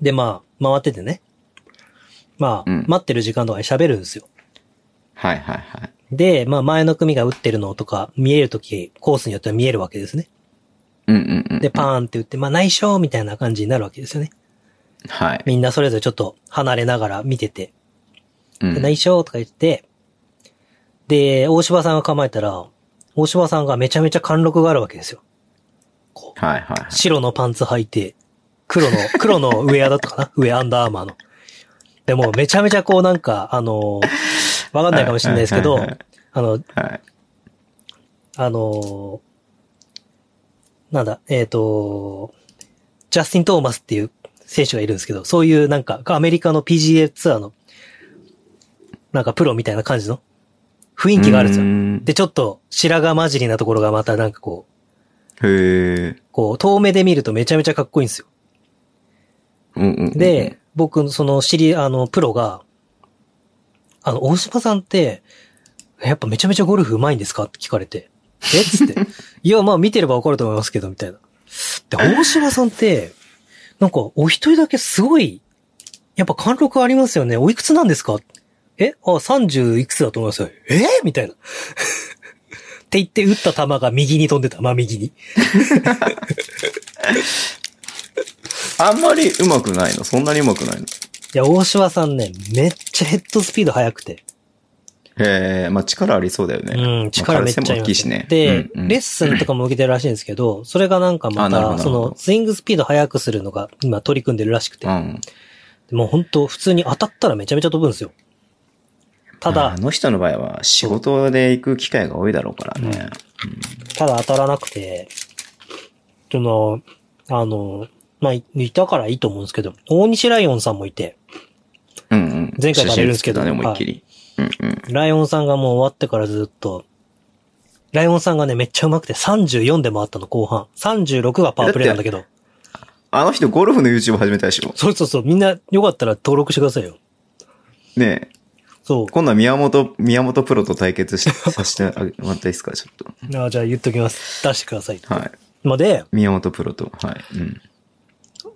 Speaker 3: で、まあ、回っててね。ま
Speaker 2: う
Speaker 3: あ、
Speaker 2: ん
Speaker 3: 待ってる時間とかに喋るんですよ。
Speaker 2: はいはいはい。
Speaker 3: で、まあ、前の組が打ってるのとか、見えるとき、コースによっては見えるわけですね。
Speaker 2: うんうんうん。
Speaker 3: で、パーンって打って、まあ、内緒みたいな感じになるわけですよね。
Speaker 2: はい。
Speaker 3: みんなそれぞれちょっと離れながら見てて、
Speaker 2: うん
Speaker 3: 内緒とか言って、で、大柴さんが構えたら、大柴さんがめちゃめちゃ貫禄があるわけですよ。
Speaker 2: はいは
Speaker 3: 白のパンツ履いて、黒の、黒のウェアだったかなウェアアンダーアーマーの。でも、めちゃめちゃこうなんか、あのーわかんないかもしれないですけど、
Speaker 2: はいはいはい
Speaker 3: あの、
Speaker 2: い。はい。
Speaker 3: あのーなんだ、えっ、と、ジャスティン・トーマスっていう選手がいるんですけど、そういうなんか、アメリカの PGA ツアーの、なんかプロみたいな感じの雰囲気があるんですよ。
Speaker 2: よ。
Speaker 3: で、ちょっと白髪混じりなところがまたなんかこ
Speaker 2: へえ
Speaker 3: う、。こう、遠目で見るとめちゃめちゃかっこいいんですよ。
Speaker 2: うんうんうん。
Speaker 3: で、、僕、その知り、あの、プロが、あの、大島さんって、やっぱめちゃめちゃゴルフ上手いんですかって聞かれて。えっ つって。いや、まあ見てればわかると思いますけど、みたいな。で、大島さんって、なんか、お一人だけすごい、やっぱ貫禄ありますよね。おいくつなんですかえあ、30いくつだと思いますよ。えみたいな。 って言って打った球が右に飛んでた。まあ右に。
Speaker 2: あんまり上手くないのそんなに上手くないの
Speaker 3: いや、大島さんね、めっちゃヘッドスピード速くて。
Speaker 2: へえ、まあ力ありそうだよね。
Speaker 3: うん、力めっちゃあり
Speaker 2: まあ体勢も大
Speaker 3: ま
Speaker 2: きい
Speaker 3: す
Speaker 2: しね。
Speaker 3: で、
Speaker 2: うんうん
Speaker 3: レッスンとかも受けてるらしいんですけど、それがなんかま
Speaker 2: あなるほ
Speaker 3: た、
Speaker 2: ど
Speaker 3: そ
Speaker 2: なるほ
Speaker 3: の、
Speaker 2: ど
Speaker 3: スイングスピード速くするのが今取り組んでるらしくて
Speaker 2: う、ん。
Speaker 3: もう本当普通に当たったらめちゃめちゃ飛ぶんですよ。た
Speaker 2: まあ
Speaker 3: だ
Speaker 2: あ、の人の場合は仕事で行く機会が多いだろうからね。
Speaker 3: ただ当たらなくて、その、あの、まあ、いいたからいいと思うんですけど、大西ライオンさんもいて、
Speaker 2: うんうん。
Speaker 3: 前回からいるんですけど
Speaker 2: 写真写ってたね、思いっきり。うんうん。
Speaker 3: ライオンさんがもう終わってからずっと、ライオンさんがね、めっちゃ上手くて34で回ったの、後半。36がパワープレイなんだけど。
Speaker 2: あの人ゴルフの YouTube 始めたでしょ
Speaker 3: そうそうそう、みんなよかったら登録してくださいよ。
Speaker 2: ねえ。
Speaker 3: そう。
Speaker 2: 今度は宮本、宮本プロと対決 しさせてあげもらっていいですかちょっと。
Speaker 3: あじゃあ言っときます。出してください。
Speaker 2: はい。
Speaker 3: まあで、
Speaker 2: 宮本プロと。はい。うん。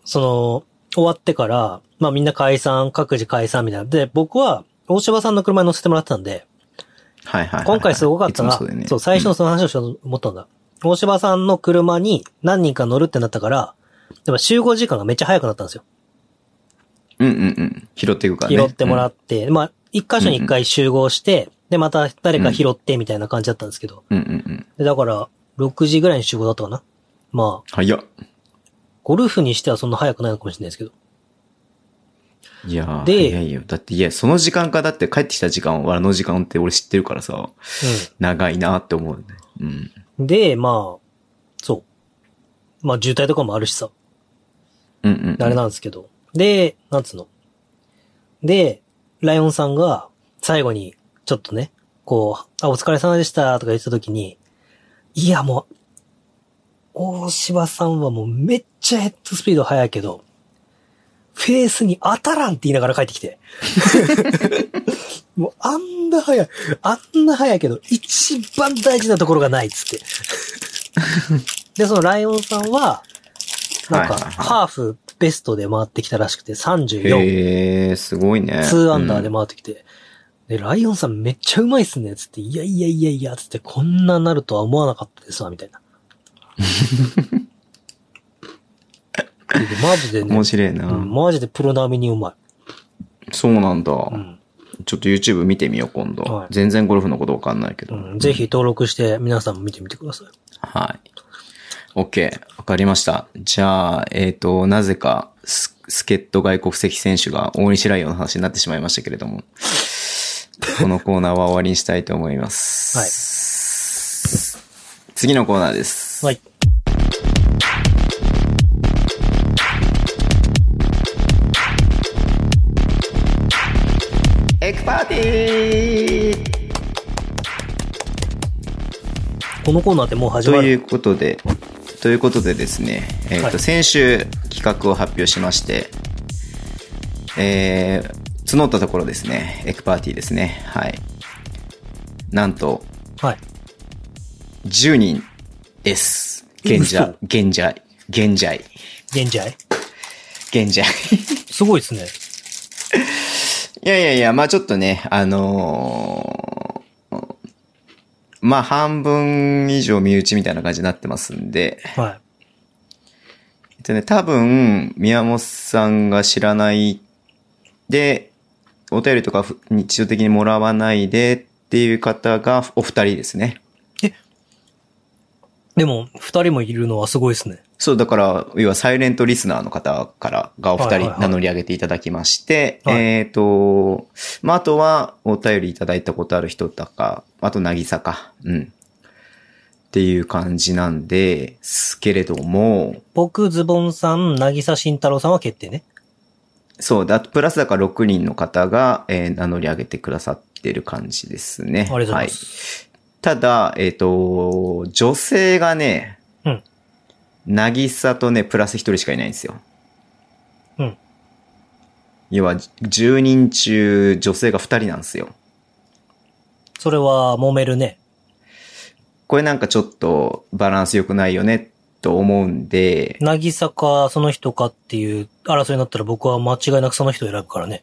Speaker 3: その、終わってから、まあみんな解散、各自解散みたいな。で、僕は、大柴さんの車に乗せてもらってたんで、
Speaker 2: はいはいはいはい。
Speaker 3: 今回すごかった
Speaker 2: い
Speaker 3: な。
Speaker 2: つもそうだよね。
Speaker 3: そう、最初のその話をしようと思ったんだ。大柴さんの車に何人か乗るってなったから、でも集合時間がめっちゃ早くなったんですよ。
Speaker 2: うんうんうんうん。拾っていくからね。
Speaker 3: 拾ってもら
Speaker 2: っ
Speaker 3: って、まあ、一箇所に一回集合して、で、また誰か拾ってみたいな感じだったんですけど、
Speaker 2: うんうんうん。
Speaker 3: でだから、6時ぐらいに集合だったかな。まあ、
Speaker 2: はいや。
Speaker 3: ゴルフにしてはそんな早くないのかもしれないですけど。
Speaker 2: いやー
Speaker 3: で
Speaker 2: 早いよ。だって、いや、その時間か、だって帰ってきた時間、あの時間って俺知ってるからさ、
Speaker 3: うん。
Speaker 2: 長いなって思うよね。うん。
Speaker 3: で、まあ、そう。まあ、渋滞とかもあるしさ、
Speaker 2: うんうん、うん。
Speaker 3: あれなんですけど。で、なんつうの。で、ライオンさんが、最後に、ちょっとね、こう、あ、お疲れ様でしたとか言ってた時に、いやもう、大柴さんはもうめっちゃヘッドスピード速いけど、フェースに当たらんって言いながら帰って きて。もうあんな速い、あんな速いけど、一番大事なところがない っつって。で、そのライオンさんは、なんか、
Speaker 2: はいはいはい
Speaker 3: ハーフベストで回ってきたらしくて、34。
Speaker 2: へえ、すごいね。
Speaker 3: 2アンダーで
Speaker 2: も。
Speaker 3: 回ってきて、で、ライオンさんめっちゃうまいっすね、つって、いやいやいやいや、つって、こんななるとは思わなかったですわ、みたいな。でマジでね
Speaker 2: 面、白いうな。
Speaker 3: んマジでプロ並みにうま
Speaker 2: そうなんだ。
Speaker 3: い。うん。
Speaker 2: ちょっと YouTube 見てみよう、今度。
Speaker 3: はい
Speaker 2: 全然ゴルフのことわかんないけど。
Speaker 3: うん、ぜひ登録して皆さんも見てみてください。
Speaker 2: はい。OK。わかりました。じゃあ、えっ、と、なぜか、す助っ人外国籍選手が大西ライオンの話になってしまいましたけれど も、このコーナーは終わりにしたいと思います。
Speaker 3: はい
Speaker 2: 次のコーナーです。
Speaker 3: はい。
Speaker 2: エクパーティー
Speaker 3: このコーナーってもう始ま
Speaker 2: とい
Speaker 3: る。
Speaker 2: うことで、ということでですね、えっ、と、
Speaker 3: はい
Speaker 2: 先週企画を発表しまして、えー、募ったところですね、エクパーティーですね、はい。なんと、
Speaker 3: はい。
Speaker 2: 10人です。現在、現在、現在、
Speaker 3: 現在
Speaker 2: 現在。
Speaker 3: すごいですね。
Speaker 2: いやいやいや、まあちょっとね、あのーまあ半分以上身内みたいな感じになってますんで、
Speaker 3: は
Speaker 2: えっとね、多分、宮本さんが知らないで、お便りとかふ日常的にもらわないでっていう方がお二人ですね。
Speaker 3: い。でも、二人もいるのはすごいですね。
Speaker 2: そう、だから、要はサイレントリスナーの方からがお二
Speaker 3: はいはいはい
Speaker 2: 人名乗り上げていただきまして、
Speaker 3: はい
Speaker 2: えっ、と、まあ、あとはお便りいただいたことある人とか、あと、なぎさか、うん。っていう感じなんですけれども、
Speaker 3: 僕、ズボンさん、なぎさ慎太郎さんは決定ね。
Speaker 2: そうだ、プラスだから6人の方が、えー名乗り上げてくださってる感じですね。
Speaker 3: ありがとうございま
Speaker 2: は
Speaker 3: す。
Speaker 2: い、ただ、えっ、と、女性がね、
Speaker 3: うん
Speaker 2: なぎさとね、プラス1人しかいないんですよ。
Speaker 3: うん。
Speaker 2: 要は、10人中、女性が2人なんですよ。
Speaker 3: それは、揉めるね。
Speaker 2: これなんかちょっとバランス良くないよね、と思うんで、
Speaker 3: なぎさか、その人かっていう争いになったら僕は間違いなくその人を選ぶからね。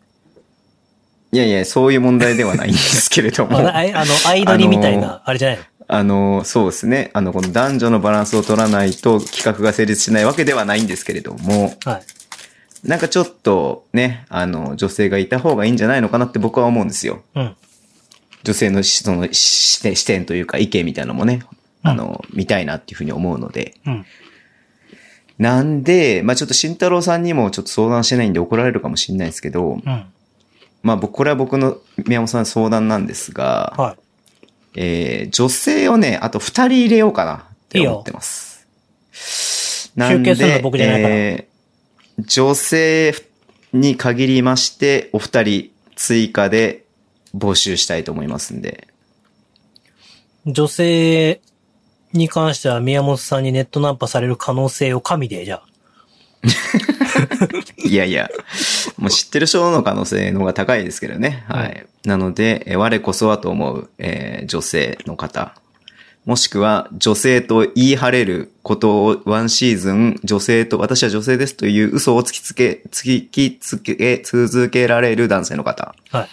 Speaker 2: いやいや、そういう問題ではないんですけれど も。
Speaker 3: あなああの、相乗りみたい
Speaker 2: あの
Speaker 3: な、あれじゃないの
Speaker 2: あの、そうですね。あの、この男女のバランスを取らないと企画が成立しないわけではないんですけれども、
Speaker 3: はい。
Speaker 2: なんかちょっとね、あの、女性がいた方がいいんじゃないのかなって僕は思うんですよ。
Speaker 3: うん。
Speaker 2: 女性のしそのし視点視点というか意見みたいなのもね、あの、見たいなっていうふうに思うので。
Speaker 3: うん。
Speaker 2: なんで、まあちょっと慎太郎さんにもちょっと相談してないんで怒られるかもしれないですけど、
Speaker 3: うん。
Speaker 2: まあ僕、これは僕の宮本さんの相談なんですが、
Speaker 3: は
Speaker 2: えー、女性をね、あと二人入れようかなって思ってます。なんで
Speaker 3: 集計するのは僕じゃないから
Speaker 2: えー女性に限りまして、お二人追加で募集したいと思いますんで。
Speaker 3: い。女性に関しては宮本さんにネットナンパされる可能性を神で、じゃあ。
Speaker 2: いやいや、もう知ってる人の可能性の方が高いですけどね。は。
Speaker 3: はい
Speaker 2: なので、えー我こそはと思う、えー女性の方。もしくは、女性と言い張れることをワンシーズン、女性と、私は女性ですという嘘を突きつけ、突きつけ、続けられる男性の方。
Speaker 3: はい。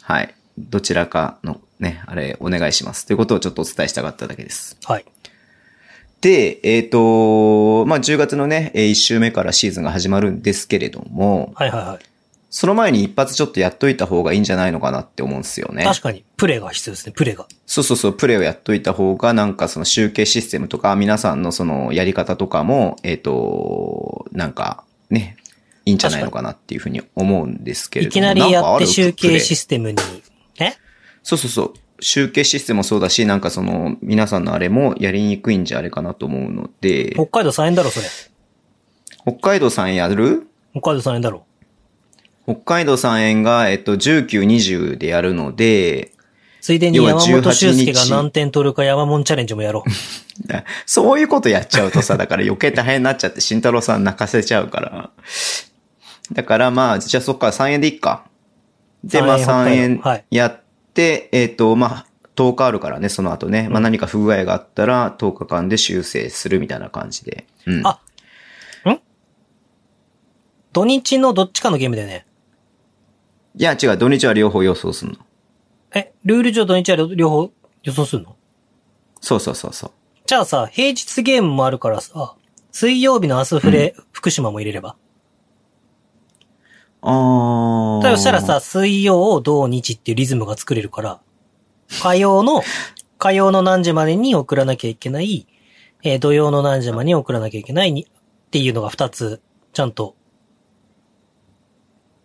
Speaker 2: はい。どちらかのね、あれ、お願いします。ということをちょっとお伝えしたかっただけです。
Speaker 3: はい。
Speaker 2: で、えっ、と、まあ、10月のね、1週目からシーズンが始まるんですけれども、
Speaker 3: はいはいは
Speaker 2: その前に一発ちょっとやっといた方がいいんじゃないのかなって思うんですよ
Speaker 3: い。
Speaker 2: ね。
Speaker 3: 確かに、プレイが必要ですね、プレイが。
Speaker 2: そうそうそう、プレイをやっといた方が、なんかその集計システムとか、皆さんのそのやり方とかも、えっ、と、なんかね、いいんじゃないのかなっていうふうに思うんですけれ
Speaker 3: い
Speaker 2: ども。
Speaker 3: きなりやって集計シ
Speaker 2: ステ
Speaker 3: ステムに、え
Speaker 2: ム。そうそうそう。集計システムもそうだし、なんかその、皆さんのあれもやりにくいんじゃあれかなと思うので、
Speaker 3: 北海道3円だろ、それ。
Speaker 2: 北海道さんやる
Speaker 3: 北海道3円だろ。
Speaker 2: 北海道3円が、えっと、19、20でやるので、
Speaker 3: ついでに
Speaker 2: 要は
Speaker 3: 山本
Speaker 2: 18
Speaker 3: 修
Speaker 2: 日
Speaker 3: 介が何点取るか山本チャレンジもやろう。
Speaker 2: そういうことやっちゃうとさ、だから余計大変になっちゃって、慎太郎さん泣かせちゃうから。だからまあ、じゃあそっか、3円でいっか。で、まあ
Speaker 3: 三
Speaker 2: 3
Speaker 3: 円
Speaker 2: 円
Speaker 3: 北海道はい
Speaker 2: やって、えっ、と、まあ、10日あるからね、その後ね。まあ何か不具合があったら、10日間で修正するみたいな感じで。うん。
Speaker 3: あ土日のどっちかのゲームだよね。
Speaker 2: いや、違う、土日は両方予想するの。
Speaker 3: え、ルール上土日は両方予想するの
Speaker 2: そうそうそうそう。
Speaker 3: じゃあさ、平日ゲームもあるからさ、水曜日の明日フレ、福島も入れれば。
Speaker 2: あー。
Speaker 3: だとしたらさ、水曜、土日っていうリズムが作れるから、火曜 の、火曜の何時までに送らなきゃいけない、えー土曜の何時までに送らなきゃいけないに、っていうのが二つ、ちゃんと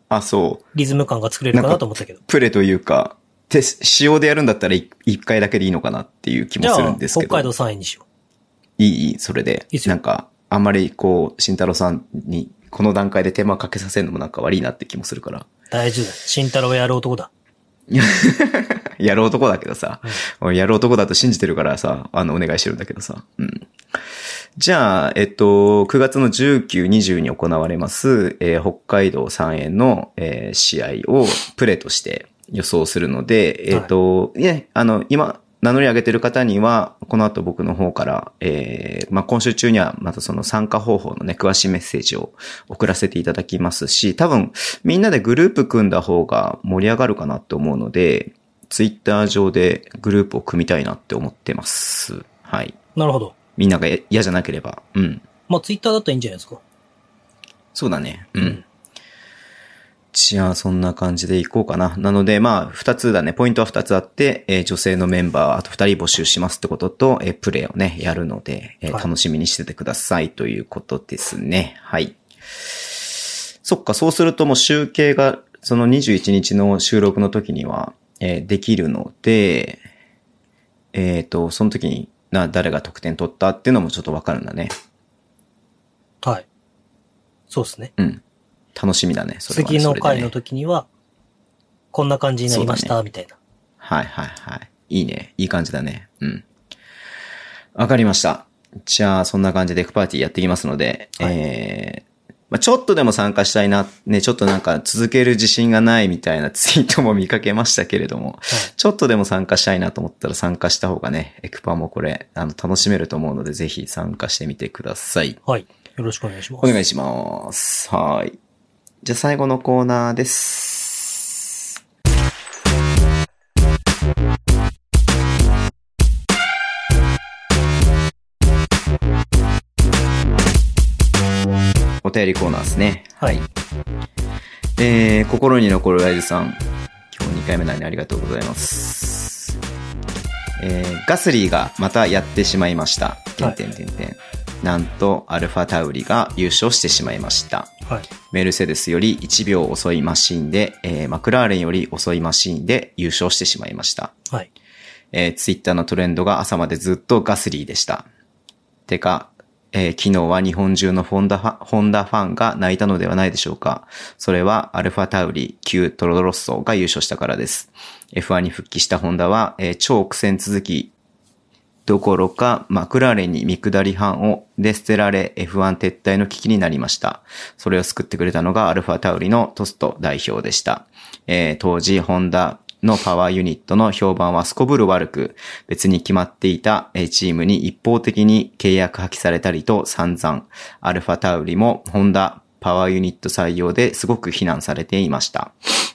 Speaker 2: あ、そう。
Speaker 3: リズム感が作れるかなと思ったけど。
Speaker 2: プレというか、手、仕様でやるんだったらい一回だけでいいのかなっていう気
Speaker 3: じ
Speaker 2: も
Speaker 3: ゃ
Speaker 2: する
Speaker 3: あ、
Speaker 2: んですけ
Speaker 3: 北
Speaker 2: ど。
Speaker 3: 海道3位にしよ
Speaker 2: いい、いい、それで。
Speaker 3: いいっすよ
Speaker 2: なんか、あんまりこう、慎太郎さんに、この段階で手間かけさせるのもなんか悪いなって気もするから。
Speaker 3: う。大丈夫だ。慎太郎はやる男だ。
Speaker 2: やる男だけどさ、やる男だと信じてるからさ、あの、お願いしてるんだけどさ。うん。じゃあ、えっと、9月の19、20に行われます、えー北海道3円の、えー試合をプレーとして予想するので、えっと、いえ、あの、今、名乗り上げてる方には、この後僕の方から、えーまあ、今週中にはまたその参加方法のね、詳しいメッセージを送らせていただきますし、多分、みんなでグループ組んだ方が盛り上がるかなと思うので、ツイッター上でグループを組みたいなって思ってます。はい。
Speaker 3: なるほど。
Speaker 2: みんながえ嫌じゃなければ。うん。
Speaker 3: まあ、ツイッターだったらいいんじゃないですか。
Speaker 2: そうだね。うん。じゃあ、そんな感じでいこうかな。なので、まあ、二つだね。ポイントは二つあって、えー女性のメンバー、あと二人募集しますってことと、えープレイをね、やるので、えー
Speaker 3: はい
Speaker 2: 楽しみにしててくださいということですね。はい。そっか、そうするともう集計が、その21日の収録の時には、えーできるので、えっ、と、その時に、な、誰が得点取ったっていうのもちょっとわかるんだね。
Speaker 3: はい。そうですね。
Speaker 2: うん。楽しみだね、それはね
Speaker 3: 次の回の
Speaker 2: それでね
Speaker 3: 時には、こんな感じになりまし
Speaker 2: そうだ
Speaker 3: た、みたいな。
Speaker 2: はいはいはい。いいね。いい感じだね。うん。わかりました。じゃあ、そんな感じでエクパーティーやっていきますので、
Speaker 3: はい
Speaker 2: えー、まあちょっとでも参加したいな、ね、ちょっとなんか続ける自信がないみたいな ツイートも見かけましたけれども、
Speaker 3: はい
Speaker 2: ちょっとでも参加したいなと思ったら参加した方がね、エクパもこれ、あの、楽しめると思うので、ぜひ参加してみてください。
Speaker 3: はい。よろしくお願いします。
Speaker 2: お願いします。はい。じゃあ最後のコーナーです。お便りコーナーですね。
Speaker 3: はい。
Speaker 2: えー、心に残るライズさん。今日2回目なのにありがとうございます。えー、ガスリーがまたやってしまいました。
Speaker 3: は
Speaker 2: 点
Speaker 3: い
Speaker 2: 点点点。なんと、アルファタウリが優勝してしまいました。
Speaker 3: はい。
Speaker 2: メルセデスより1秒遅いマシンで、えーマクラーレンより遅いマシンで優勝してしまいました。
Speaker 3: はい。
Speaker 2: えー、ツイッターのトレンドが朝までずっとガスリーでした。てか、えー昨日は日本中のホンダファホンダファンが泣いたのではないでしょうか。それはアルファタウリ、旧トロドロッソが優勝したからです。F1 に復帰したホンダは、えー超苦戦続き、どころかマクラーレンに見下り班をで捨てられ F1 撤退の危機になりました。それを救ってくれたのがアルファタウリのトスト代表でした。えー当時ホンダのパワーユニットの評判はすこぶる悪く、別に決まっていたえーチームに一方的に契約破棄されたりと散々、アルファタウリもホンダパワーユニット採用ですごく非難されていました。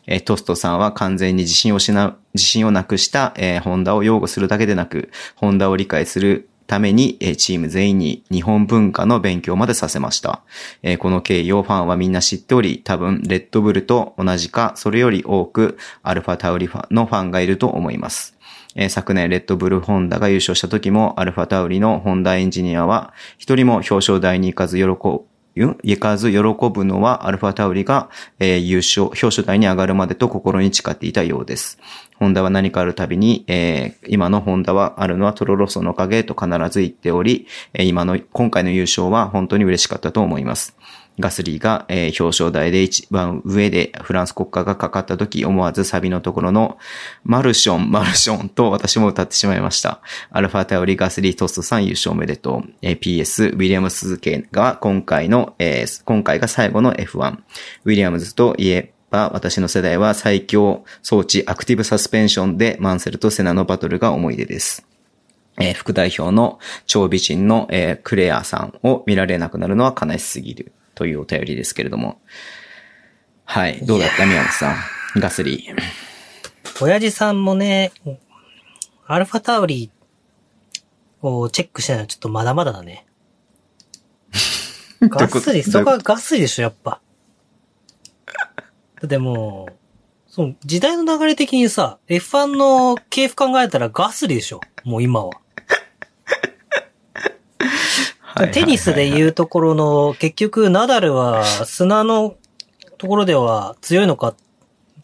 Speaker 2: えートストさんは完全に自信を失う、自信をなくした、えーホンダを擁護するだけでなく、ホンダを理解するために、えーチーム全員に日本文化の勉強までさせました。えーこの経緯をファンはみんな知っており、多分、レッドブルと同じか、それより多く、アルファタウリファンのファンがいると思います。えー昨年、レッドブルホンダが優勝した時も、アルファタウリのホンダエンジニアは、一人も表彰台に行かず喜ぶ、ん行かず喜ぶのは、アルファタウリが、えー優勝、表彰台に上がるまでと心に誓っていたようです。ホンダは何かあるたびに、えー今のホンダはあるのはトロロッソのおかげと必ず言っており、えー今の、今回の優勝は本当に嬉しかったと思います。ガスリーが、えー表彰台で一番上でフランス国歌がかかった時、思わずサビのところの、マルション、マルションと私も歌ってしまいました。アルファタオリガスリートーストさん優勝おめでとう。えー PS、ウィリアムス系が今回の、えー今回が最後の F1。ウィリアムズといえば、私の世代は最強装置アクティブサスペンションでマンセルとセナのバトルが思い出です。えー副代表の超美人の、えークレアさんを見られなくなるのは悲しすぎるというお便りですけれども。はい。どうだった宮本さん。ガスリー。
Speaker 3: 親父さんもね、アルファタウリをチェックしてないのちょっとまだまだだね。ガスリ、
Speaker 2: どういうこと
Speaker 3: そこはガスリでしょ、やっぱ。だってもう、その時代の流れ的にさ、F1 の系譜考えたらガスリでしょ、もう今は。テニスで
Speaker 2: う。
Speaker 3: 言うところの、結局、ナダルは砂のところでは強いのか、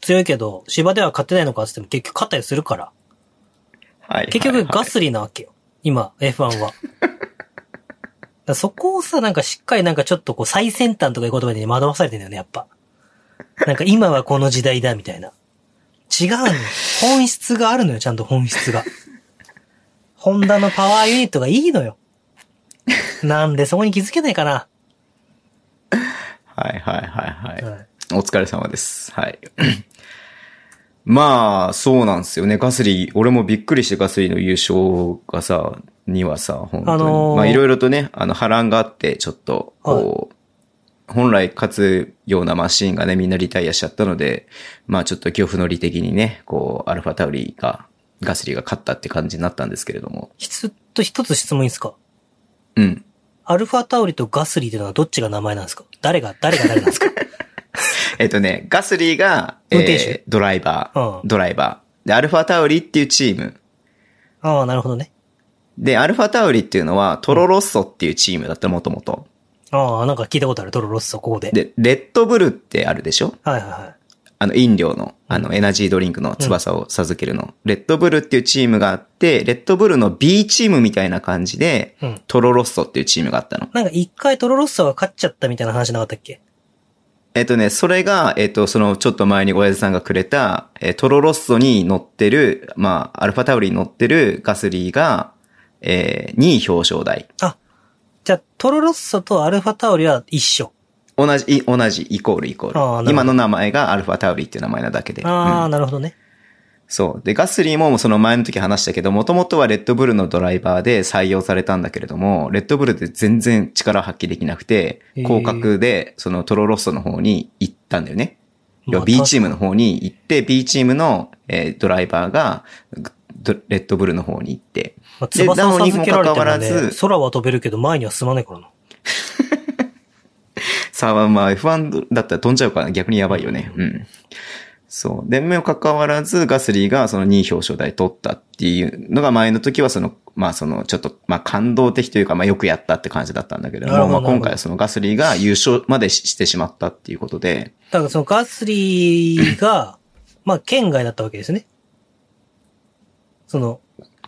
Speaker 3: 強いけど、芝では勝てないのかって言っても結局勝ったりするから。
Speaker 2: はい
Speaker 3: 結
Speaker 2: はい
Speaker 3: 局
Speaker 2: はい
Speaker 3: ガスリーなわけよ。今、F1 は。だからそこをさ、なんかしっかりなんかちょっとこう最先端とかいう言葉に惑わされてんだよね、やっぱ。なんか今はこの時代だ、みたいな。違うの よ。本質があるのよ、ちゃんと本質が。ホンダのパワーユニットがいいのよ。なんでそこに気づけないかな。
Speaker 2: はいはいはいはい。
Speaker 3: はい
Speaker 2: お疲れ様です。はい。 まあ、そうなんですよね。ガスリー、俺もびっくりしてガスリーの優勝がさ、にはさ、本当に。
Speaker 3: あのー
Speaker 2: まあ、いろいろとね、あの、波乱があって、ちょっと、こう、本来勝つようなマシーンがね、みんなリタイアしちゃったので、まあ、ちょっと恐怖の利的にね、こう、アルファタウリーが、ガスリーが勝ったって感じになったんですけれども。
Speaker 3: ひつっと一つ質問いいですか
Speaker 2: うん。
Speaker 3: アルファタオリとガスリーっていうのはどっちが名前なんですか誰が、誰が誰なんで すか
Speaker 2: えっとね、ガスリーが、え
Speaker 3: 運転手
Speaker 2: ー、ドライバー、
Speaker 3: うん
Speaker 2: ドライバー。で、アルファタウリっていうチーム。
Speaker 3: ああ、なるほどね。
Speaker 2: で、アルファタウリっていうのは、トロロッソっていうチームだった、もともと。
Speaker 3: ああ、なんか聞いたことある、トロロッソ、ここで。
Speaker 2: で、レッドブルってあるでしょ
Speaker 3: はいはいはい。
Speaker 2: あの、飲料の、あの、エナジードリンクの翼を授けるの。レッドブルっていうチームがあって、レッドブルの B チームみたいな感じで、
Speaker 3: うん。
Speaker 2: トロロッソっていうチームがあったの。
Speaker 3: なんか一回トロロッソが勝っちゃったみたいな話なかったっけ
Speaker 2: えっとね、それが、えっと、その、ちょっと前に親父さんがくれた、えートロロッソに乗ってる、まあ、アルファタウリに乗ってるガスリーが、えー、2位表彰台。
Speaker 3: あ、じゃあトロロッソとアルファタオリは一緒。
Speaker 2: 同じ、い同じ、イコールイコ
Speaker 3: あーな
Speaker 2: ー
Speaker 3: るほ
Speaker 2: ル。
Speaker 3: ど
Speaker 2: 今の名前がアルファタウリっていう名前なだけで。
Speaker 3: ああ、
Speaker 2: うん
Speaker 3: なるほどね。
Speaker 2: そう。で、ガスリーもその前の時話したけど、もともとはレッドブルのドライバーで採用されたんだけれども、レッドブルで全然力発揮できなくて
Speaker 3: へ、ー
Speaker 2: 広角でそのトロロッソの方に行ったんだよね。要
Speaker 3: まあ
Speaker 2: は B チームの方に行って、B チームの、えードライバーがドレッドブルの方に行って。
Speaker 3: まあ、
Speaker 2: で
Speaker 3: 翼を
Speaker 2: なのに
Speaker 3: 授けられて
Speaker 2: もかかわ
Speaker 3: も
Speaker 2: ら
Speaker 3: ね
Speaker 2: ず、
Speaker 3: 空は飛べるけど前には進まないからな。
Speaker 2: さあ、まあ F1 だったら飛んじゃうから逆にやばいよね。うん。そう。で、目を関わらず、ガスリーがその2位表彰台取ったっていうのが前の時はその、まあその、ちょっと、まあ感動的というか、まあよくやったって感じだったんだけれど
Speaker 3: なる
Speaker 2: も、
Speaker 3: ほど
Speaker 2: まあ今
Speaker 3: なるほ
Speaker 2: 回
Speaker 3: ど
Speaker 2: はそのガスリーが優勝までししてしまったっていうことで、
Speaker 3: だからそのガスリーが、まあ県外だったわけですね。その、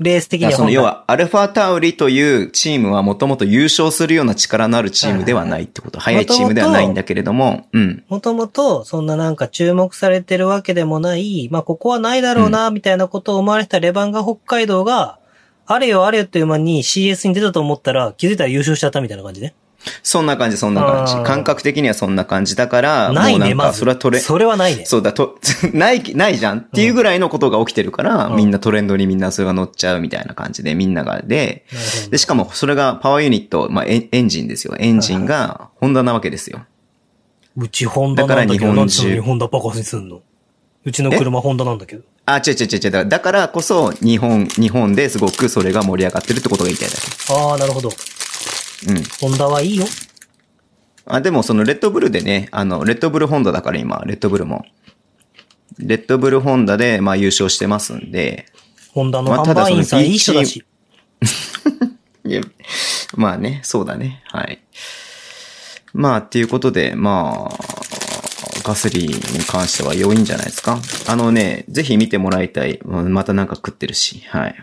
Speaker 3: レース的
Speaker 2: だから
Speaker 3: には
Speaker 2: そ
Speaker 3: 本
Speaker 2: の
Speaker 3: 来。
Speaker 2: 要はアルファタウリというチームはもともと優勝するような力のあるチームではないってこと、
Speaker 3: い
Speaker 2: 早
Speaker 3: はい
Speaker 2: いチームではないんだけれども、うん。
Speaker 3: もともと、そんななんか注目されてるわけでもない、まあ、ここはないだろうな、みたいなことを思われてたレバンガ北海道が、あれよあれよという間に CS に出たと思ったら、気づいたら優勝しちゃったみたいな感じね。
Speaker 2: そんな感じ、そんな感じ
Speaker 3: あ。ー
Speaker 2: 感覚的にはそんな感じだから、
Speaker 3: ない
Speaker 2: もうな
Speaker 3: ね、
Speaker 2: ん
Speaker 3: ま
Speaker 2: か、
Speaker 3: ず。
Speaker 2: それはトレ、
Speaker 3: それはないね。
Speaker 2: そうだと、 ない、ないじゃんっていうぐらいのことが起きてるから、
Speaker 3: うん
Speaker 2: みんなトレンドにみんなそれが乗っちゃうみたいな感じで、みんながで、
Speaker 3: なるほどね
Speaker 2: で、しかもそれがパワーユニット、まあエン、エンジンですよ。エンジンがホンダなわけですよ。
Speaker 3: うちホンダなんだけど、
Speaker 2: だから
Speaker 3: な
Speaker 2: 日本
Speaker 3: んでそ
Speaker 2: 中
Speaker 3: の日本ダバカにすんのうちの車ホンダなんだけど。
Speaker 2: あ、違う違う違う違う。だからだからこそ、日本、日本ですごくそれが盛り上がってるってことが言いたいだ
Speaker 3: ああ、なるほど。
Speaker 2: け。うん。
Speaker 3: ホンダはいいよ。
Speaker 2: あ、でもそのレッドブルでね、あの、レッドブルホンダだから今、レッドブルも。レッドブルホンダで、まあ優勝してますんで、
Speaker 3: ホンダの
Speaker 2: まあ
Speaker 3: 販売員
Speaker 2: ただそ
Speaker 3: さ
Speaker 2: の
Speaker 3: んいい人だし。
Speaker 2: いや、まあね、そうだね。はい。まあ、っていうことで、まあ、ガスリーに関しては良いんじゃないですか。あのね、ぜひ見てもらいたい。うんまたなんか食ってるし、はい。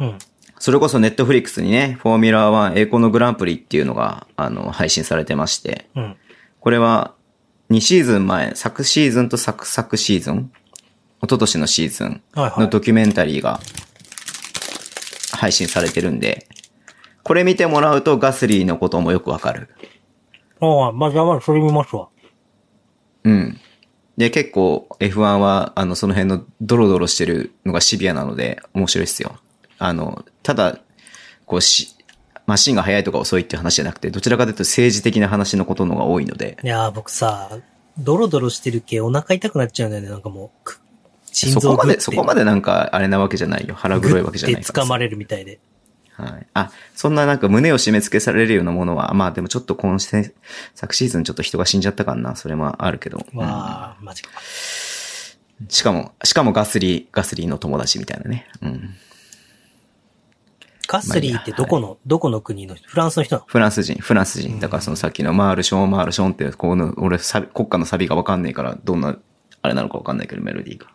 Speaker 3: うん。
Speaker 2: それこそネットフリックスにね、フォーミュラー1栄光のグランプリっていうのが、あの、配信されてまして、
Speaker 3: うん。
Speaker 2: これは2シーズン前、昨シーズンと昨々シーズン、一昨年のシーズン
Speaker 3: はいは
Speaker 2: の
Speaker 3: い。
Speaker 2: ドキュメンタリーが配信されてるんで、これ見てもらうとガスリーのこともよくわかる。
Speaker 3: ああ、まあ、じゃあまあ、それ見ますわ。
Speaker 2: うん。で、結構 F1 は、あの、その辺のドロドロしてるのがシビアなので面白いっすよ。あの、ただ、こうし、マシンが速いとか遅いっていう話じゃなくて、どちらかというと政治的な話のことのが多いので、
Speaker 3: いやー、僕さ、ドロドロしてる系お腹痛くなっちゃうんだよね、なんかもうく。心
Speaker 2: そ
Speaker 3: 臓
Speaker 2: こま
Speaker 3: グッ
Speaker 2: で、
Speaker 3: て
Speaker 2: そこまでなんかあれなわけじゃないよ。腹黒いわけじゃない
Speaker 3: グッ
Speaker 2: か
Speaker 3: て
Speaker 2: ら
Speaker 3: 掴まれるみたいで。
Speaker 2: はい。あ、そんななんか胸を締め付けされるようなものは、まあでもちょっと今シーズン昨シーズンちょっと人が死んじゃったかな。それもあるけど。
Speaker 3: わあ、マジか。
Speaker 2: うんしかも、しかもガスリー、ガスリーの友達みたいなね。うん。
Speaker 3: ガスリーってどこの、どこの国の人フランスの人なの
Speaker 2: フランス人、フランス人。だからそのさっきのマールション、マールションって、ここの、俺サビ、国家のサビがわかんないから、どんな、あれなのかわかんないけど、メロディーが。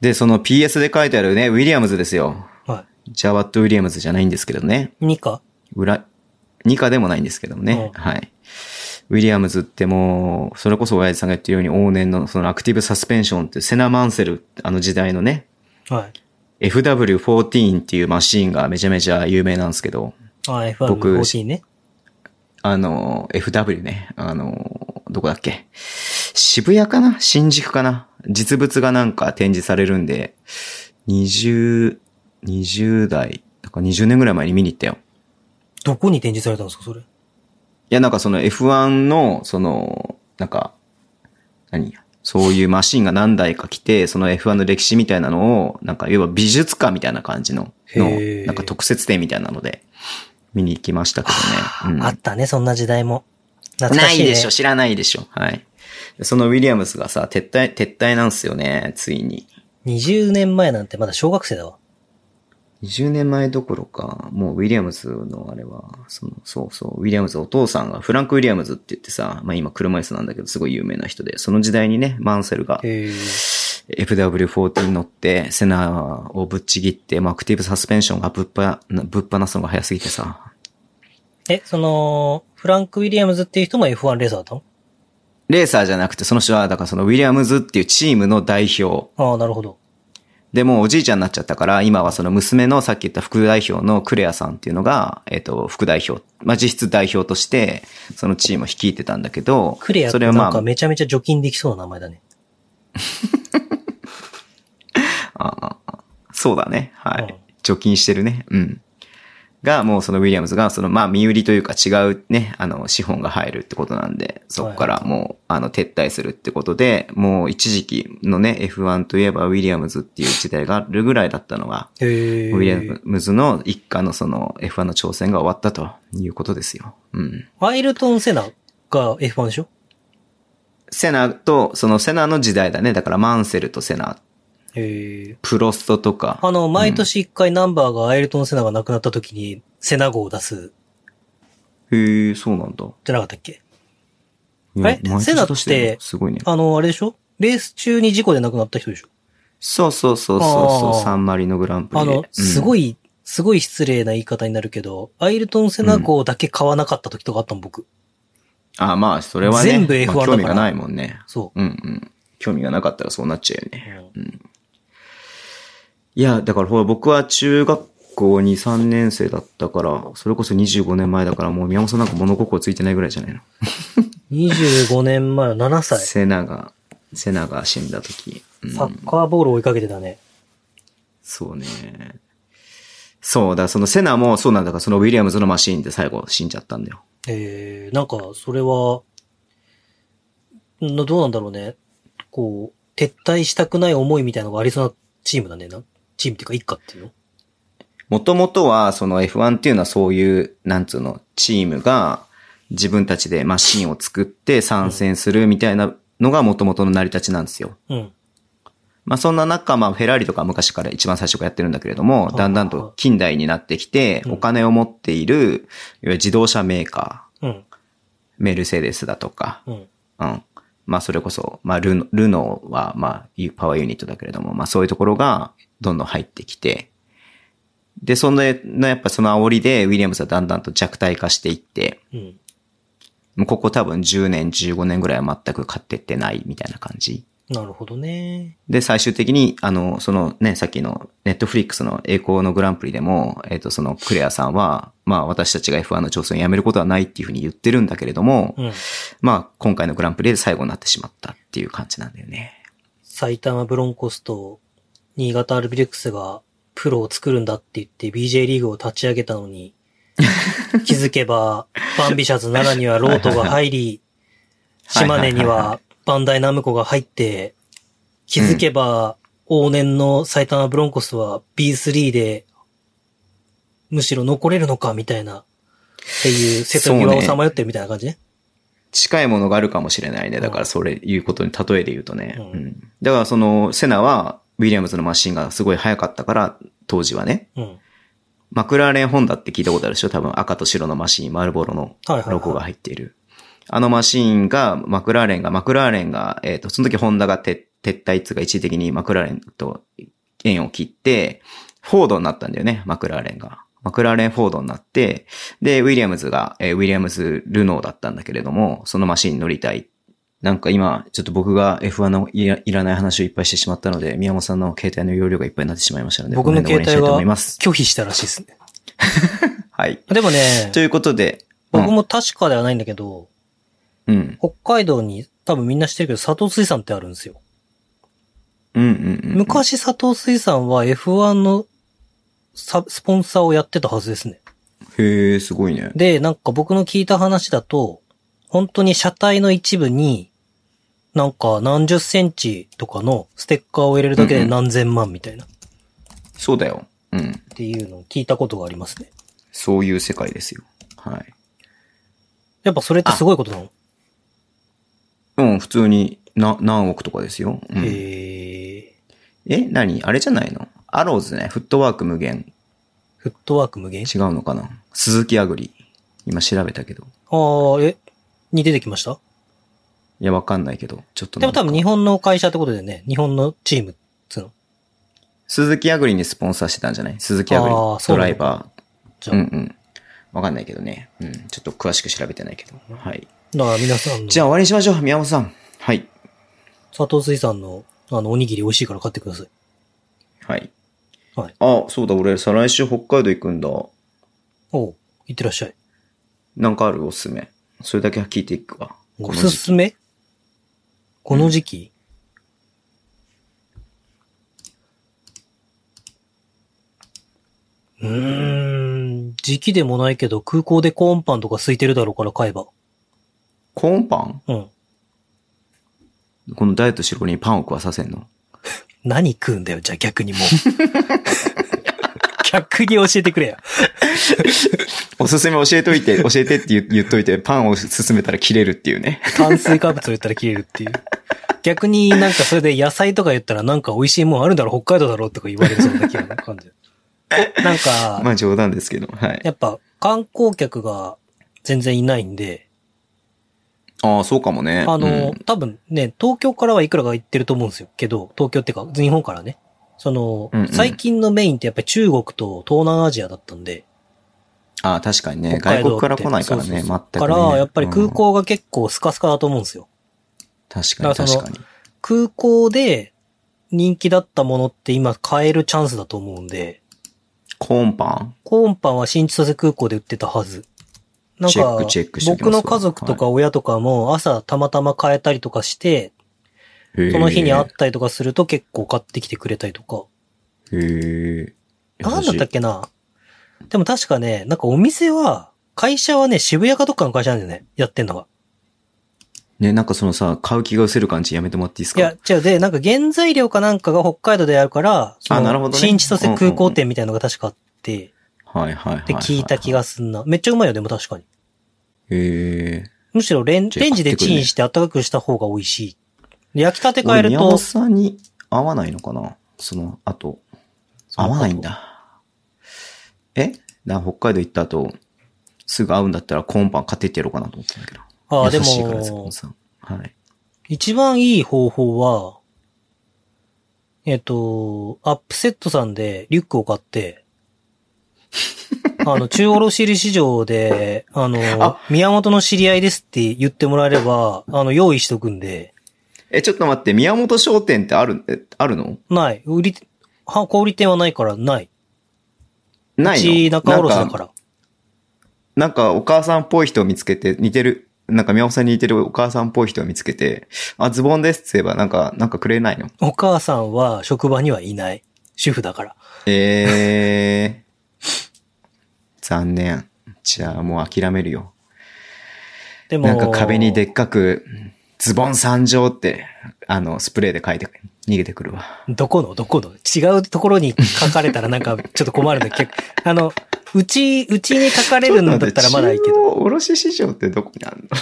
Speaker 2: で、その PS で書いてあるね、ウィリアムズですよ。
Speaker 3: は
Speaker 2: ジャワット・ウィリアムズじゃないんですけどね。
Speaker 3: い。ニカ
Speaker 2: 裏、二課でもないんですけどもね。
Speaker 3: うん
Speaker 2: はい。ウィリアムズってもう、それこそ親父さんが言ってるように往年のそのアクティブサスペンションってセナ・マンセル、あの時代のね、
Speaker 3: はい。
Speaker 2: FW14 っていうマシーンがめちゃめちゃ有名なんですけど、
Speaker 3: ああ、
Speaker 2: 僕
Speaker 3: F114 ね。
Speaker 2: あの、FW ね、あの、どこだっけ渋谷かな新宿かな実物がなんか展示されるんで、20、20代、だから20年ぐらい前に見に行ったよ。
Speaker 3: どこに展示されたんですか、それ。
Speaker 2: いや、なんかその F1 の、その、なんか、何そういうマシンが何台か来て、その F1 の歴史みたいなのを、なんか、要は美術館みたいな感じの、
Speaker 3: へー
Speaker 2: の、なんか特設展みたいなので、見に行きましたけどね。うん
Speaker 3: あったね、そんな時代も。懐か
Speaker 2: な
Speaker 3: し
Speaker 2: い
Speaker 3: い、ね。
Speaker 2: でしょ、知らないでしょ。はい。そのウィリアムスがさ、撤退、撤退なんですよね、ついに。
Speaker 3: 20年前なんてまだ小学生だわ。
Speaker 2: 20年前どころか、もうウィリアムズのあれは、その、そうそう、ウィリアムズお父さんが、フランク・ウィリアムズって言ってさ、まあ今車椅子なんだけど、すごい有名な人で、その時代にね、マンセルが
Speaker 3: へえ。
Speaker 2: FW14 乗って、セナをぶっちぎって、まあアクティブサスペンションがぶっぱ、ぶっ放すのが早すぎてさ、
Speaker 3: え、その、フランク・ウィリアムズっていう人も F1 レーサーだったの
Speaker 2: レーサーじゃなくて、その人は、だからそのウィリアムズっていうチームの代表。
Speaker 3: ああ、なるほど。
Speaker 2: で、もうおじいちゃんになっちゃったから、今はその娘のさっき言った副代表のクレアさんっていうのが、えっ、と、副代表、まあ、実質代表として、そのチームを率いてたんだけど、
Speaker 3: クレアっ
Speaker 2: そ
Speaker 3: て
Speaker 2: れを
Speaker 3: なん
Speaker 2: ま
Speaker 3: かめちゃめちゃ除菌できそうな名前だね。
Speaker 2: あ、ああそうだね。はい、
Speaker 3: うん
Speaker 2: 除菌してるね。うん。が、もうそのウィリアムズが、その、まあ、身売りというか違うね、あの、資本が入るってことなんで、そこからもう、あの、撤退するってことで、もう一時期のね、F1 といえばウィリアムズっていう時代があるぐらいだったのが、
Speaker 3: へ
Speaker 2: ウィリア
Speaker 3: え。
Speaker 2: ムズの一家のその F1 の挑戦が終わったということですよ。うん。
Speaker 3: ワイルトン・セナが F1 でしょ
Speaker 2: セナと、そのセナの時代だね。だからマンセルとセナ、
Speaker 3: へえ。
Speaker 2: プロストとか。
Speaker 3: あの、毎年一回ナンバーがアイルトン・セナが亡くなった時に、セナ号を出す、
Speaker 2: へえ、そうなんだ。
Speaker 3: じゃなかったっけ
Speaker 2: いや
Speaker 3: え
Speaker 2: 毎年
Speaker 3: セナって
Speaker 2: 出るのすごいね。
Speaker 3: あの、あれでしょレース中に事故で亡くなった人でしょ
Speaker 2: そうそうそうそうそ
Speaker 3: あー
Speaker 2: う、サンマリのグランプ
Speaker 3: あ
Speaker 2: リで。
Speaker 3: の、すご
Speaker 2: い。
Speaker 3: い、すごい失礼な言い方になるけど、アイルトン・セナ号だけ買わなかった時とかあったの、僕。
Speaker 2: あ、まあ、それはね。
Speaker 3: 全部 F1
Speaker 2: まあ興味
Speaker 3: だから
Speaker 2: がないもんね。
Speaker 3: そ
Speaker 2: うんうん。興味がなかったらそうなっちゃうよ
Speaker 3: う。
Speaker 2: ね。いや、だからほら、僕は中学校2、3年生だったから、それこそ25年前だから、もう宮本さんなんか物心ついてないぐらいじゃないの
Speaker 3: 25年前、7歳。サ
Speaker 2: セナが、セナが死んだ時。うん
Speaker 3: ッカーボールを追いかけてたね。
Speaker 2: そうね。そうだ、そのセナもそうなんだから、そのウィリアムズのマシーンで最後死んじゃったんだよ。
Speaker 3: えー、なんか、それは、などうなんだろうね。こう、撤退したくない思いみたいなのがありそうなチームだね。なチームっていうか、一家っていうの
Speaker 2: もともとは、その F1 っていうのはそういう、なんつうの、チームが自分たちでマシーンを作って参戦するみたいなのがもともとの成り立ちなんですよ。
Speaker 3: うん。
Speaker 2: まあそんな中、まあフェラーリとか昔から一番最初からやってるんだけれども
Speaker 3: は、い
Speaker 2: だんだんと近代になってきて
Speaker 3: う、ん
Speaker 2: お金を持っている、いわゆる自動車メーカー、
Speaker 3: うん。
Speaker 2: メルセデスだとか、
Speaker 3: うん。
Speaker 2: うん。まあ、それこそ、まあルノ、ルノーは、まあ、パワーユニットだけれども、まあ、そういうところがどんどん入ってきて、で、その、やっぱその煽りで、ウィリアムズはだんだんと弱体化していって、
Speaker 3: うん。
Speaker 2: もうここ多分10年、15年ぐらいは全く買ってってないみたいな感じ。
Speaker 3: なるほどね。
Speaker 2: で、最終的に、あの、そのね、さっきのネットフリックスの栄光のグランプリでも、えっ、と、そのクレアさんは、まあ私たちが F1 の挑戦をやめることはないっていうふうに言ってるんだけれども、
Speaker 3: うん。
Speaker 2: まあ今回のグランプリで最後になってしまったっていう感じなんだよね。
Speaker 3: 埼玉ブロンコスと新潟アルビレックスがプロを作るんだって言って BJ リーグを立ち上げたのに、気づけば、バンビシャズ奈良にはロートが入り、
Speaker 2: はいは
Speaker 3: 島
Speaker 2: いはいはい
Speaker 3: 根にはバンダイナムコが入って、気づけば、往年の埼玉ブロンコスは B3 で、むしろ残れるのかみたいな、っていう瀬戸際をさまよってるみたいな感じね。
Speaker 2: 近いものがあるかもしれないね。だからそれいうことに例えで言うとね。うんだからそのセナはウィリアムズのマシンがすごい速かったから、当時はね。
Speaker 3: うん。
Speaker 2: マクラーレンホンダって聞いたことあるでしょ多分赤と白のマシン、丸ボロの
Speaker 3: はいはいはい
Speaker 2: ロゴが入っている。あのマシンが、マクラーレンが、マクラーレンが、えっ、と、その時ホンダが撤撤退っつうか一時的にマクラーレンと縁を切って、フォードになったんだよね、マクラーレンが。マクラーレンフォードになって、で、ウィリアムズが、えーウィリアムズ・ルノーだったんだけれども、そのマシンに乗りたい。なんか今、ちょっと僕が F1 のいらいらない話をいっぱいしてしまったので、宮本さんの携帯の容量がいっぱいになってしまいましたので、
Speaker 3: 僕の
Speaker 2: こ辺で終わりにしたいと思います。
Speaker 3: 拒否したらしいですね。
Speaker 2: はい。
Speaker 3: でもね
Speaker 2: と、いうことで、
Speaker 3: 僕も確かではないんだけど、
Speaker 2: うん、うん、
Speaker 3: 北海道に多分みんな知ってるけど、佐藤水産ってあるんですよ。
Speaker 2: うん、うんうん。
Speaker 3: 昔佐藤水産は F1 のサスポンサーをやってたはずですね。
Speaker 2: へえ、すごいね。
Speaker 3: で、なんか僕の聞いた話だと、本当に車体の一部に、なんか何十センチとかのステッカーを入れるだけ
Speaker 2: うん
Speaker 3: で
Speaker 2: うん
Speaker 3: 何千万みたいなっ
Speaker 2: そうだよ。うん。
Speaker 3: ていうのを聞いたことがありますね。
Speaker 2: そういう世界ですよ。はい。
Speaker 3: やっぱそれってすごいことなの
Speaker 2: うん、普通に、な、何億とかですよ。うん
Speaker 3: へえ。
Speaker 2: え、何あれじゃないのアローズね。フットワーク無限。
Speaker 3: フットワーク無限
Speaker 2: 違うのかな鈴木アグリ。今調べたけど。
Speaker 3: ああ、え、に出てきました
Speaker 2: いや、わかんないけど。ちょっと
Speaker 3: で
Speaker 2: なん
Speaker 3: も
Speaker 2: か
Speaker 3: 多分日本の会社ってことでね、日本のチームっつうの。
Speaker 2: 鈴木アグリにスポンサーしてたんじゃない鈴木アグリ
Speaker 3: あー。そう
Speaker 2: ド
Speaker 3: な
Speaker 2: ラ
Speaker 3: んだ
Speaker 2: イバ
Speaker 3: じ
Speaker 2: ー。
Speaker 3: ゃあ
Speaker 2: うんうん。わかんないけどね。うん。ちょっと詳しく調べてないけど。はい。
Speaker 3: だから皆さんの、
Speaker 2: じゃあ終わりにしましょう。宮本さん。はい。
Speaker 3: 佐藤水産の、あの、おにぎり美味しいから買ってください。
Speaker 2: はい。
Speaker 3: はい
Speaker 2: あ、そうだ、俺、再来週北海道行くんだ。
Speaker 3: おう、いってらっしゃい。
Speaker 2: なんかあるおすすめ。それだけは聞いていくわ。
Speaker 3: お
Speaker 2: この
Speaker 3: す
Speaker 2: 時期
Speaker 3: すめこの時期、うーん、時期でもないけど、空港でコーンパンとか空いてるだろうから買えば。
Speaker 2: コーンパン
Speaker 3: うん。
Speaker 2: このダイエットしろにパンを食わさせんの
Speaker 3: 何食うんだよ、じゃあ逆にもう。逆に教えてくれよ。
Speaker 2: おすすめ教えとい て、教えてって言言っといて、パンを勧めたら切れるっていうね。
Speaker 3: 炭水化物を言ったら消えるっていう。逆になんかそれで野菜とか言ったらなんか美味しいもんあるだろ、北海道だろとか言われそうな気が感じる。なん
Speaker 2: ま
Speaker 3: か、
Speaker 2: あ冗談ですけど、はい。
Speaker 3: やっぱ観光客が全然いないんで、
Speaker 2: ああ、そうかもね。
Speaker 3: あ
Speaker 2: う
Speaker 3: の、
Speaker 2: ん
Speaker 3: 多分ね、東京からはいくらか行ってると思うんですよ。けど、東京ってか、日本からね。その、
Speaker 2: うんうん
Speaker 3: 最近のメインってやっぱり中国と東南アジアだったんで、
Speaker 2: ああ、確かにね。
Speaker 3: 北海
Speaker 2: 外
Speaker 3: 道
Speaker 2: 国
Speaker 3: って
Speaker 2: から来ないからね、
Speaker 3: そうそうそう
Speaker 2: 全く、ね。
Speaker 3: から、やっぱり空
Speaker 2: うん
Speaker 3: 港が結構スカスカだと思うんですよ。
Speaker 2: 確かに、
Speaker 3: だからそ
Speaker 2: 確か
Speaker 3: の
Speaker 2: に。
Speaker 3: 空港で人気だったものって今買えるチャンスだと思うんで、
Speaker 2: コーンパン
Speaker 3: コーンパンは新千歳空港で売ってたはず。なん
Speaker 2: チェッ
Speaker 3: か
Speaker 2: クチェックし、ときます
Speaker 3: 僕の家族とか親とかも朝たまたま買えたりとかして、
Speaker 2: へえ
Speaker 3: その日にあったりとかすると結構買ってきてくれたりとか。
Speaker 2: へえ。
Speaker 3: なんだったっ
Speaker 2: け
Speaker 3: けなでも確かね、なんかお店は、会社はね、渋谷かどっかの会社なんだよね。やってんのが。
Speaker 2: ね、なんかそのさ、買う気が失せる感じやめてもらっていいですか
Speaker 3: いや、違う。で、なんか原材料かなんかが北海道であるから、その
Speaker 2: なるほどね
Speaker 3: 新千歳空港店みたいなのが確かあって、
Speaker 2: はいはいはいはい。
Speaker 3: って聞いた気がすんな。めっちゃうまいよ、でも確かに。
Speaker 2: へえ。
Speaker 3: むしろレン
Speaker 2: じゃあ
Speaker 3: レンジでチンして温かくした方が美味しい。焼きたて変え
Speaker 2: 俺
Speaker 3: る
Speaker 2: 宮
Speaker 3: と
Speaker 2: 本、さんに合わないのかなその後。
Speaker 3: そ
Speaker 2: 合
Speaker 3: の後
Speaker 2: わないんだ。えな北海道行った後、すぐ会うんだったらコーンパン買ってってやろうかなと思ってたんだけど。
Speaker 3: ああ、で
Speaker 2: 優しいからです、こ
Speaker 3: も
Speaker 2: の、さん。はい。
Speaker 3: 一番いい方法は、えっと、アップセットさんでリュックを買って、あの、中卸売市場で、あの、
Speaker 2: あ
Speaker 3: 宮本の知り合いですって言ってもらえれば、あの、用意しとくんで、
Speaker 2: え、ちょっと待って、宮本商店ってある、えあるの
Speaker 3: ない。売り、は、小売店はないから、ない。
Speaker 2: な
Speaker 3: う
Speaker 2: い
Speaker 3: ち
Speaker 2: の
Speaker 3: 中卸だ
Speaker 2: なん
Speaker 3: か
Speaker 2: か。
Speaker 3: ら。
Speaker 2: なんかお母さんっぽい人を見つけて、似てる、なんか宮本さんに似てるお母さんっぽい人を見つけて、あ、ズボンですって言えばなんか、なんかくれないの
Speaker 3: お母さんは職場にはいない。主婦だから。
Speaker 2: え ー、残念。じゃあもう諦めるよ。
Speaker 3: でも、
Speaker 2: なんか壁にでっかく、ズボン参上って、あの、スプレーで書いて、逃げてくるわ。
Speaker 3: どこのどこの違うところに書かれたらなんかちょっと困るんだけど、あの、うち、うちに書かれるんだったらまだいいけど、
Speaker 2: ど。卸市場ってどこにあるの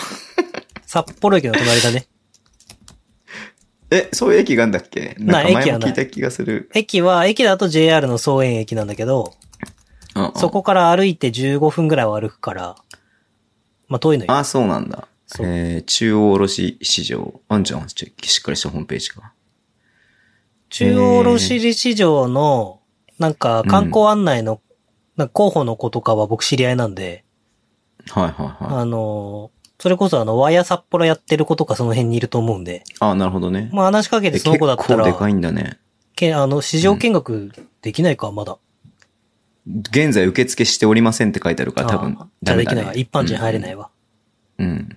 Speaker 3: 札幌駅の隣だね。
Speaker 2: え、そういう駅があんだっけなんか
Speaker 3: ない駅
Speaker 2: 前も
Speaker 3: はない
Speaker 2: 聞いた気がする。
Speaker 3: 駅は、駅だと JR の総園駅なんだけど、
Speaker 2: うんうん
Speaker 3: そこから歩いて15分ぐらいは歩くから、まあ遠いのよ。
Speaker 2: あ、そうなんだ。
Speaker 3: そう
Speaker 2: えー、中央卸市場。あんじゃん、ちょしっかりしたホームページが。
Speaker 3: 中央卸売市場の、なんか観光案内の、なんか候補の子とかは僕知り合いなんで、
Speaker 2: はいはいはい。
Speaker 3: あの、それこそあの、ワイヤ札幌やってる子とかその辺にいると思うんで、
Speaker 2: あ、なるほどね。
Speaker 3: まあ話しかけて
Speaker 2: え
Speaker 3: その子だったら、
Speaker 2: 結構でかいんだね。
Speaker 3: けあの、市場見学できないか、まだ。
Speaker 2: 現在受付しておりませんって書いてあるから多分
Speaker 3: あーじ
Speaker 2: ダ
Speaker 3: ゃあ
Speaker 2: メ
Speaker 3: で
Speaker 2: だ、
Speaker 3: きな
Speaker 2: ね。
Speaker 3: いわ。。一般人入れないいわ。
Speaker 2: うん。うん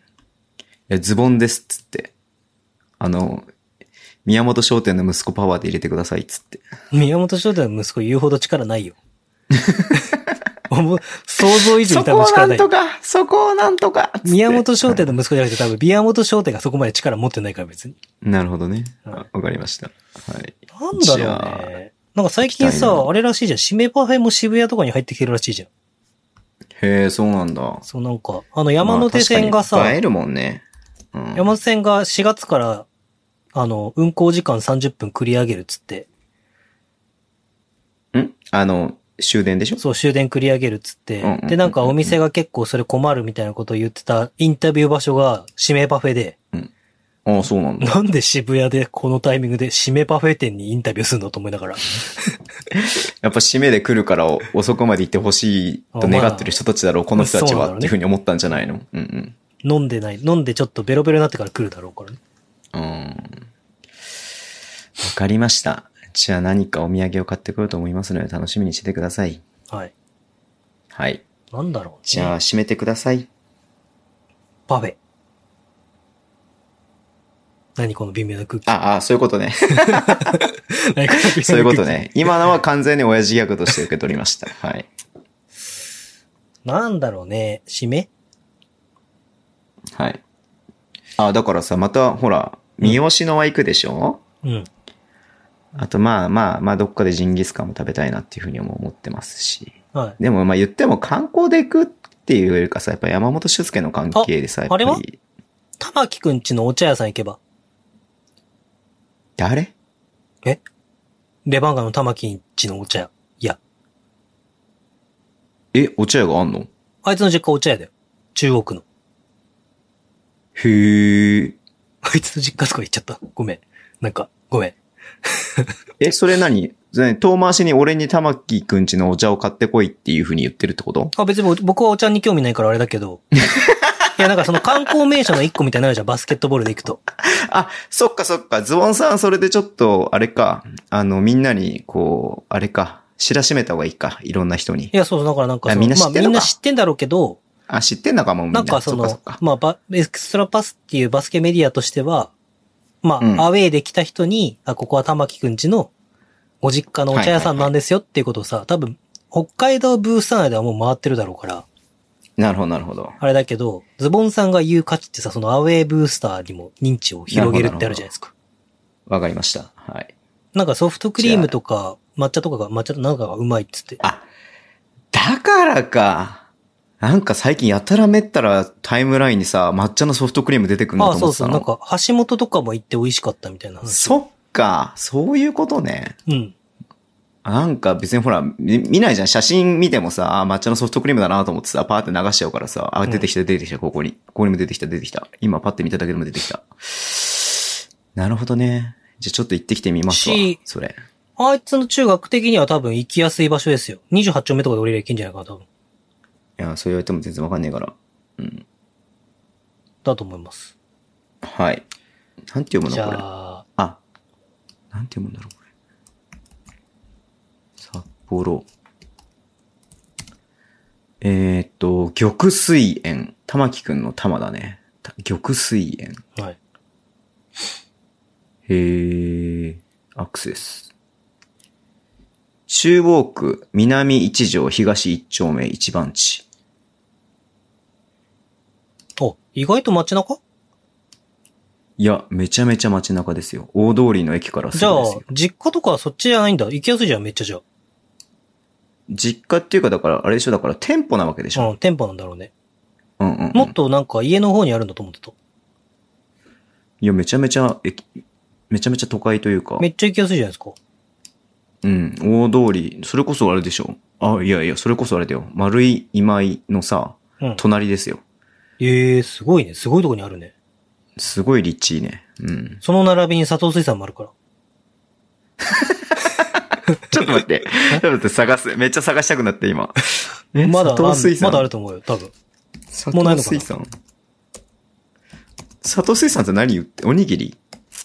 Speaker 2: いやズボンですっつって。あの、宮本商店の息子パワーで入れてくださいっつって。
Speaker 3: 宮本商店の息子言うほど力な いよ。思う想像以上に多分力ない。
Speaker 2: か、そこをなんとかっつって
Speaker 3: 宮本商店の息子じゃなくて多分、宮本商店がそこまで力持ってないから別に。
Speaker 2: なるほどね。
Speaker 3: は
Speaker 2: あわかりました。はい。
Speaker 3: なんだ
Speaker 2: じ
Speaker 3: ろう
Speaker 2: ゃあ
Speaker 3: ね。なんか最近
Speaker 2: 行きたい
Speaker 3: さ、
Speaker 2: な
Speaker 3: あれらしいじゃん。締めパフェも渋谷とかに入ってきてるらしいじゃん。
Speaker 2: へえ、そうなんだ。
Speaker 3: そうなんか、あの山手線がさ、
Speaker 2: まあ確かに映えるもんね。うん。
Speaker 3: 山手線が4月から、あの、運行時間30分繰り上げるっつって、
Speaker 2: んあの、終電でしょ
Speaker 3: そう、終電繰り上げるっつっ
Speaker 2: う
Speaker 3: て、
Speaker 2: んうんうんうん
Speaker 3: で、なんかお店が結構それ困るみたいなことを言ってたインタビュー場所が指名パフェで、
Speaker 2: ああ、そうなん だ。
Speaker 3: なんで渋谷でこのタイミングで指名パフェ店にインタビューするのと思いながら。
Speaker 2: やっぱ締めで来るからお遅くまで行ってほしいと願ってる人たちだろう、この人たち
Speaker 3: そうなの
Speaker 2: は
Speaker 3: ね
Speaker 2: っていうふうに思ったんじゃないのうんうん。
Speaker 3: 飲んでない、飲んでちょっとベロベロになってから来るだろうからね。
Speaker 2: うーん。わかりました。じゃあ何かお土産を買ってくると思いますので楽しみにしててください。
Speaker 3: はい。
Speaker 2: はい。
Speaker 3: なんだろう、ね。
Speaker 2: じゃあ締めてください。
Speaker 3: パフェ。何この微妙な空気。
Speaker 2: あ、あ、そういうことね。
Speaker 3: 何この微妙な空気
Speaker 2: そういうこと。ね。今のは完全に親父ギャグとして受け取りました。はい。
Speaker 3: なんだろうね。締め
Speaker 2: はい。あ、だからさ、また、ほら、三好のは行くでしょ、
Speaker 3: うん。
Speaker 2: あと、まあまあ、まあ、どっかでジンギスカンも食べたいなっていうふうにも思ってますし。
Speaker 3: はい。
Speaker 2: でも、まあ言っても観光で行くっていうよりかさ、やっぱ山本俊介の関係でさ、やっぱ
Speaker 3: ああれは
Speaker 2: り。
Speaker 3: 玉木くんちのお茶屋さん行けば、
Speaker 2: 誰
Speaker 3: レバンガの玉木んちのお茶屋。いや、
Speaker 2: え、お茶屋があんの
Speaker 3: あいつの実家お茶屋だよ。中央区の。
Speaker 2: へえ。
Speaker 3: あいつの実家とか行っちゃった。ごめん。なんか、ごめん。
Speaker 2: え、それ何それ遠回しに俺に玉木くんちのお茶を買ってこいっていうふうに言ってるってこと
Speaker 3: あ、別に僕僕はお茶に興味ないからあれだ けど。いや、なんかその観光名所の一個みたいになるじゃん。バスケットボールで行くと。
Speaker 2: あ、そっかそっか。ズボンさん、それでちょっと、あれか。あの、みんなに、こう、あれか。知らしめた方がいいか。いろんな人に
Speaker 3: い。や、そうそう、だからなんかその
Speaker 2: あみんな知
Speaker 3: まあ
Speaker 2: ってん
Speaker 3: み
Speaker 2: のか
Speaker 3: んな知ってんだろうけど、
Speaker 2: あ、知ってんのかも、みんな。
Speaker 3: なんかその、
Speaker 2: っっ
Speaker 3: まあバ、エクストラパスっていうバスケメディアとしては、まあ、
Speaker 2: うん
Speaker 3: アウェイで来た人に、あ、ここは玉木くんちのご実家のお茶屋さんなんですよっていうことをさ、多分、北海道ブースター内ではもう回ってるだろうから、
Speaker 2: なるほど、なるほど。
Speaker 3: あれだけど、ズボンさんが言う価値ってさ、そのアウェイブースターにも認知を広げるってあるじゃないですか。
Speaker 2: わかりました。はい。
Speaker 3: なんかソフトクリームとか、抹茶とかが、抹茶となんかがうまいっつって。
Speaker 2: あ、だからか。なんか最近やたらめったらタイムラインにさ、抹茶のソフトクリーム出てくるな
Speaker 3: あ
Speaker 2: と
Speaker 3: あ、そ
Speaker 2: 思
Speaker 3: う
Speaker 2: って
Speaker 3: そ
Speaker 2: た
Speaker 3: う、
Speaker 2: の。
Speaker 3: なんか橋本とかも行って美味しかったみたいな話。
Speaker 2: そっか。そういうことね。
Speaker 3: うん。
Speaker 2: なんか別にほら、み見ないじゃん。写真見てもさ、あ、抹茶のソフトクリームだなと思ってさ、パーって流しちゃうからさ、あ、
Speaker 3: ん
Speaker 2: 出てきた、出てきた、ここに。ここにも出てきた、出てきた。今パッて見ただけでも出てきた。なるほどね。じゃあちょっと行ってきてみますわ
Speaker 3: し。
Speaker 2: それ。
Speaker 3: あいつの中学的には多分行きやすい場所ですよ。28丁目とかで降りれば行けんじゃないかな、多分。
Speaker 2: や、そう言われても全然わかんねえから。うん。
Speaker 3: だと思います。
Speaker 2: はい。なんて読む
Speaker 3: じ
Speaker 2: のこれ。
Speaker 3: ゃあ、
Speaker 2: あ、なんて読むんだろう、これ。札幌。えーっと、玉水園。玉木くんの玉だね。た玉水園。
Speaker 3: はい。
Speaker 2: へー、アクセス。中央区、南一条、東一丁目、一番地。
Speaker 3: お、意外と街中
Speaker 2: いや、めちゃめちゃ街中ですよ。大通りの駅からす
Speaker 3: じ
Speaker 2: ぐ
Speaker 3: ゃあ
Speaker 2: ですよ。、
Speaker 3: 実家とかそっちじゃないんだ。行きやすいじゃん、めっちゃじゃ
Speaker 2: 実家っていうか、だから、あれでしょ、だから店舗なわけでし
Speaker 3: あ。
Speaker 2: ょ。
Speaker 3: うん、店舗なんだろうね。
Speaker 2: うん、うんうん。
Speaker 3: もっとなんか家の方にあるんだと思ってた。
Speaker 2: いや、めちゃめちゃ、駅めちゃめちゃ都会というか
Speaker 3: め、っちゃ行きやすいじゃないですか。
Speaker 2: うん、大通り、それこそあれでしょ。あ、いやいや、それこそあれだよ。丸い今井のさ、
Speaker 3: うん。
Speaker 2: 隣ですよ。
Speaker 3: ええー、すごいね。すごいとこにあるね。
Speaker 2: すごい立地いいね。うん。
Speaker 3: その並びに佐藤水産もあるから。
Speaker 2: ちょっと待って。ちょっと待って、探す。めっちゃ探したくなって、今。え
Speaker 3: まだ、あん
Speaker 2: 佐藤水産
Speaker 3: まだあると思うよ、多分。
Speaker 2: 佐
Speaker 3: もうない
Speaker 2: 藤
Speaker 3: のかな
Speaker 2: 水産佐藤水産って何言っておにぎり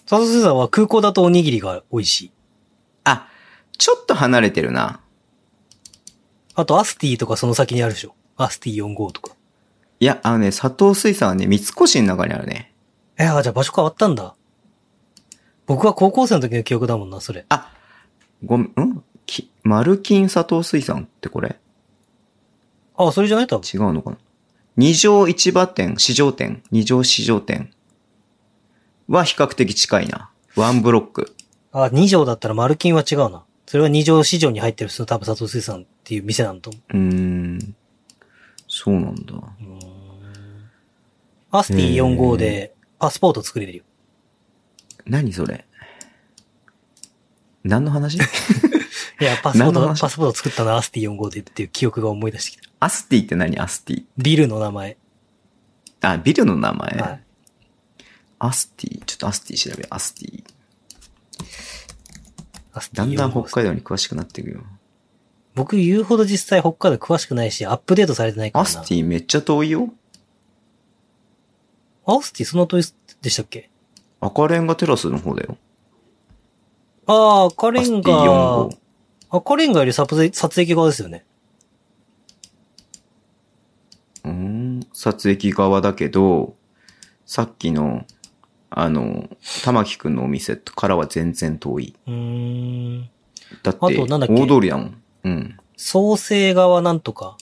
Speaker 3: 佐藤水産は空港だとおにぎりが美味しい。
Speaker 2: あ、ちょっと離れてるな。
Speaker 3: あと、アスティとかその先にあるでしょ。アスティ45とか。
Speaker 2: いや、あのね、佐藤水産はね、三越の中にあるね。
Speaker 3: えー、あじゃあ場所変わったんだ。僕は高校生の時の記憶だもんな、それ。
Speaker 2: あ、ごめん、んき、丸金佐藤水産ってこれ
Speaker 3: あ、それじゃない多分。
Speaker 2: 違うのかな二条市場店、市場店、二条市場店は比較的近いな。ワンブロック。
Speaker 3: あ、2畳だったら丸金は違うな。それは2畳市場に入ってる普通の多分佐藤水産っていう店なんだと思う。
Speaker 2: うーん。そうなんだ。
Speaker 3: うーんアスティ45でパスポート作れるよ。
Speaker 2: 何それ何の 話
Speaker 3: いや、パスポー
Speaker 2: 何の
Speaker 3: ト、
Speaker 2: 話
Speaker 3: パスポート作ったのはアスティ45でっていう記憶が思い出してきた。
Speaker 2: アスティって何アスティ。
Speaker 3: ビルの名前。
Speaker 2: あ、ビルの名前。
Speaker 3: はい
Speaker 2: アスティ。ちょっとアスティ調べようアスティ。
Speaker 3: アステ
Speaker 2: だ
Speaker 3: ィ
Speaker 2: んだん
Speaker 3: 45
Speaker 2: 北海道に詳しくなっていくよ。
Speaker 3: 僕言うほど実際北海道詳しくないし、アップデートされてないから
Speaker 2: ア
Speaker 3: な。
Speaker 2: スティめっちゃ遠いよ。
Speaker 3: アスティその後でしたっけ
Speaker 2: 赤レンガテラスの方だよ。
Speaker 3: ああ、赤レ
Speaker 2: アステ
Speaker 3: ン
Speaker 2: ィ4
Speaker 3: ガ
Speaker 2: 号。。
Speaker 3: 赤レンガより撮影、撮影機側ですよね。
Speaker 2: うーん、撮影側だけど、さっきの、あの、玉木くんのお店からは全然遠い。
Speaker 3: うーん。
Speaker 2: だって、
Speaker 3: あとなんだっけ
Speaker 2: 大通りだもん。うん。
Speaker 3: 創生側なんとか。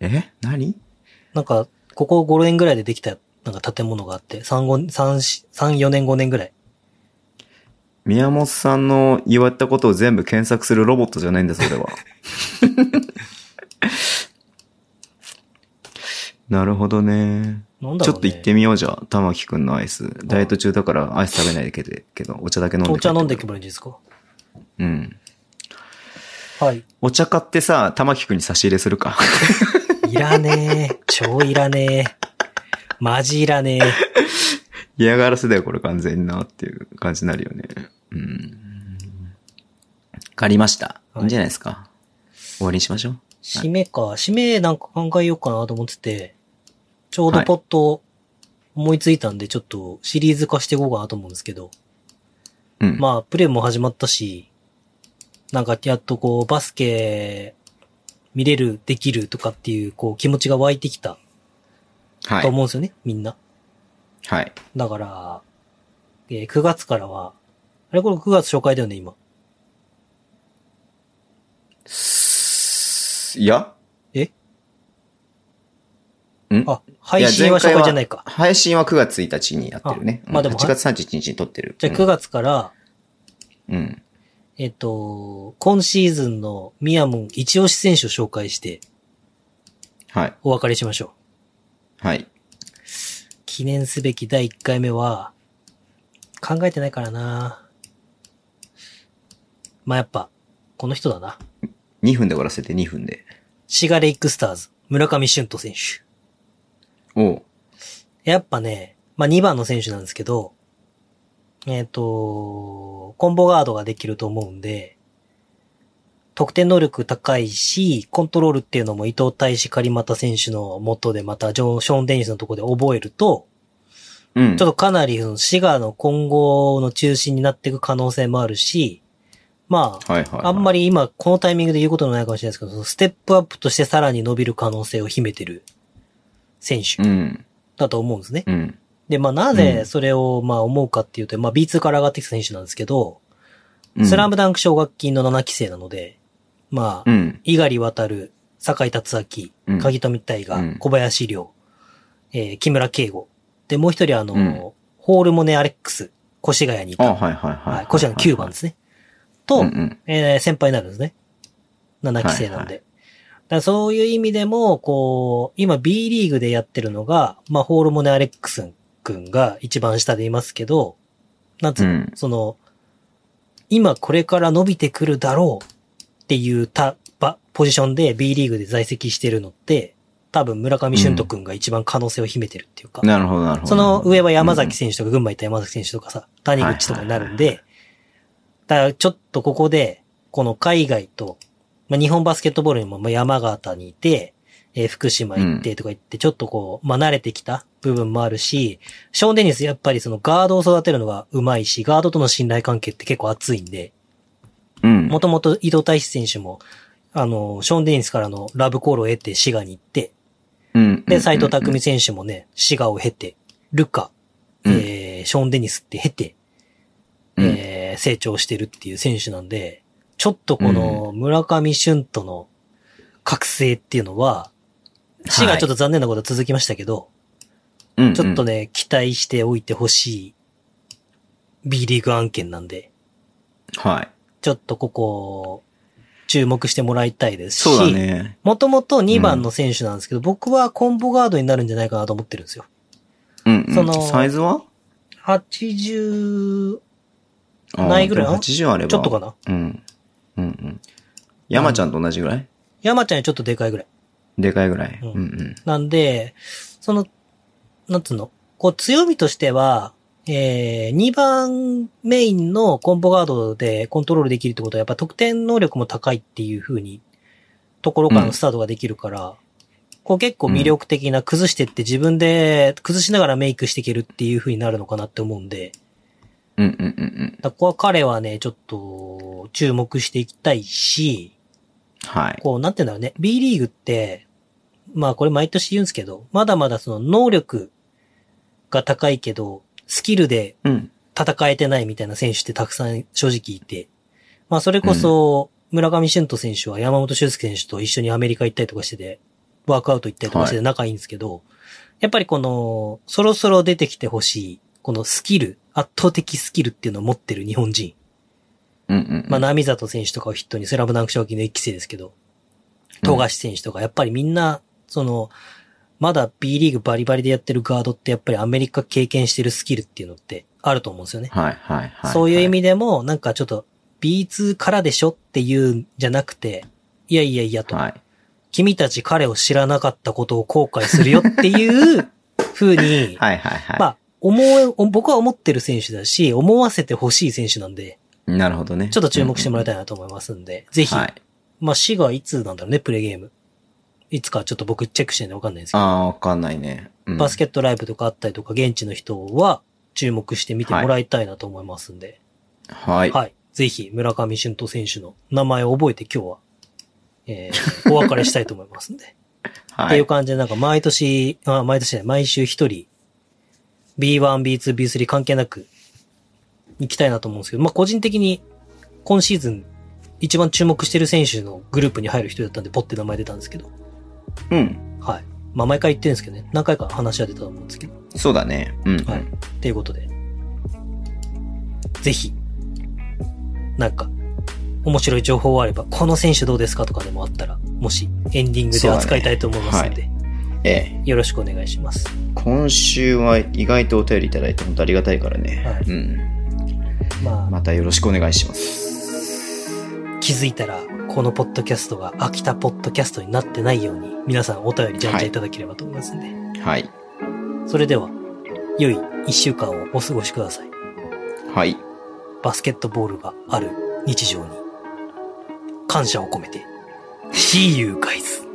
Speaker 2: え何
Speaker 3: なんか、ここ5年ぐらいでできた、なんか建物があって、3、5、3、3、4年5年ぐらい。
Speaker 2: 宮本さんの言われたことを全部検索するロボットじゃないんだ、そ れは。なるほどね。
Speaker 3: なんだ
Speaker 2: ち
Speaker 3: ろ
Speaker 2: ょ
Speaker 3: う、ね。
Speaker 2: っと行ってみようじゃあ、玉木くんのアイス。ダイエット中だからアイス食べないでけど、けどお茶だけ飲んで
Speaker 3: お茶飲んでい
Speaker 2: く
Speaker 3: けばいいんですか
Speaker 2: る。うん。
Speaker 3: はい。
Speaker 2: お茶買ってさ、玉木くんに差し入れするか。
Speaker 3: いらねえ。超いらねえ。マジいらねえ。
Speaker 2: 嫌がらせだよ、これ完全になっていう感じになるよね。うん。借りました。
Speaker 3: はい
Speaker 2: いいんじゃないですか。終わりにしましょう。
Speaker 3: 締めか。締めなんか考えようかなと思ってて、ちょうどポッと思いついたんで、ちょっとシリーズ化していこうかなと思うんですけど。
Speaker 2: うん。
Speaker 3: まあ、プレーも始まったし、なんかやっとこう、バスケ見れる、できるとかっていう、こう、気持ちが湧いてきた
Speaker 2: は
Speaker 3: と
Speaker 2: い。
Speaker 3: 思うんですよね、みんな。
Speaker 2: はい。
Speaker 3: だから、えー9月からは、あれこれ9月紹介だよね、今。
Speaker 2: すいや
Speaker 3: え
Speaker 2: ん
Speaker 3: あ、配信は紹介じゃないか。
Speaker 2: 配信は9月1日にやってるね。
Speaker 3: あまあでも
Speaker 2: うん8月31日に撮ってる。
Speaker 3: じゃあ9月から、
Speaker 2: うん。うん。
Speaker 3: えっと、今シーズンのミヤモン一押し選手を紹介して
Speaker 2: はい。
Speaker 3: お別れしましょ
Speaker 2: はい。
Speaker 3: う。記念すべき第1回目は、考えてないからなまあ、やっぱ、この人だな。
Speaker 2: 2分で終わらせて2分で。
Speaker 3: シガレイクスターズ、村上俊斗選手。
Speaker 2: おう。
Speaker 3: やっぱね、まあ、2番の選手なんですけど、えっ、と、コンボガードができると思うんで、得点能力高いし、コントロールっていうのも伊藤大志狩俣選手の元でまたジョン、ショーン・デニスのところで覚えると、
Speaker 2: うん。
Speaker 3: ちょっとかなりその滋賀の今後の中心になっていく可能性もあるし、まあ、
Speaker 2: はいはいはい。
Speaker 3: あんまり今このタイミングで言うことのないかもしれないですけど、そのステップアップとしてさらに伸びる可能性を秘めてる選手
Speaker 2: うん。
Speaker 3: だと思うんですね。
Speaker 2: うん。
Speaker 3: で、まあなぜそれをまあ思うかっていうと、まあ B2 から上がってきた選手なんですけど、
Speaker 2: うん
Speaker 3: スラムダンク奨学金の7期生なので、ま
Speaker 2: う
Speaker 3: あ、
Speaker 2: ん。
Speaker 3: 猪狩渡る、坂井達
Speaker 2: うん
Speaker 3: 明、鍵富大
Speaker 2: う
Speaker 3: 河
Speaker 2: ん、
Speaker 3: 小林亮、えー木村敬吾。で、もう一人あの、
Speaker 2: うん
Speaker 3: ホールモネ・アレックス、越谷にい
Speaker 2: あ、
Speaker 3: た。
Speaker 2: はいはいはい。
Speaker 3: はい、越谷の9番ですね。と、
Speaker 2: うんうん。
Speaker 3: えー先輩になるんですね。7期生なんで。
Speaker 2: はいは
Speaker 3: だからそういう意味でも、こう、今 B リーグでやってるのが、まあ、ホールモネ・アレックス君が一番下でいますけど、なんつうの、
Speaker 2: うん
Speaker 3: その、今これから伸びてくるだろうっていうた、ば、ポジションで B リーグで在籍してるのって、多分村上俊斗君が一番可能性を秘めてるっていうか、
Speaker 2: なるほどなるほど。
Speaker 3: その上は山崎選手とか、群馬行った山崎選手とかさ、谷口とかになるん
Speaker 2: はいはい
Speaker 3: で、だからちょっとここで、この海外と、まあ、日本バスケットボールにもまあ山形にいて、えー福島行ってとか言って、ちょっとこう、まあ、慣れてきた部分もあるし、ショーン・デニスやっぱりそのガードを育てるのがうまいし、ガードとの信頼関係って結構熱いんで、
Speaker 2: うん。
Speaker 3: もともと伊藤大志選手も、あの、ショーン・デニスからのラブコールを得て滋賀に行って、
Speaker 2: うん
Speaker 3: で、斎藤匠選手もね、滋賀を経て、ルカ、
Speaker 2: うん
Speaker 3: えー、ショーン・デニスって経て、
Speaker 2: うん
Speaker 3: えー、成長してるっていう選手なんで、ちょっとこの村上俊斗の覚醒っていうのは、滋賀ちょっと残念なことは続きましたけど、
Speaker 2: うんうん
Speaker 3: ちょっと。ね、期待しておいてほしい B リーグ案件なんで、
Speaker 2: はい。
Speaker 3: ちょっとここ、注目してもらいたいですし、
Speaker 2: そうだね。
Speaker 3: もともと2番の選手なんですけど、僕はコンボガードになるんじゃないかなと思ってるんですよ。
Speaker 2: うんうん。
Speaker 3: その
Speaker 2: サイズは
Speaker 3: 80、ないぐらい
Speaker 2: あーでも ?80 あれば。
Speaker 3: ちょっとかな
Speaker 2: うん。うんうん。山ちゃんと同じぐらい
Speaker 3: 山ちゃんよりちょっとでかいぐらい。
Speaker 2: でかいぐらい。う
Speaker 3: うんん
Speaker 2: うん。
Speaker 3: なんで、その、なんつうの、こう強みとしては、えー、2番メインのコンボガードでコントロールできるってことは、やっぱ得点能力も高いっていう風に、ところからのスタートができるから、こう結構魅力的な崩してって自分で崩しながらメイクしていけるっていう風になるのかなって思うんで、
Speaker 2: うんうんうんうん。
Speaker 3: だからここは彼はね、ちょっと注目していきたいし、
Speaker 2: はい。
Speaker 3: こう、なんて言うんだろうね。B リーグって、まあこれ毎年言うんですけど、まだまだその能力が高いけど、スキルで
Speaker 2: うん。
Speaker 3: 戦えてないみたいな選手ってたくさん正直いて、まあそれこそ、村上俊斗選手は山本修介選手と一緒にアメリカ行ったりとかしてて、ワークアウト行ったりとかして
Speaker 2: は
Speaker 3: て仲いいんですけど、やっぱりこの、そろそろ出てきてほしい、このスキル、圧倒的スキルっていうのを持ってる日本人。
Speaker 2: うんうん。
Speaker 3: まあ、波里選手とかを筆頭にスラムダンク賞金の一期生ですけど、富樫選手とか、やっぱりみんな、その、まだ B リーグバリバリでやってるガードってやっぱりアメリカ経験してるスキルっていうのってあると思うんですよね。
Speaker 2: はいはいはい。
Speaker 3: そういう意。味でも、なんかちょっと B2 からでしょっていうんじゃなくて、いやいやいやと、
Speaker 2: はい。
Speaker 3: 君たち彼を知らなかったことを後悔するよっ ていう風に、
Speaker 2: はいはいはい。
Speaker 3: まあ、思う、僕は思ってる選手だし、思わせてほしい選手なんで、
Speaker 2: なるほどね。
Speaker 3: ちょっと注目してもらいた
Speaker 2: い。
Speaker 3: いなと思いますんで、ぜひ、
Speaker 2: はい。
Speaker 3: まあ、死がいつなんだろうね、プレイゲーム。いつかちょっと僕チェックしてないんでわかんないんですけ
Speaker 2: あ
Speaker 3: ど、
Speaker 2: あ、わかんないね。うん
Speaker 3: バスケットライブとかあったりとか、現地の人は注目して見てもらいたいなと思いますんで、
Speaker 2: は
Speaker 3: はいい。。ぜひ、村上俊斗選手の名前を覚えて今日は、えー、お 別れしたいと思いますんで。っ
Speaker 2: は
Speaker 3: てい。
Speaker 2: いう
Speaker 3: 感じで、なんか毎年、あ毎年ね、毎週一人、B1、B2、B3 関係なく、行きたいなと思うんですけど、まあ、個人的に、今シーズン、一番注目してる選手のグループに入る人だったんで、ポッて名前出たんですけど、
Speaker 2: うん。
Speaker 3: はい。まあ、毎回言ってるんですけどね、何回か話は出たと思うんですけど、
Speaker 2: そうだね。うん。
Speaker 3: はい。っていうことで、ぜひ、なんか、面白い情報があれば、この選手どうですかとかでもあったら、もし、エンディングで扱いたいと思いますので、
Speaker 2: ええ。
Speaker 3: よろしくお願いします。
Speaker 2: 今週は意外とお便りいただいて本当ありがたいからね。
Speaker 3: はい
Speaker 2: うん。
Speaker 3: まあ、
Speaker 2: またよろしくお願いします。
Speaker 3: 気づいたら、このポッドキャストが秋田ポッドキャストになってないように、皆さんお便りじゃんじゃんいただければと思いますんで。
Speaker 2: はい。
Speaker 3: それでは、良い一週間をお過ごしください。
Speaker 2: はい。
Speaker 3: バスケットボールがある日常に。感謝を込めて、See you guys!